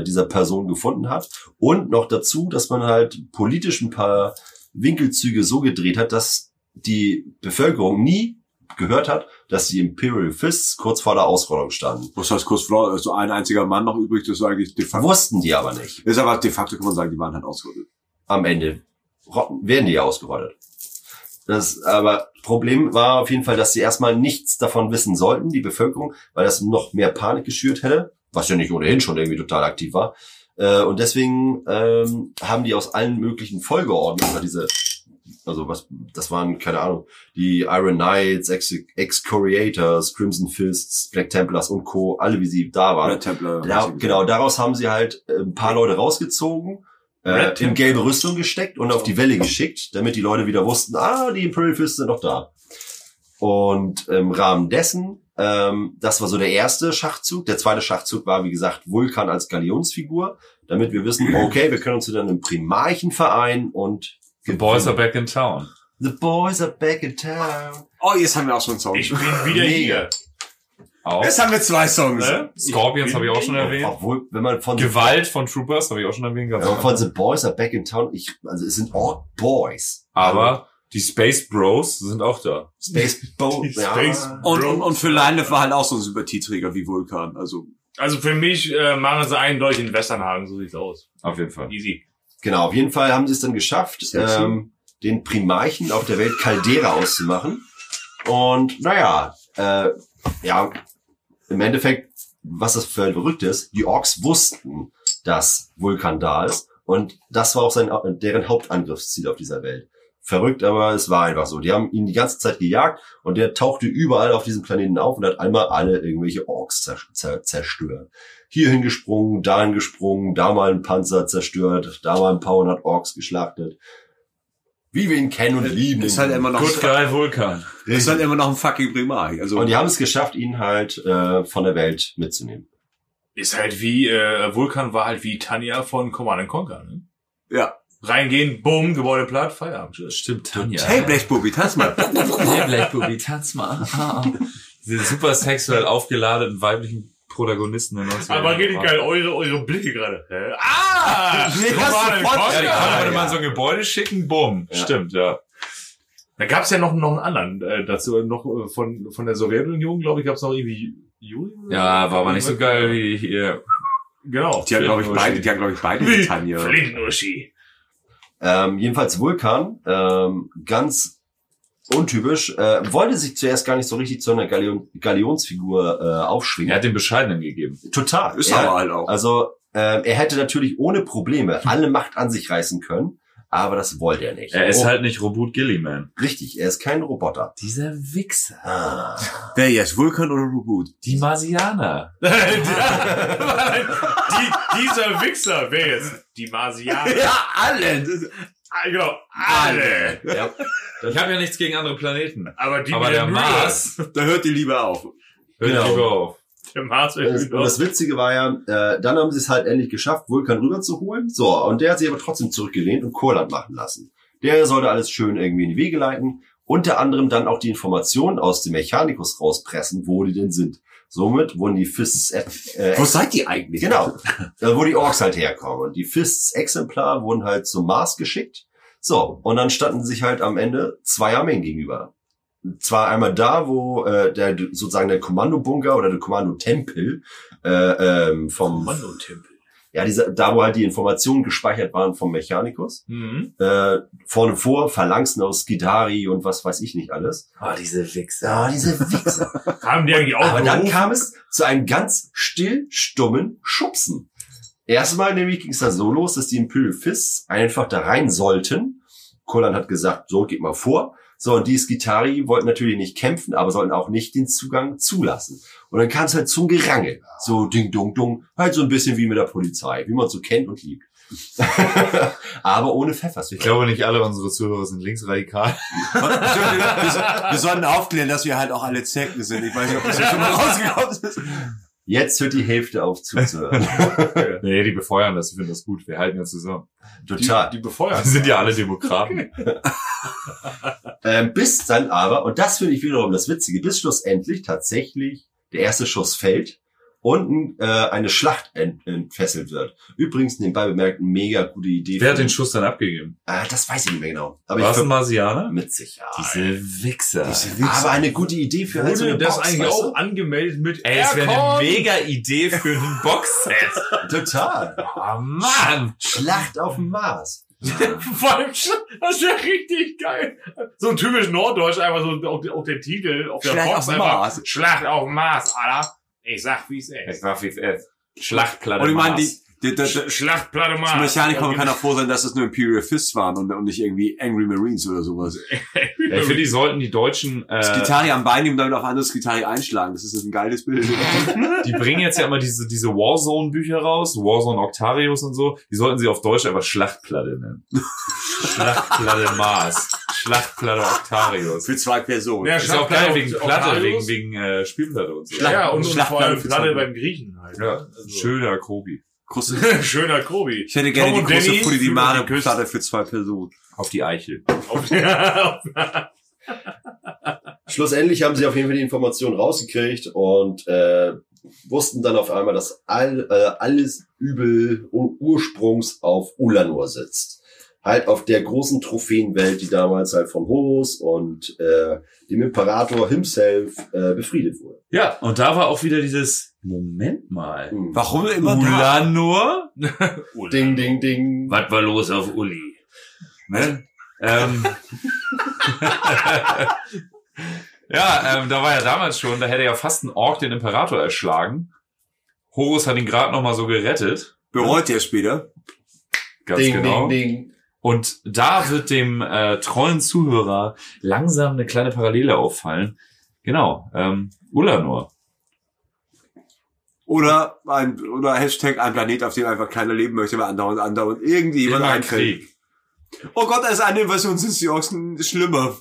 äh, dieser Person gefunden hat und noch dazu, dass man halt politisch ein paar Winkelzüge so gedreht hat, dass die Bevölkerung nie gehört hat, dass die Imperial Fists kurz vor der Ausrollung standen.
Was heißt kurz vor, also ein einziger Mann noch übrig, das ist eigentlich de facto.
Wussten die aber nicht.
Ist aber de facto kann man sagen, die waren halt ausgerüstet.
am Ende rotten- werden die ja ausgerottet. Das aber Problem war auf jeden Fall, dass sie erstmal nichts davon wissen sollten, die Bevölkerung, weil das noch mehr Panik geschürt hätte, was ja nicht ohnehin schon irgendwie total aktiv war. Äh, und deswegen ähm, haben die aus allen möglichen Folgeorden über diese, also was, das waren, keine Ahnung, die Iron Knights, Ex- Excoriators, Crimson Fists, Black Templars und Co., alle wie sie da waren.
Red Templar.
Da, genau, daraus haben sie halt äh, ein paar Leute rausgezogen, äh,
Red
in gelbe Rüstung gesteckt und auf die Welle geschickt, damit die Leute wieder wussten, ah, die Imperial Fists sind noch da. Und im Rahmen dessen, ähm, das war so der erste Schachzug. Der zweite Schachzug war, wie gesagt, Vulkan als Galionsfigur, damit wir wissen, okay, wir können uns wieder in einem Primarchen vereinen und
The Boys are back in town.
The boys are back in town.
Oh, jetzt haben wir auch schon einen Song.
Ich bin wieder hier.
Auch.
Jetzt haben wir zwei Songs.
Ne? Scorpions habe ich auch schon erwähnt.
Obwohl, wenn man von
Gewalt von Troopers habe ich auch schon erwähnt.
Wenn
Ganz
man
am
von
Anfang.
The Boys are back in town, ich, also es sind all Boys.
Aber die Space Bros sind auch da.
Space Bo
Die
ja.
Space-
Und, und, und für Leinef war halt auch so ein Sympathieträger wie Vulkan. Also
Also für mich äh, machen sie eindeutig in Westernhagen, so sieht's aus.
Auf jeden Fall.
Easy.
Genau, auf jeden Fall haben sie es dann geschafft,
Sexy.
ähm, den Primarchen auf der Welt Caldera auszumachen. Und naja, äh, ja, im Endeffekt, was das für ein verrückt ist, die Orks wussten, dass Vulkan da ist. Und das war auch sein, deren Hauptangriffsziel auf dieser Welt. Verrückt, aber es war einfach so. Die haben ihn die ganze Zeit gejagt und der tauchte überall auf diesem Planeten auf und hat einmal alle irgendwelche Orks zer zer zerstört hierhin gesprungen, dahin gesprungen, da mal ein Panzer zerstört, da mal ein paar hundert Orks geschlachtet. Wie wir ihn kennen und lieben.
ist halt immer noch,
Good Guy Vulkan.
ist halt immer noch ein fucking Primar. Also
und die haben es geschafft, ihn halt äh, von der Welt mitzunehmen.
Ist halt wie, äh, Vulkan war halt wie Tanja von Command and Conquer, ne?
Ja.
Reingehen, bumm, Gebäude platt, Feierabend. Tschüss.
Stimmt, Tanja.
hey Blechbubi, tanz mal.
hey Blackbooby, tanz mal. Diese super sexuell aufgeladenen weiblichen Protagonisten der 90er.
Aber richtig
Jahre.
geil, eure, eure Blicke gerade. Hä? Ah!
Nee,
Command
hast du
and
voll-
Ja, die
Conquer.
kann man
Ja,
mal
ja.
in so ein Gebäude schicken, bumm.
Ja.
Stimmt, ja.
Da gab's ja noch, noch einen anderen äh, dazu, noch äh, von, von der Sowjetunion, glaube ich, gab's noch irgendwie Juli?
Ja, war aber nicht so geil wie hier.
Genau.
Die haben, glaube ich, beide, die haben, glaube ich, beide die Tanja.
Flintenuschi.
Ähm, jedenfalls Vulkan, ähm, ganz untypisch, äh, wollte sich zuerst gar nicht so richtig zu einer Galeon Galionsfigur äh,
Er
aufschwingen.
hat den Bescheidenen gegeben.
Total.
Ist
Er-
aber halt auch.
Also ähm, er hätte natürlich ohne Probleme alle Macht an sich reißen können, aber das wollte er nicht.
Er ist
Oh,
halt nicht Robot Gilliman.
richtig, er ist kein Roboter.
Dieser Wichser.
Ah.
Wer jetzt, Vulkan oder Reboot?
Die Marsianer.
die, dieser Wichser, wer jetzt? Die Marsianer.
Ja, alle.
Ah, Genau, alle.
Ja.
Ich habe ja nichts gegen andere Planeten.
Aber die
Aber
mit
der
Mühle.
Mars
Da hört die Liebe auf.
hört
Genau.
lieber auf.
Der Mars wird
Und
müde.
das Witzige war ja, äh, dann haben sie es halt endlich geschafft, Vulkan rüberzuholen. So, und der hat sich aber trotzdem zurückgelehnt und Kurland machen lassen. Der sollte alles schön irgendwie in die Wege leiten. Unter anderem dann auch die Informationen aus dem Mechanicus rauspressen, wo die denn sind. Somit wurden die Fists äh, äh,
Wo seid ihr eigentlich?
Genau, äh, wo die Orks halt herkommen. Und die Fists-Exemplar wurden halt zum Mars geschickt. So, und dann standen sich halt am Ende zwei Armeen gegenüber. Zwar einmal da, wo äh, der sozusagen der Kommandobunker oder der Kommandotempel äh, ähm, vom
Kommandotempel.
ja dieser da wo halt die Informationen gespeichert waren vom Mechanikus
Mhm.
äh, vorne vor Phalanxen aus Skidari und was weiß ich nicht alles
Ah, diese Wichser.
ah diese Wichser
Haben die eigentlich auch
aber dann
gerufen?
kam es zu einem ganz still, stummen Schubsen. Erstmal nämlich ging es dann so los, dass die Imperial Fists einfach da rein sollten. Kolan hat gesagt, so geht mal vor. So, und die Skitari wollten natürlich nicht kämpfen, aber sollten auch nicht den Zugang zulassen. Und dann kam es halt zum Gerangel. So ding, dong, dong. Halt so ein bisschen wie mit der Polizei, wie man so kennt und liebt. aber ohne Pfeffers.
Ich glaube, nicht alle unsere Zuhörer sind linksradikal.
wir, wir sollten aufklären, dass wir halt auch alle Zecken sind. Ich weiß nicht, ob das jetzt schon mal rausgekommen ist.
Jetzt hört die Hälfte auf zuzuhören.
Nee, die befeuern das, ich finde das gut. Wir halten ja zusammen.
Total.
Die, die
Wir
befeuern.
sind ja alle Demokraten.
Ähm, bis dann aber, und das finde ich wiederum das Witzige, bis schlussendlich tatsächlich der erste Schuss fällt und äh, eine Schlacht ent entfesselt wird. Übrigens, nebenbei bemerkt, eine mega gute Idee.
Wer hat
für-
den Schuss dann abgegeben?
Ah, das weiß ich nicht mehr genau. Aber
War es
ich
ein
glaub,
Marsianer?
mit Sicherheit.
Wichser.
Aber eine gute Idee für halt so
Wurde
eine
das
Box,
eigentlich
weißt
auch angemeldet mit
Ey, es wäre
Aircon?
eine mega Idee für ein Boxset.
du? Total.
Ah, Mann.
Schlacht auf dem Mars.
Vor allem, das wäre richtig geil. So ein typisch Norddeutsch, einfach so auch, auch der Titel auf der
Schlacht
Box
auf
einfach.
Mars.
Schlacht auf dem Mars, Alter. Ich sag, wie es ist.
war FF. Schlachtplatte.
Und ich meine,
Mars.
die, die, die, die,
Schlachtplatte Also Mars.
die Mechaniker kann auch froh sein, dass es nur Imperial Fists waren und, und nicht irgendwie Angry Marines oder sowas.
Äh.
ja, ich finde, die sollten die Deutschen,
Das
äh,
Skitari am Bein nehmen und damit auf anderes Skitari einschlagen. Das ist ein geiles Bild.
die bringen jetzt ja immer diese, diese Warzone-Bücher raus, Warzone Octarius und so. Die sollten sie auf Deutsch einfach Schlachtplatte nennen. Schlachtplatte Mars. Schlachtplatte Octarius.
Für zwei Personen.
Ja,
Ist auch geil
Schlachtplatte
wegen
auf-
Platte,
Octarius.
wegen, wegen äh, Spielplatte und so.
Ja, ja, und, und
Schlachtplan
vor allem
für
Platte
Zombie.
beim Griechen halt.
Ja, also
ne?
schöner Kobi.
Große,
Also, schöner Kobi.
ich hätte gerne die
Tom und
große
Danny über die Küste.
Furidimare-Platte für zwei Personen.
Auf die Eichel.
Auf, ja,
Schlussendlich haben sie auf jeden Fall die Informationen rausgekriegt und äh, wussten dann auf einmal, dass all, äh, alles Übel u- ursprungs auf Ulanor sitzt. Halt auf der großen Trophäenwelt, die damals halt von Horus und äh, dem Imperator himself äh, befriedet wurde.
Ja, Hm. und da war auch wieder dieses, Moment mal.
Mhm.
Warum immer da?
Ulanor?
Ding, ding, ding.
Was war los auf Uli?
Ne?
Ähm, ja, ähm, da war ja damals schon, da hätte ja fast ein Ork den Imperator erschlagen. Horus hat ihn gerade noch mal so gerettet.
Bereut ihr später?
Ganz
Ding,
genau.
ding, ding.
Und da wird dem äh, treuen Zuhörer langsam eine kleine Parallele auffallen. Genau, ähm, Ulanor.
Oder ein, oder Hashtag ein Planet, auf dem einfach keiner leben möchte, weil andauernd, andauernd irgendjemand
Immer ein
einkriegt. Oh Gott, als eine Invasion sind die Orks schlimmer.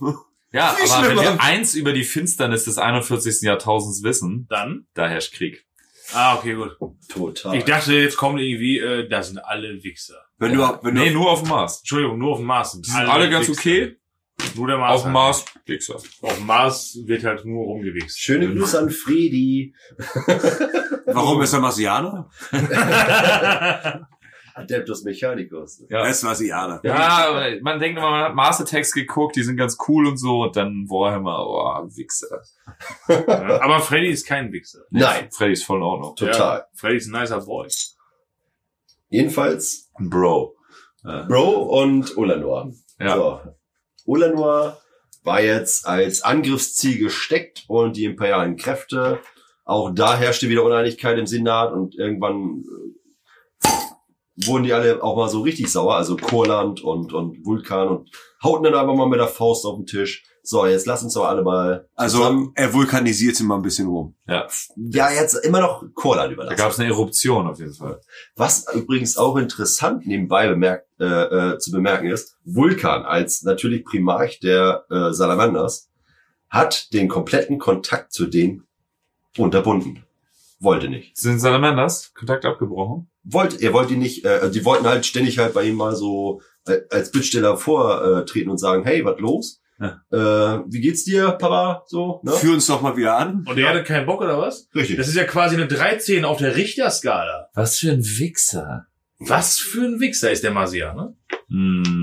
Ja,
Viel
aber wenn
schlimmer.
wir eins über die Finsternis des 41. Jahrtausends wissen,
dann?
da herrscht Krieg.
Ah, okay, gut.
Total.
Ich dachte, jetzt kommt irgendwie, äh, da sind alle Wichser.
Wenn du, wenn
Nee,
du,
nur auf dem Mars.
Entschuldigung, nur auf dem Mars. sind
Die sind alle ganz
Wichser.
okay.
Nur der Mars.
Auf dem Mars, Wichser.
Auf dem Mars wird halt nur rumgewichst.
Schöne Grüße an Fredi.
warum ist er Marsianer?
Adeptus Mechanicus.
Ja.
Er ist Marsianer.
Ja, man denkt immer, man hat Mars Attacks geguckt, die sind ganz cool und so, und dann Warhammer, oh, Wichser.
Ja, Aber Freddy ist kein Wichser.
Nein,
Freddy ist voll in Ordnung.
total.
Ja, Freddy ist ein nicer Boy.
Jedenfalls
Bro.
Bro und Ulanor.
Ja.
So. Ulanor war jetzt als Angriffsziel gesteckt und die imperialen Kräfte. Auch da herrschte wieder Uneinigkeit im Senat und irgendwann äh, wurden die alle auch mal so richtig sauer, also Kurland und, und Vulkan und hauten dann einfach mal mit der Faust auf den Tisch. So, jetzt lass uns doch alle mal.
Also,
zusammen-
er vulkanisiert sie mal ein bisschen rum.
ja, jetzt immer noch Kurland
Da
überlassen.
gab es eine Eruption auf jeden Fall.
Was übrigens auch interessant nebenbei bemerkt, äh, äh, zu bemerken ist, Vulkan als natürlich Primarch der äh, Salamanders hat den kompletten Kontakt zu denen unterbunden. Wollte nicht.
Sind Salamanders? Kontakt abgebrochen?
Wollt, er wollte ihn nicht, äh, die wollten halt ständig halt bei ihm mal so äh, als Bittsteller vortreten und sagen, hey, was los? Äh, wie geht's dir, Papa? So, ne?
Führ uns doch mal wieder an.
Und der hatte keinen Bock oder was?
Richtig.
Das ist ja quasi eine 13 auf der Richterskala.
Was für ein Wichser.
Was für ein Wichser ist der Masia, ne?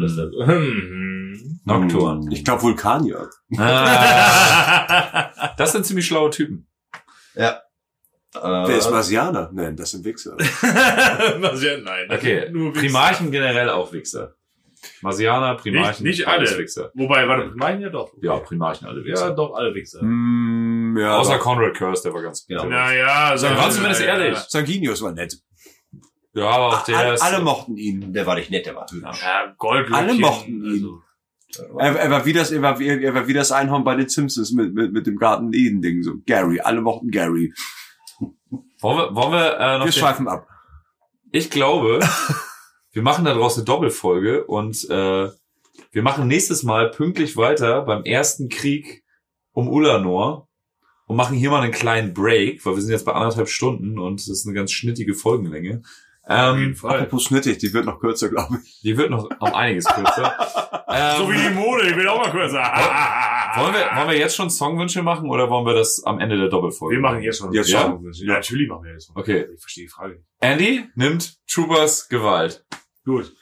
Das ist
Mm.
das- Hm,
Nocturne.
Ich glaube Vulkanier.
Ah,
hm.
Das sind ziemlich schlaue Typen.
Äh,
Wer ist Marsianer? Nein, das sind Wichser.
Masia, nein.
Okay,
Nur Wichser.
Primarchen generell auch Wichser. Marsianer, Primarchen,
Nicht- nicht
alles
alle.
Wichser.
Wobei, warte, meinen ja doch.
Ja, Primarchen alle
Ja,
Wichser.
doch, alle Wichser.
Hm, ja.
Außer
doch.
Conrad Curse, der war ganz gut.
Genau.
Naja,
Dann war zumindest
naja.
ehrlich.
Sanguinius war nett.
Ja, aber auch der
alle,
ist.
alle mochten ihn.
der war nicht nett, der war hübsch.
Ja, Goldlöckchen.
Alle mochten ihn.
Also,
Er, er, war wie das, er, war, wie- er war wie das Einhorn bei den Simpsons mit, mit, mit dem Garten Eden-Ding. So, Gary, alle mochten Gary.
wollen wir, wollen wir, äh, noch
Wir
den-
schweifen ab.
Ich glaube, wir machen daraus eine Doppelfolge und äh, wir machen nächstes Mal pünktlich weiter beim ersten Krieg um Ulanor und machen hier mal einen kleinen Break, weil wir sind jetzt bei anderthalb Stunden und das ist eine ganz schnittige Folgenlänge.
Auf jeden
Ähm,
Fall.
Apropos schnittig, die wird noch kürzer, glaube ich.
die wird noch um einiges kürzer. Ähm,
so wie die Mode, ich will auch mal kurz sagen.
wollen, wir, wollen wir jetzt schon Songwünsche machen oder wollen wir das am Ende der Doppelfolge?
Wir machen jetzt schon.
Jetzt
ja?
schon.
Ja, natürlich machen wir jetzt schon.
Okay.
Ich verstehe die Frage.
Andy nimmt Troopers Gewalt.
Gut.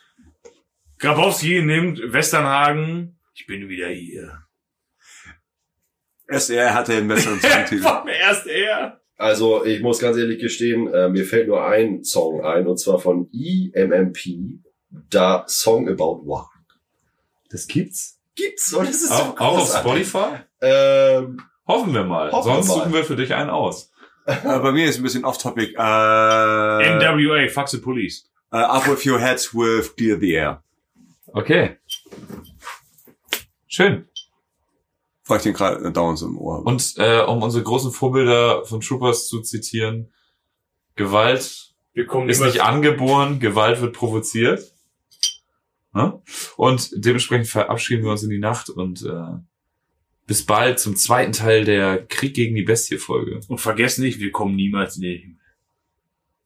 Grabowski nimmt Westernhagen. Ich bin wieder hier.
SR hatte den besseren Songtitel.
Vom erst er.
Also, ich muss ganz ehrlich gestehen, äh, mir fällt nur ein Song ein, und zwar von E EMMP, da Song About War.
Das gibt's?
Gibt's, und das ist so
Auch, auch auf
großartig.
Spotify?
Ähm,
Hoffen wir mal.
Hoffen wir
Sonst
mal.
suchen wir für dich einen aus.
Äh, bei mir ist ein bisschen off-topic. Äh, äh,
NWA, fuck the police.
up with your heads with clear the air.
Okay. Schön.
Weil ich den gerade dauernd so im Ohr habe.
Und äh, um unsere großen Vorbilder von Troopers zu zitieren, Gewalt
Wir kommen
ist
immer-
nicht angeboren, Gewalt wird provoziert. Ne? Und dementsprechend verabschieden wir uns in die Nacht und äh, bis bald zum zweiten Teil der Krieg gegen die Bestie-Folge.
Und vergesst nicht, wir kommen niemals in den Himmel.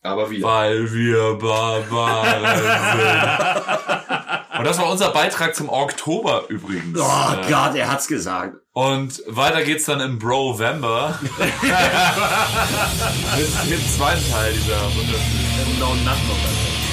aber wie?
Weil wir Barbaren sind. Und das war unser Beitrag zum Oktober übrigens. Äh,
Oh Gott, er hat's gesagt.
Und weiter geht's dann im Brovember. Mit dem zweiten Teil dieser wunderschönen.
Blauen Nacht noch.